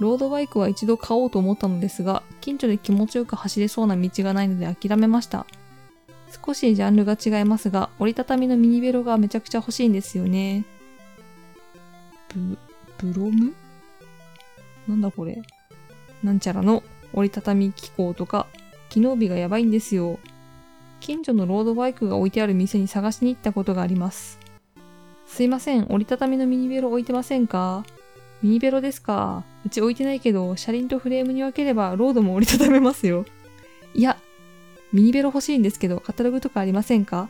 Speaker 3: ロードバイクは一度買おうと思ったのですが、近所で気持ちよく走れそうな道がないので諦めました。少しジャンルが違いますが、折りたたみのミニベロがめちゃくちゃ欲しいんですよね。ブ、ブロムなんだこれ。なんちゃらの折りたたみ機構とか、機能美がやばいんですよ。近所のロードバイクが置いてある店に探しに行ったことがあります。すいません、折りたたみのミニベロ置いてませんかミニベロですか。うち置いてないけど、車輪とフレームに分ければロードも折りたためますよ。いや、ミニベロ欲しいんですけど、カタログとかありませんか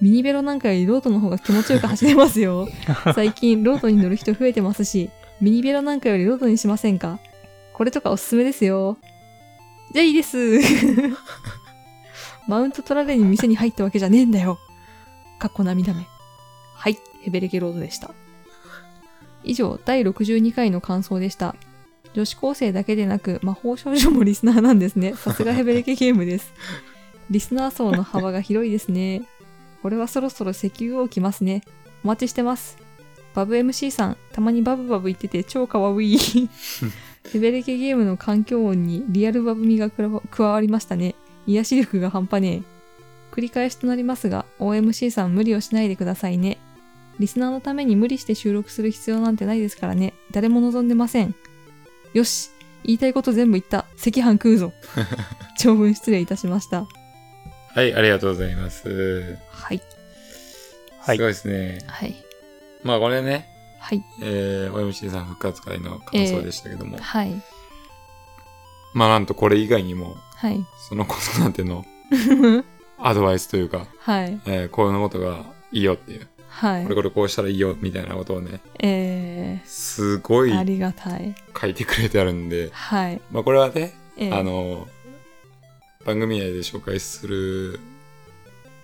Speaker 3: ミニベロなんかよりロードの方が気持ちよく走れますよ。最近、ロードに乗る人増えてますし、ミニベロなんかよりロードにしませんかこれとかおすすめですよ。じゃあいいです。 マウント取られに店に入ったわけじゃねえんだよ。かっこ涙目。はい、ヘベレケロードでした。以上、第62回の感想でした。女子高生だけでなく、魔法少女もリスナーなんですね。さすがヘベレケゲームです。リスナー層の幅が広いですね。これはそろそろ石油王来ますね。お待ちしてます。バブ MC さん、たまにバブバブ言ってて超かわいい。ヘベレケゲームの環境音にリアルバブ味が加わ加わりましたね。癒し力が半端ねえ。繰り返しとなりますが、OMC さん無理をしないでくださいね。リスナーのために無理して収録する必要なんてないですからね。誰も望んでません。よし言いたいこと全部言った。赤飯食う ぞ。長文失礼いたしました。
Speaker 2: はい、ありがとうございます。
Speaker 3: はい。
Speaker 4: はい
Speaker 2: すごいですね。
Speaker 3: はい。
Speaker 2: まあこれね、
Speaker 3: はい。
Speaker 2: えー、OMC さん復活会の感想でしたけども、
Speaker 3: はい。
Speaker 2: まあなんとこれ以外にも、
Speaker 3: はい。
Speaker 2: その子育てのアドバイスというか、
Speaker 3: はい。
Speaker 2: えー、こういうことがいいよっていう、
Speaker 3: は
Speaker 2: こ
Speaker 3: い
Speaker 2: れ。これこうしたらいいよみたいなことをね、
Speaker 3: え
Speaker 2: すごい
Speaker 3: ー、ありがたい。
Speaker 2: 書いてくれてあるんで、
Speaker 3: はい。
Speaker 2: まあこれはね、
Speaker 3: えー、
Speaker 2: あの、番組内で紹介する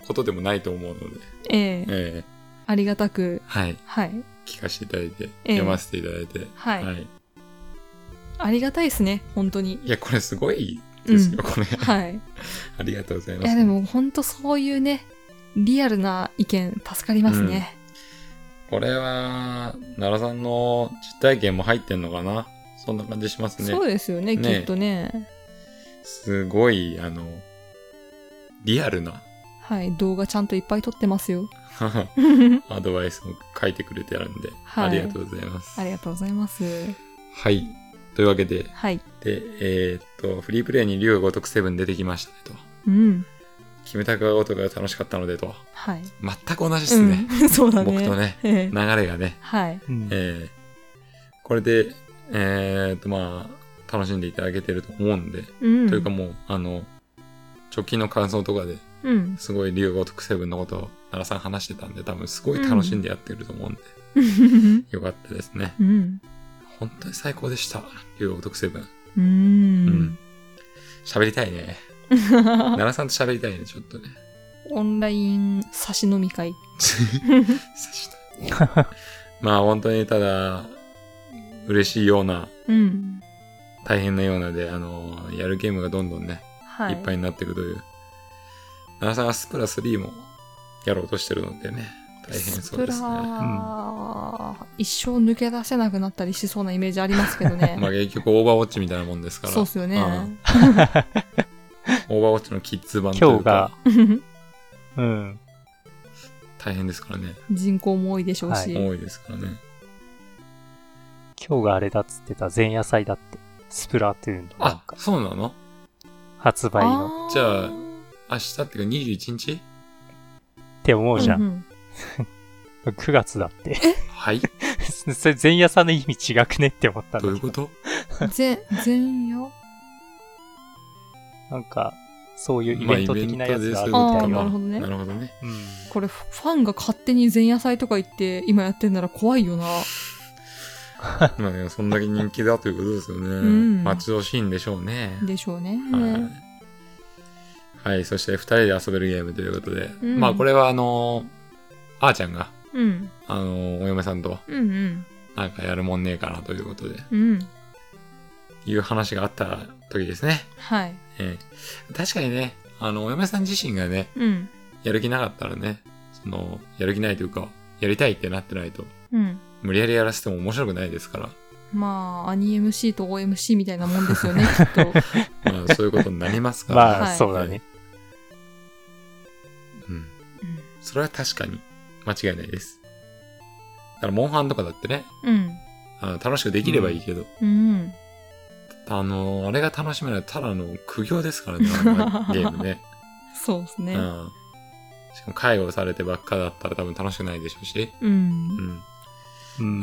Speaker 2: ことでもないと思うので、
Speaker 3: えー、
Speaker 2: えー
Speaker 3: ありがたく、
Speaker 2: はい、
Speaker 3: はい。
Speaker 2: 聞かせていただいて、
Speaker 3: ええ
Speaker 2: 読ませていただいて、
Speaker 3: はい。
Speaker 2: はい。
Speaker 3: ありがたいですね、本当に。
Speaker 2: いや、これすごいですよ、これ。
Speaker 3: はい。
Speaker 2: ありがとうございま
Speaker 3: い
Speaker 2: す。
Speaker 3: や、でも本当そういうね、リアルな意見、助かりますね。
Speaker 2: これは、奈良さんの実体験も入ってんのかなそんな感じしますね。
Speaker 3: そうですよね、
Speaker 2: ね
Speaker 3: きっとね。
Speaker 2: すごい、あの、リア ルな
Speaker 3: はい、動画ちゃんといっぱい撮ってますよ。
Speaker 2: アドバイスも書いてくれてあるんで、
Speaker 3: はい
Speaker 2: ありがとうございます。
Speaker 3: ありがとうございます。
Speaker 2: はい。というわけで、
Speaker 3: はい。
Speaker 2: で、えーっと、フリープレイに竜が如くセブン出てきましたねと。
Speaker 3: うん。
Speaker 2: キムタクが如くが楽しかったのでと。
Speaker 3: はい。
Speaker 2: 全く同じですね。
Speaker 3: うん、 そうだね。
Speaker 2: 僕とね、
Speaker 3: ええ
Speaker 2: 流れがね。
Speaker 3: はい。
Speaker 4: うん
Speaker 2: えー、これで、えーっと、まあ、楽しんでいただけてると思うんで、
Speaker 3: うん。
Speaker 2: というかもう、あの、直近の感想とかで
Speaker 3: うん。
Speaker 2: すごい竜が如くセブンのことを奈良さん話してたんで、多分すごい楽しんでやってると思うんで、よかったですね。
Speaker 3: うん。
Speaker 2: 本当に最高でした。竜が如くセブン。
Speaker 3: う
Speaker 2: うんん。喋りたい ね。奈良さんと喋りたいね、ちょっとね。
Speaker 3: オンライン差し飲み会。
Speaker 2: 察したまあ本当にただ、嬉しいような、
Speaker 3: うん。
Speaker 2: 大変なようなで、あの、やるゲームがどんどんね、
Speaker 3: はいい。
Speaker 2: っぱいになっていくという。奈良さんはスプラ3もやろうとしてるのでね、大変そうです
Speaker 3: スプラ
Speaker 2: ね。
Speaker 3: ー一生抜け出せなくなったりしそうなイメージありますけど
Speaker 2: まあ
Speaker 3: ね。
Speaker 2: 結局オーバーウォッチみたいなもんですから。
Speaker 3: そうっすよね。
Speaker 2: うんオーバーウォッチのキッズ版とい
Speaker 4: 今
Speaker 2: う
Speaker 4: 日
Speaker 2: か
Speaker 4: が、うん。
Speaker 2: 大変ですからね。
Speaker 3: 人口も多いでしょうし。
Speaker 2: 多いですからね。
Speaker 4: 今日があれだっつってた前夜祭だって。スプラトゥーンのなん
Speaker 2: あ
Speaker 4: か、
Speaker 2: そうなの
Speaker 4: 発売のっ
Speaker 3: あー
Speaker 2: じゃあ明日っていうか21日
Speaker 4: て思うじゃ。
Speaker 3: うんん
Speaker 4: 9月だって。
Speaker 2: はい。
Speaker 4: それ前夜祭の意味違くねって思ったんだ
Speaker 2: どうい
Speaker 4: け
Speaker 2: うこ
Speaker 4: ど。
Speaker 3: う
Speaker 2: と
Speaker 3: ん前、前夜
Speaker 4: なんか、そういうイベント的なやつがあるみ
Speaker 2: ま
Speaker 4: た
Speaker 2: イベ
Speaker 3: あー
Speaker 2: ントでする
Speaker 4: い
Speaker 3: な
Speaker 4: よ
Speaker 3: る。ほどね
Speaker 2: なるほどね。
Speaker 4: うん。
Speaker 3: これ、ファンが勝手に前夜祭とか言って、今やってんなら怖いよな。
Speaker 2: まあね、そんだけ人気だということですよね。
Speaker 3: ん
Speaker 2: 待ち遠しいんでしょうね。
Speaker 3: でしょうね。
Speaker 2: はい。はい、そして2人で遊べるゲームということで。
Speaker 3: うん
Speaker 2: まあこれはあのー、あーちゃんが、
Speaker 3: うん。
Speaker 2: あのー、お嫁さんと
Speaker 3: うんうん。
Speaker 2: なんかやるもんねえかなということで、
Speaker 3: うん。
Speaker 2: いう話があった時ですね。
Speaker 3: はい。
Speaker 2: ええ確かにね、あの、お嫁さん自身がね、
Speaker 3: うん。
Speaker 2: やる気なかったらね、その、やる気ないというか、やりたいってなってないと、
Speaker 3: うん。
Speaker 2: 無理やりやらせても面白くないですから、
Speaker 3: まあ、アニ MC と OMC みたいなもんですよ ね、きっと。
Speaker 2: まあ、そういうことになりますから。
Speaker 4: まあ、
Speaker 3: はい
Speaker 4: そうだね。
Speaker 2: うん。それは確かに、間違いないです。だから、モンハンとかだってね、
Speaker 3: うん。
Speaker 2: あの楽しくできればいいけど、
Speaker 3: うん。
Speaker 2: あの、あれが楽しめないただの苦行ですか らね、あのゲームね。
Speaker 3: そうです
Speaker 2: う
Speaker 3: ね。
Speaker 2: ん。しかも、介護されてばっかだったら多分楽しくないでしょうし、
Speaker 3: う。
Speaker 2: うんん。
Speaker 4: うん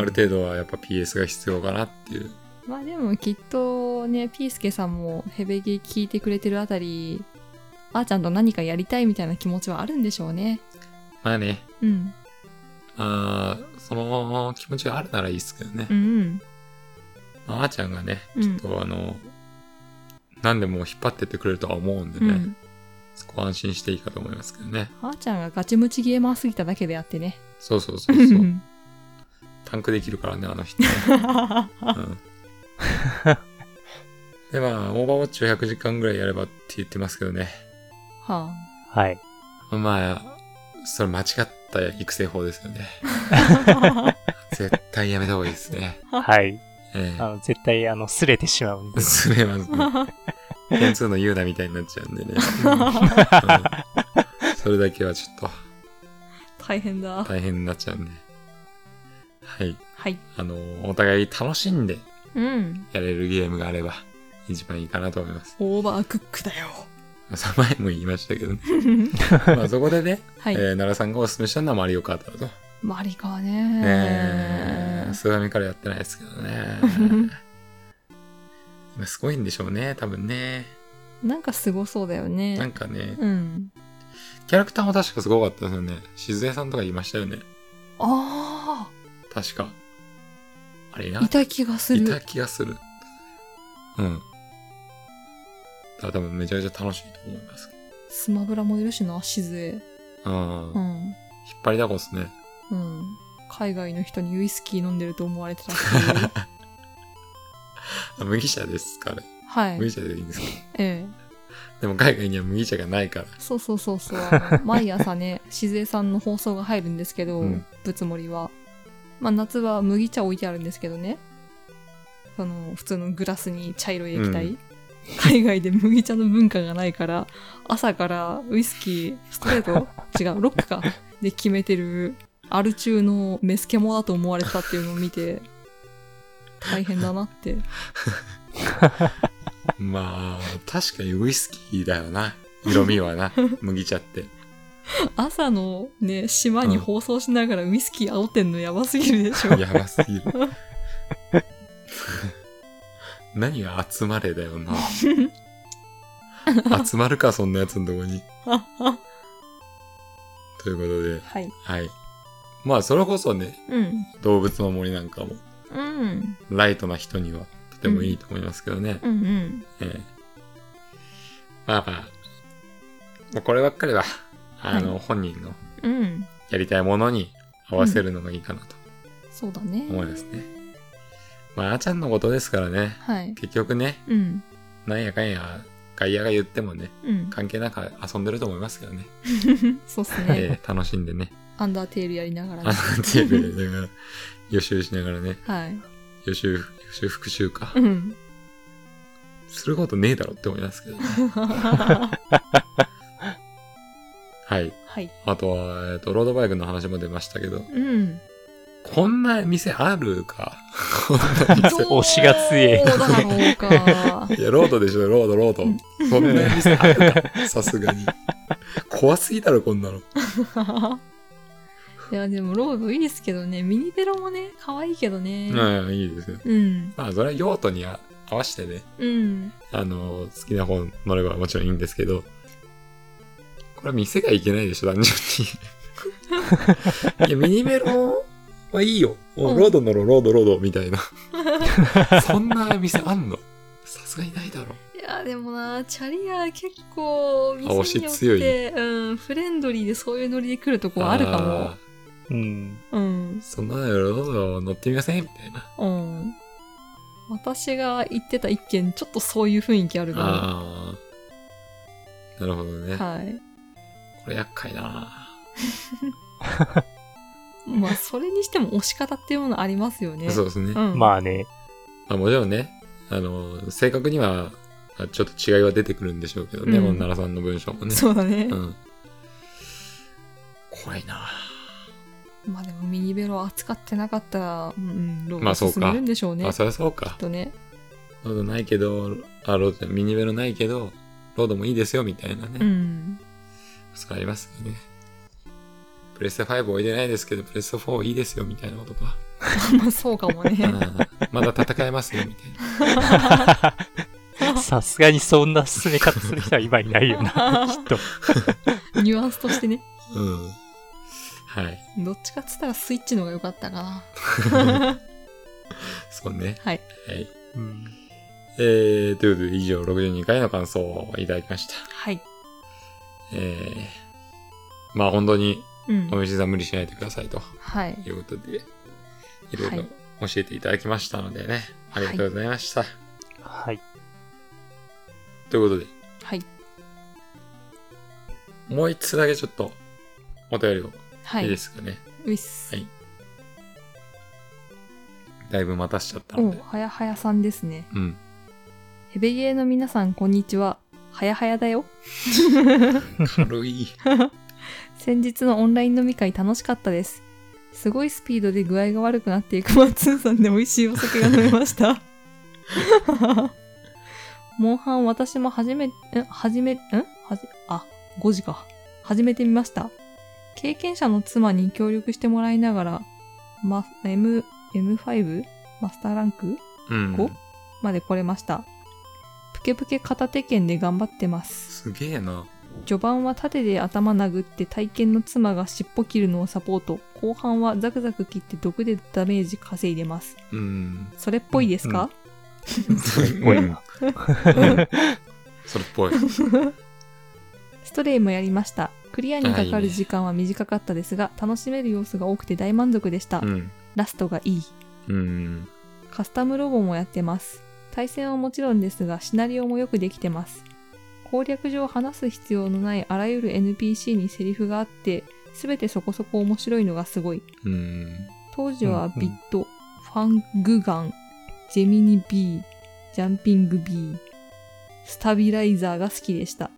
Speaker 2: ある程度はやっぱ PS が必要かなっていう。
Speaker 3: まあでも、きっとね、ピースケさんもヘベゲ聞いてくれてるあたり、あーちゃんと何かやりたいみたいな気持ちはあるんでしょうね。
Speaker 2: まあね、
Speaker 3: うん。
Speaker 2: あーその気持ちがあるならいいですけどね。
Speaker 3: うん。
Speaker 2: まああーちゃんがね、
Speaker 3: うん。
Speaker 2: とあの、何でも引っ張ってってくれるとは思うんで
Speaker 3: う
Speaker 2: ね、
Speaker 3: ん。
Speaker 2: そこは安心していいかと思いますけどね。
Speaker 3: あーちゃんがガチムチゲーマーすぎただけであってね。
Speaker 2: そうそうそ うそうう。
Speaker 3: ん
Speaker 2: タンクできるからね、あの人ね。うん。で、まあ、オーバーウォッチを100時間ぐらいやればって言ってますけどね。
Speaker 3: は
Speaker 4: はい。
Speaker 2: まあ、それ間違った育成法ですよね。
Speaker 3: あ。
Speaker 2: 絶対やめた方がいいですね。
Speaker 4: はい。
Speaker 2: ええ
Speaker 4: あの、絶対、あの、擦れてしまうんで。
Speaker 2: それは、点数の言うなみたいになっちゃうんでね。うんそれだけはちょっと
Speaker 3: 大変だ。
Speaker 2: 大変になっちゃうんで。はい。
Speaker 3: はい。
Speaker 2: あの、お互い楽しんで
Speaker 3: うん。
Speaker 2: やれるゲームがあれば一番いいかなと思います。
Speaker 3: オーバークックだよ。
Speaker 2: その前も言いましたけどね。まあそこでね、
Speaker 3: はい。
Speaker 2: えー奈良さんがおすすめしたのはマリオカートだと。
Speaker 3: マリカは
Speaker 2: ね
Speaker 3: ね
Speaker 2: え、スーファミからやってないですけど ね。今すごいんでしょうね、多分ね。
Speaker 3: なんかすごそうだよ
Speaker 2: なん
Speaker 3: ね。
Speaker 2: かね、
Speaker 3: うん。
Speaker 2: キャラクターも確かすごかったですよね。しずえさんとかいましたよね。
Speaker 3: あ
Speaker 2: 確か。あれな
Speaker 3: あ、いた気がす
Speaker 2: いた
Speaker 3: る。
Speaker 2: 気がする。うん。だから多分めちゃめちゃ楽しいと思います。
Speaker 3: スマブラもいるしな、しずえ。
Speaker 2: うん。
Speaker 3: う
Speaker 2: 引っ
Speaker 3: ん。
Speaker 2: 張りだこですね。
Speaker 3: うん。海外の人にウイスキー飲んでると思われてたっていう。
Speaker 2: あ麦茶ですかあれ。
Speaker 3: はい。
Speaker 2: 麦茶でいいんですか
Speaker 3: ええ。
Speaker 2: でも海外には麦茶がないから。
Speaker 3: そうそうそう そう。あの毎朝ね、しずえさんの放送が入るんですけど、
Speaker 2: うん
Speaker 3: ぶつもりは。まあ夏は麦茶置いてあるんですけどね。その、普通のグラスに茶色い液体。
Speaker 2: うん
Speaker 3: 海外で麦茶の文化がないから、朝からウイスキー、ストレート違う、ロックか。で決めてる、アル中のメスケモだと思われてたっていうのを見て、大変だなって。
Speaker 2: まあ、確かにウイスキーだよな。色味 はな。麦茶って。
Speaker 3: 朝のね、島に放送しながらウイスキー煽ってんのやばすぎるでしょ。
Speaker 2: やばすぎる。 何が集まれだよな。集まるか、そんなやつのとこに。
Speaker 3: は
Speaker 2: ということで、
Speaker 3: い。
Speaker 2: はい。まあ、それこそね、
Speaker 3: うん。
Speaker 2: 動物の森なんかも、
Speaker 3: うん。
Speaker 2: ライトな人にはとてもいいと思いますけどね。
Speaker 3: うんうん。
Speaker 2: ええまあまあ、もうこればっかりは、あの、
Speaker 3: は
Speaker 2: 本人の
Speaker 3: うん。
Speaker 2: やりたいものに合わせるのがいいかなと
Speaker 3: そうだね。
Speaker 2: 思いますね。まあ、あーちゃんのことですからね、
Speaker 3: はい。
Speaker 2: 結局ね、
Speaker 3: うん。
Speaker 2: なんやかんや、外野が言ってもね、
Speaker 3: うん。
Speaker 2: 関係なく遊んでると思いますけどね。
Speaker 3: そうっすね。
Speaker 2: ええ楽しんでね、
Speaker 3: アンダーテールやりながら
Speaker 2: あの
Speaker 3: ね。
Speaker 2: テーブルでだから 予習しながらね、
Speaker 3: はい。
Speaker 2: 予習、予習復習か
Speaker 3: う。ん。
Speaker 2: することねえだろって思いますけどね。
Speaker 3: は
Speaker 2: はい。
Speaker 3: い。
Speaker 2: あとは、えっと、ロードバイクの話も出ましたけど、
Speaker 3: うん。
Speaker 2: こんな店あるか。こんな店
Speaker 4: 推しが強え
Speaker 3: そうだろうか。
Speaker 2: いや、ロードでしょ、ロード、ロード。こんな店あるか、さすがに。怖すぎだろ、こんなの。
Speaker 3: いや、でもロードいいですけどね。ミニベロもね、可愛いけどね。
Speaker 2: うん、いいですよ。
Speaker 3: うん。
Speaker 2: まあ、それは用途にあ合わせてね、
Speaker 3: うん。
Speaker 2: あの、好きな方乗ればもちろんいいんですけど、これは店がいけないでしょ、単純に。いや、ミニメロはいいよ。もうロード乗ろう、ロード、ロード、みたいな。 そんな店あんのさすがにないだろ。
Speaker 3: いやでもなチャリア結構店によ
Speaker 2: 推
Speaker 3: っ
Speaker 2: して強い
Speaker 3: うん、フレンドリーでそういうノリで来るとこあるかも
Speaker 2: あ。
Speaker 4: うん。
Speaker 3: うん
Speaker 2: ー。そんなのロード乗ってみませんみたいな。
Speaker 3: うん。私が行ってた一軒、ちょっとそういう雰囲気あるか
Speaker 2: ああ。なるほどね。
Speaker 3: ら。はい。
Speaker 2: これ厄介だな。
Speaker 3: まあ、それにしても押し方っていうものありますよね。
Speaker 2: そうですね。
Speaker 3: う
Speaker 2: ま
Speaker 3: ん。
Speaker 4: まあ ね。
Speaker 2: あもちろんね、あの、正確には、あちょっと違いは出てくるんでしょうけどね、
Speaker 3: うん
Speaker 2: この奈良さんの文章もね。
Speaker 3: そうだね
Speaker 2: う。ん。怖いな
Speaker 3: まあでも、ミニベロ扱ってなかったら、うん、ロー
Speaker 2: ま
Speaker 3: ド
Speaker 2: あそうか
Speaker 3: 進めるんでしょうね。
Speaker 2: あ、
Speaker 3: き
Speaker 2: そりゃそう
Speaker 3: っ
Speaker 2: か。
Speaker 3: とね。
Speaker 2: ロードないけど、あ、ロードじゃないミニベロないけど、ロードもいいですよ、みたいなね。
Speaker 3: うん。
Speaker 2: それありますよね。プレステ5置いてないですけど、プレステ4いいですよ、みたいなことか。
Speaker 3: まあ、そうかも
Speaker 2: う
Speaker 3: ね。
Speaker 2: んまだ戦えますよ、みた いな。
Speaker 4: さすがにそんな進め方する人は今いないよ な、きっと。
Speaker 3: ニュアンスとしてね。
Speaker 2: うん。はい。
Speaker 3: どっちかっつったらスイッチの方が良かったかな。
Speaker 2: そうね。
Speaker 3: はい。
Speaker 2: はい。
Speaker 4: うん
Speaker 2: えー、ということで、以上62回の感想をいただきました。
Speaker 3: はい。
Speaker 2: えー、まあ本当に、
Speaker 3: うん
Speaker 2: お。店さん無理しないでくださいと。
Speaker 3: はい。
Speaker 2: ということで、いろい
Speaker 3: は
Speaker 2: ろ
Speaker 3: い
Speaker 2: 教えていただきましたのでね、ありがとうございました。
Speaker 4: はい。
Speaker 2: ということで、
Speaker 3: はい。
Speaker 2: もう一つだけちょっとお便りを、、
Speaker 3: はい
Speaker 2: いで
Speaker 3: い。
Speaker 2: すかね。
Speaker 3: ういっす
Speaker 2: はい。だいぶ待たしちゃった
Speaker 3: お
Speaker 2: の
Speaker 3: う
Speaker 2: で。
Speaker 3: はやはやさんですね。
Speaker 2: うん。
Speaker 3: ヘベゲーの皆さん、こんにちは。はやはやだよ。
Speaker 2: 軽い。
Speaker 3: 先日のオンライン飲み会楽しかったです。すごいスピードで具合が悪くなっていくマッツンさんで美味しいお酒が飲めました。モンハン私も初め、ん初め、んはじ、あ、5時か。始めてみました。経験者の妻に協力してもらいながら、ま、M、M5? マスターランク
Speaker 2: うん。
Speaker 3: こまで来れました。プケプケ片手剣で頑張ってます。
Speaker 2: すげえな。
Speaker 3: 序盤は盾で頭殴って体験の妻が尻尾切るのをサポート後半はザクザク切って毒でダメージ稼いでます
Speaker 2: うん。
Speaker 3: それっぽいですか、
Speaker 2: それっ
Speaker 4: ぽいな。
Speaker 2: それっぽい。
Speaker 3: ストレイもやりましたクリアにかかる時間は短かったですが楽しめる要素が多くて大満足でした、
Speaker 2: うん。
Speaker 3: ラストがいい
Speaker 2: うん。
Speaker 3: カスタムロボもやってます対戦はもちろんですがシナリオもよくできてます攻略上話す必要のないあらゆる NPC にセリフがあって全てそこそこ面白いのがすごい
Speaker 2: うん。
Speaker 3: 当時は
Speaker 4: うんうん
Speaker 3: ビット、ファングガン、ジェミニ B、ジャンピング B、スタビライザーが好きでした。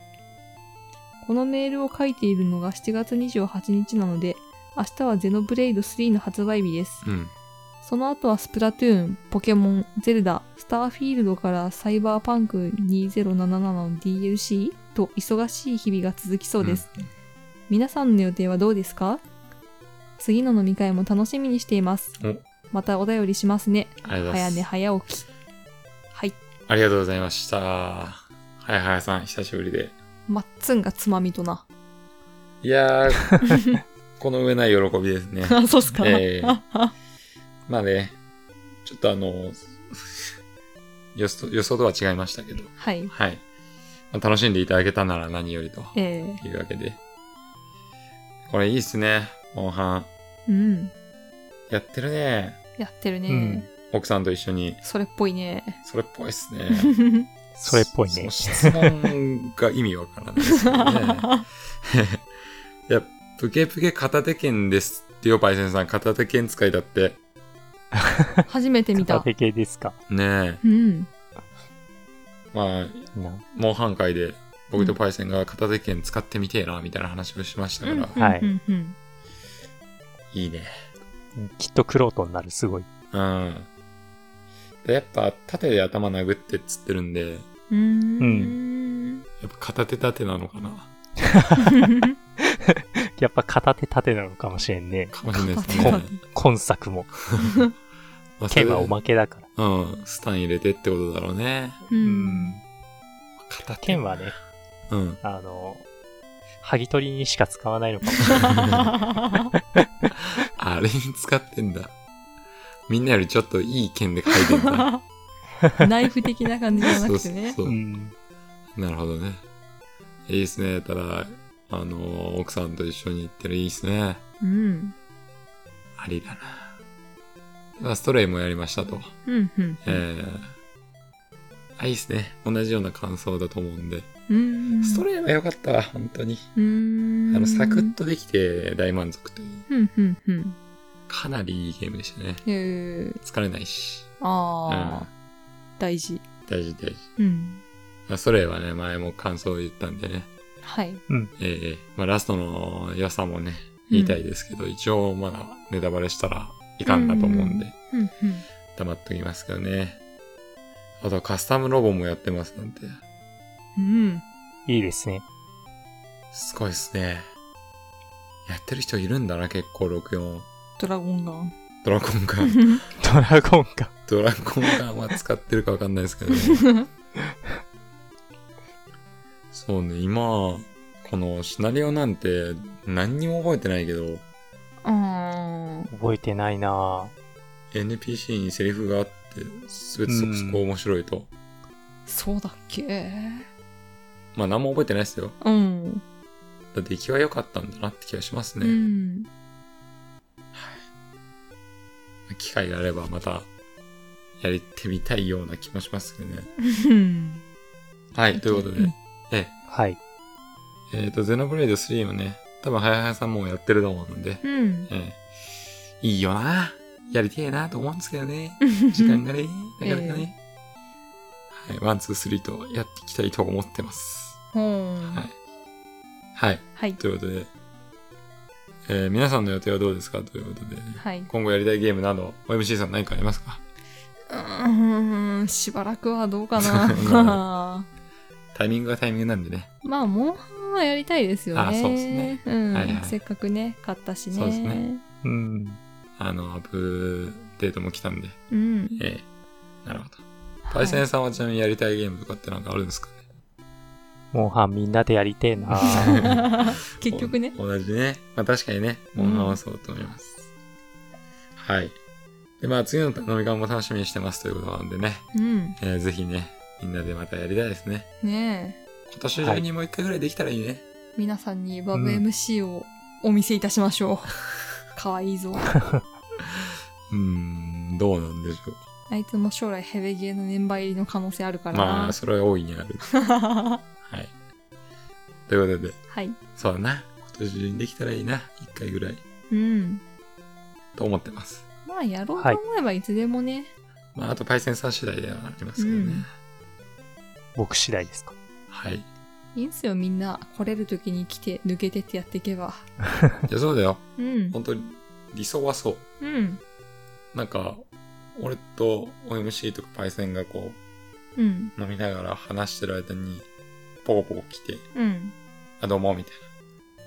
Speaker 3: このメールを書いているのが7月28日なので、明日はゼノブレイド3の発売日です。
Speaker 2: うん。
Speaker 3: その後はスプラトゥーン、ポケモン、ゼルダ、スターフィールドからサイバーパンク2077の DLC と忙しい日々が続きそうです。皆さんの予定はどうですか次の飲み会も楽しみにしています
Speaker 2: お。
Speaker 3: またお便りしますね。
Speaker 2: ありがとうございま
Speaker 3: 早
Speaker 2: す。
Speaker 3: 寝早起き。はい。
Speaker 2: ありがとうございました。はいはいさん、久しぶりで。
Speaker 3: まっつんがつまみと な。
Speaker 2: いやー、この上ない喜び ですね。
Speaker 3: あ、そうっすか。
Speaker 2: ええ
Speaker 3: あ
Speaker 2: まあね、ちょっとあの、予想予想とは違いましたけど、
Speaker 3: はい。
Speaker 2: はい。まあ楽しんでいただけたなら何よりと
Speaker 3: ええ
Speaker 2: いうわけで。これいいっすね、モンハン。
Speaker 3: うん。
Speaker 2: やってるね。
Speaker 3: やってるね。
Speaker 4: うん
Speaker 2: 奥さんと一緒に。
Speaker 3: それっぽいね。
Speaker 2: それっぽいっすね。
Speaker 4: それっぽいね。
Speaker 2: そ質問が意味わからないですけどね。 いや、プケプケ片手剣ですってよ、パイセンさん。片手剣使いだって。
Speaker 3: 初めて見
Speaker 4: 片
Speaker 3: た。
Speaker 4: 手系ですか。
Speaker 2: ね
Speaker 3: うん。
Speaker 2: え。まあ、
Speaker 4: な
Speaker 2: モンハン会で僕とパイセンが片手剣使ってみてえな、みたいな話をしましたから、
Speaker 4: はい
Speaker 3: うんうんうん
Speaker 2: いいね。
Speaker 4: きっとクロートになる、すごい。
Speaker 2: うん。でやっぱ、縦で頭殴ってっつってるんで、
Speaker 3: うーん。
Speaker 2: やっぱ片手縦なのかな。
Speaker 4: やっぱ片手縦なのかもしれんね。
Speaker 2: かもしれないです
Speaker 3: 片
Speaker 2: ね
Speaker 3: 手。
Speaker 4: 今作も。
Speaker 2: まあそれ
Speaker 4: 剣はおまけ だから。
Speaker 2: うん。スタン入れてってことだろうね。
Speaker 3: うん。
Speaker 2: 片手。
Speaker 4: 剣はね、
Speaker 2: うん。
Speaker 4: あの、剥ぎ取りにしか使わないのかも。
Speaker 2: あれに使ってんだ。みんなよりちょっといい剣で書い てんだ。
Speaker 3: ナイフ的な感じじゃなくてね。
Speaker 2: そううそ
Speaker 4: ん。
Speaker 2: うなるほどね。いいっすね。ただ、あの、奥さんと一緒に行ってるいいっすね。
Speaker 3: うん。
Speaker 2: ありだな。まあ、ストレイもやりましたと。
Speaker 3: うんうん
Speaker 2: えー、あ、いいっすね。同じような感想だと思うんで。
Speaker 3: うん。
Speaker 2: ストレイは良かったわ、本当に。
Speaker 3: う
Speaker 2: あ
Speaker 3: ーん。
Speaker 2: の、サクッとできて大満足という。
Speaker 3: うんうんうん。
Speaker 2: かなりいいゲームでしたね。
Speaker 3: えー、
Speaker 2: 疲れないし。
Speaker 3: ああ、大事。
Speaker 2: 大事大事。
Speaker 3: うん。
Speaker 2: まあ、ストレイはね、前も感想を言ったんでね。
Speaker 3: はい。
Speaker 2: ええまあラストの良さもね、言いたいですけど、一応まだネタバレしたらいかんなと思うんで、
Speaker 3: うんうん。
Speaker 2: 黙っときますけどね。あとカスタムロボもやってますなんて、
Speaker 3: うん。
Speaker 4: いいですね。
Speaker 2: すごいっすね。やってる人いるんだな、結構64。
Speaker 3: ドラゴンガン。
Speaker 2: ドラゴンガ ン。
Speaker 3: う
Speaker 4: ドラゴンか。
Speaker 2: ドラゴンガンは使ってるかわかんないですけどね。
Speaker 3: ん
Speaker 2: そうね、今、このシナリオなんて何にも覚えてないけど、
Speaker 3: あー
Speaker 4: 覚えてないな
Speaker 2: NPC にセリフがあって、すべてそこそこ面白いと。
Speaker 3: そうだっけ
Speaker 2: まあ何も覚えてないですよ。
Speaker 3: うん。
Speaker 2: だ出来は良かったんだなって気がします
Speaker 3: う
Speaker 2: ね。
Speaker 3: ん。
Speaker 2: 機会があればまたやりてみたいような気もしますけどね。
Speaker 3: うん
Speaker 2: はい、ということで、
Speaker 3: うん
Speaker 2: え
Speaker 4: はい。
Speaker 2: えーと、ゼノブレイド3もね、多分、はやはやさんもやってると思うんで、
Speaker 3: うん。
Speaker 2: ええいいよなやりてえなと思うんですけ どね。時間がね、なかなかね。はい、ワン、ツー、スリーとやっていきたいと思ってます。
Speaker 3: うん。
Speaker 2: はい。はい、
Speaker 3: はい。
Speaker 2: ということで、えー皆さんの予定はどうですかということで、
Speaker 3: はい。
Speaker 2: 今後やりたいゲームなど、OMC さん何かありますか
Speaker 3: うーん、しばらくはどうか
Speaker 2: な
Speaker 3: な。
Speaker 2: タイミングがタイミングなんでね。
Speaker 3: まあ、モンハンはやりたいですよね。
Speaker 2: あそうですね。
Speaker 3: うん、
Speaker 2: はいはい
Speaker 3: せっかくね、買ったしね。
Speaker 2: そうですね。
Speaker 4: うん。
Speaker 2: あの、アップデートも来たんで。
Speaker 3: うん。
Speaker 2: ええ。なるほど。パイセンさんはちなみにやりたいゲームとかってなんかあるんですかね、
Speaker 4: モンハンみんなでやりてえな
Speaker 3: はい 結局ね。
Speaker 2: お同じね。まあ確かにね、もう直そうと思います。はい。で、まあ次の飲み会も楽しみにしてますということなんでね。
Speaker 3: うん。
Speaker 2: えーぜひね、みんなでまたやりたいですね。
Speaker 3: ねえ。
Speaker 2: 今年中にもう一回ぐらいできたらいいね。
Speaker 3: 皆さんにバブ
Speaker 4: うん
Speaker 3: MC をお見せいたしま しょう。かわいいぞ。
Speaker 2: うーん、どうなんでしょう。
Speaker 3: あいつも将来ヘベゲーの年配入りの可能性あるからな。
Speaker 2: まあ、それは大いにある。はい。ということで、
Speaker 3: はい。
Speaker 2: そうだな。今年中にできたらいいな。一回ぐらい。
Speaker 3: うん。
Speaker 2: と思ってます。
Speaker 3: まあ、やろうと思えばいつでもね。
Speaker 2: まあ、あと、パイセンさん次第ではありますけどね。
Speaker 3: うん
Speaker 4: 僕次第ですか。
Speaker 2: はい。
Speaker 3: い、いんすよ、みんな。来れる時に来て、抜けてってやっていけば。
Speaker 2: いや、そうだよ。
Speaker 3: うん。
Speaker 2: 本当に、理想はそ
Speaker 3: う
Speaker 2: う。
Speaker 3: ん。
Speaker 2: なんか、俺と OMC とかパイセンがこ
Speaker 3: うん。
Speaker 2: う、飲みながら話してる間に、ポコポコ来て、
Speaker 3: うん。
Speaker 2: あ、どうも、みたい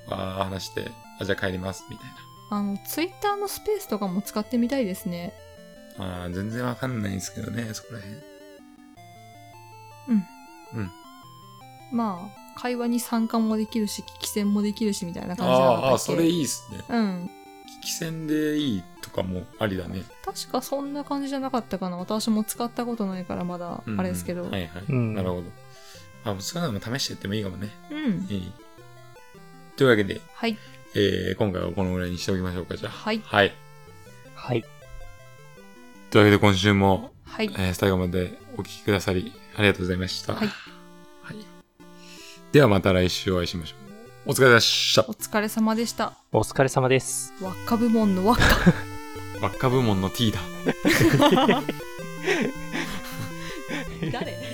Speaker 2: な。わー話して、あ、じゃあ帰ります、みたい
Speaker 3: あの、ツイッターのスペースとかも使ってみたいですね。
Speaker 2: な。あー全然わかんないんですけどね、そこら辺。
Speaker 3: まあ、会話に参加もできるし、聞き戦もできるし、みたいな感じなのだっ
Speaker 2: あ
Speaker 3: け
Speaker 2: ーあー、それいいっすね。
Speaker 3: うん。
Speaker 2: 聞き戦でいいとかもありだね。
Speaker 3: 確かそんな感じじゃなかったかな。私も使ったことないから、まだ
Speaker 2: うん、
Speaker 3: あれですけど。
Speaker 2: はいはい。
Speaker 4: うん
Speaker 2: なるほど。あ、そういうのも試してやってもいいかもね。
Speaker 3: うん。
Speaker 2: いい。というわけで、
Speaker 3: はい。
Speaker 2: えー、今回はこのぐらいにしておきましょうか、じゃあ。
Speaker 3: はい
Speaker 2: はい。
Speaker 4: はい。
Speaker 2: というわけで今週も、
Speaker 3: はい。
Speaker 2: えー最後までお聞きくださり、ありがとうございました。
Speaker 3: はい
Speaker 2: はいではまた来週お会いしましょう。お疲れ様でした
Speaker 3: お。疲れ様でした。
Speaker 4: お疲れ様です。
Speaker 3: 輪っか部門の輪っか。
Speaker 2: 輪っか部門の T だ。
Speaker 3: 誰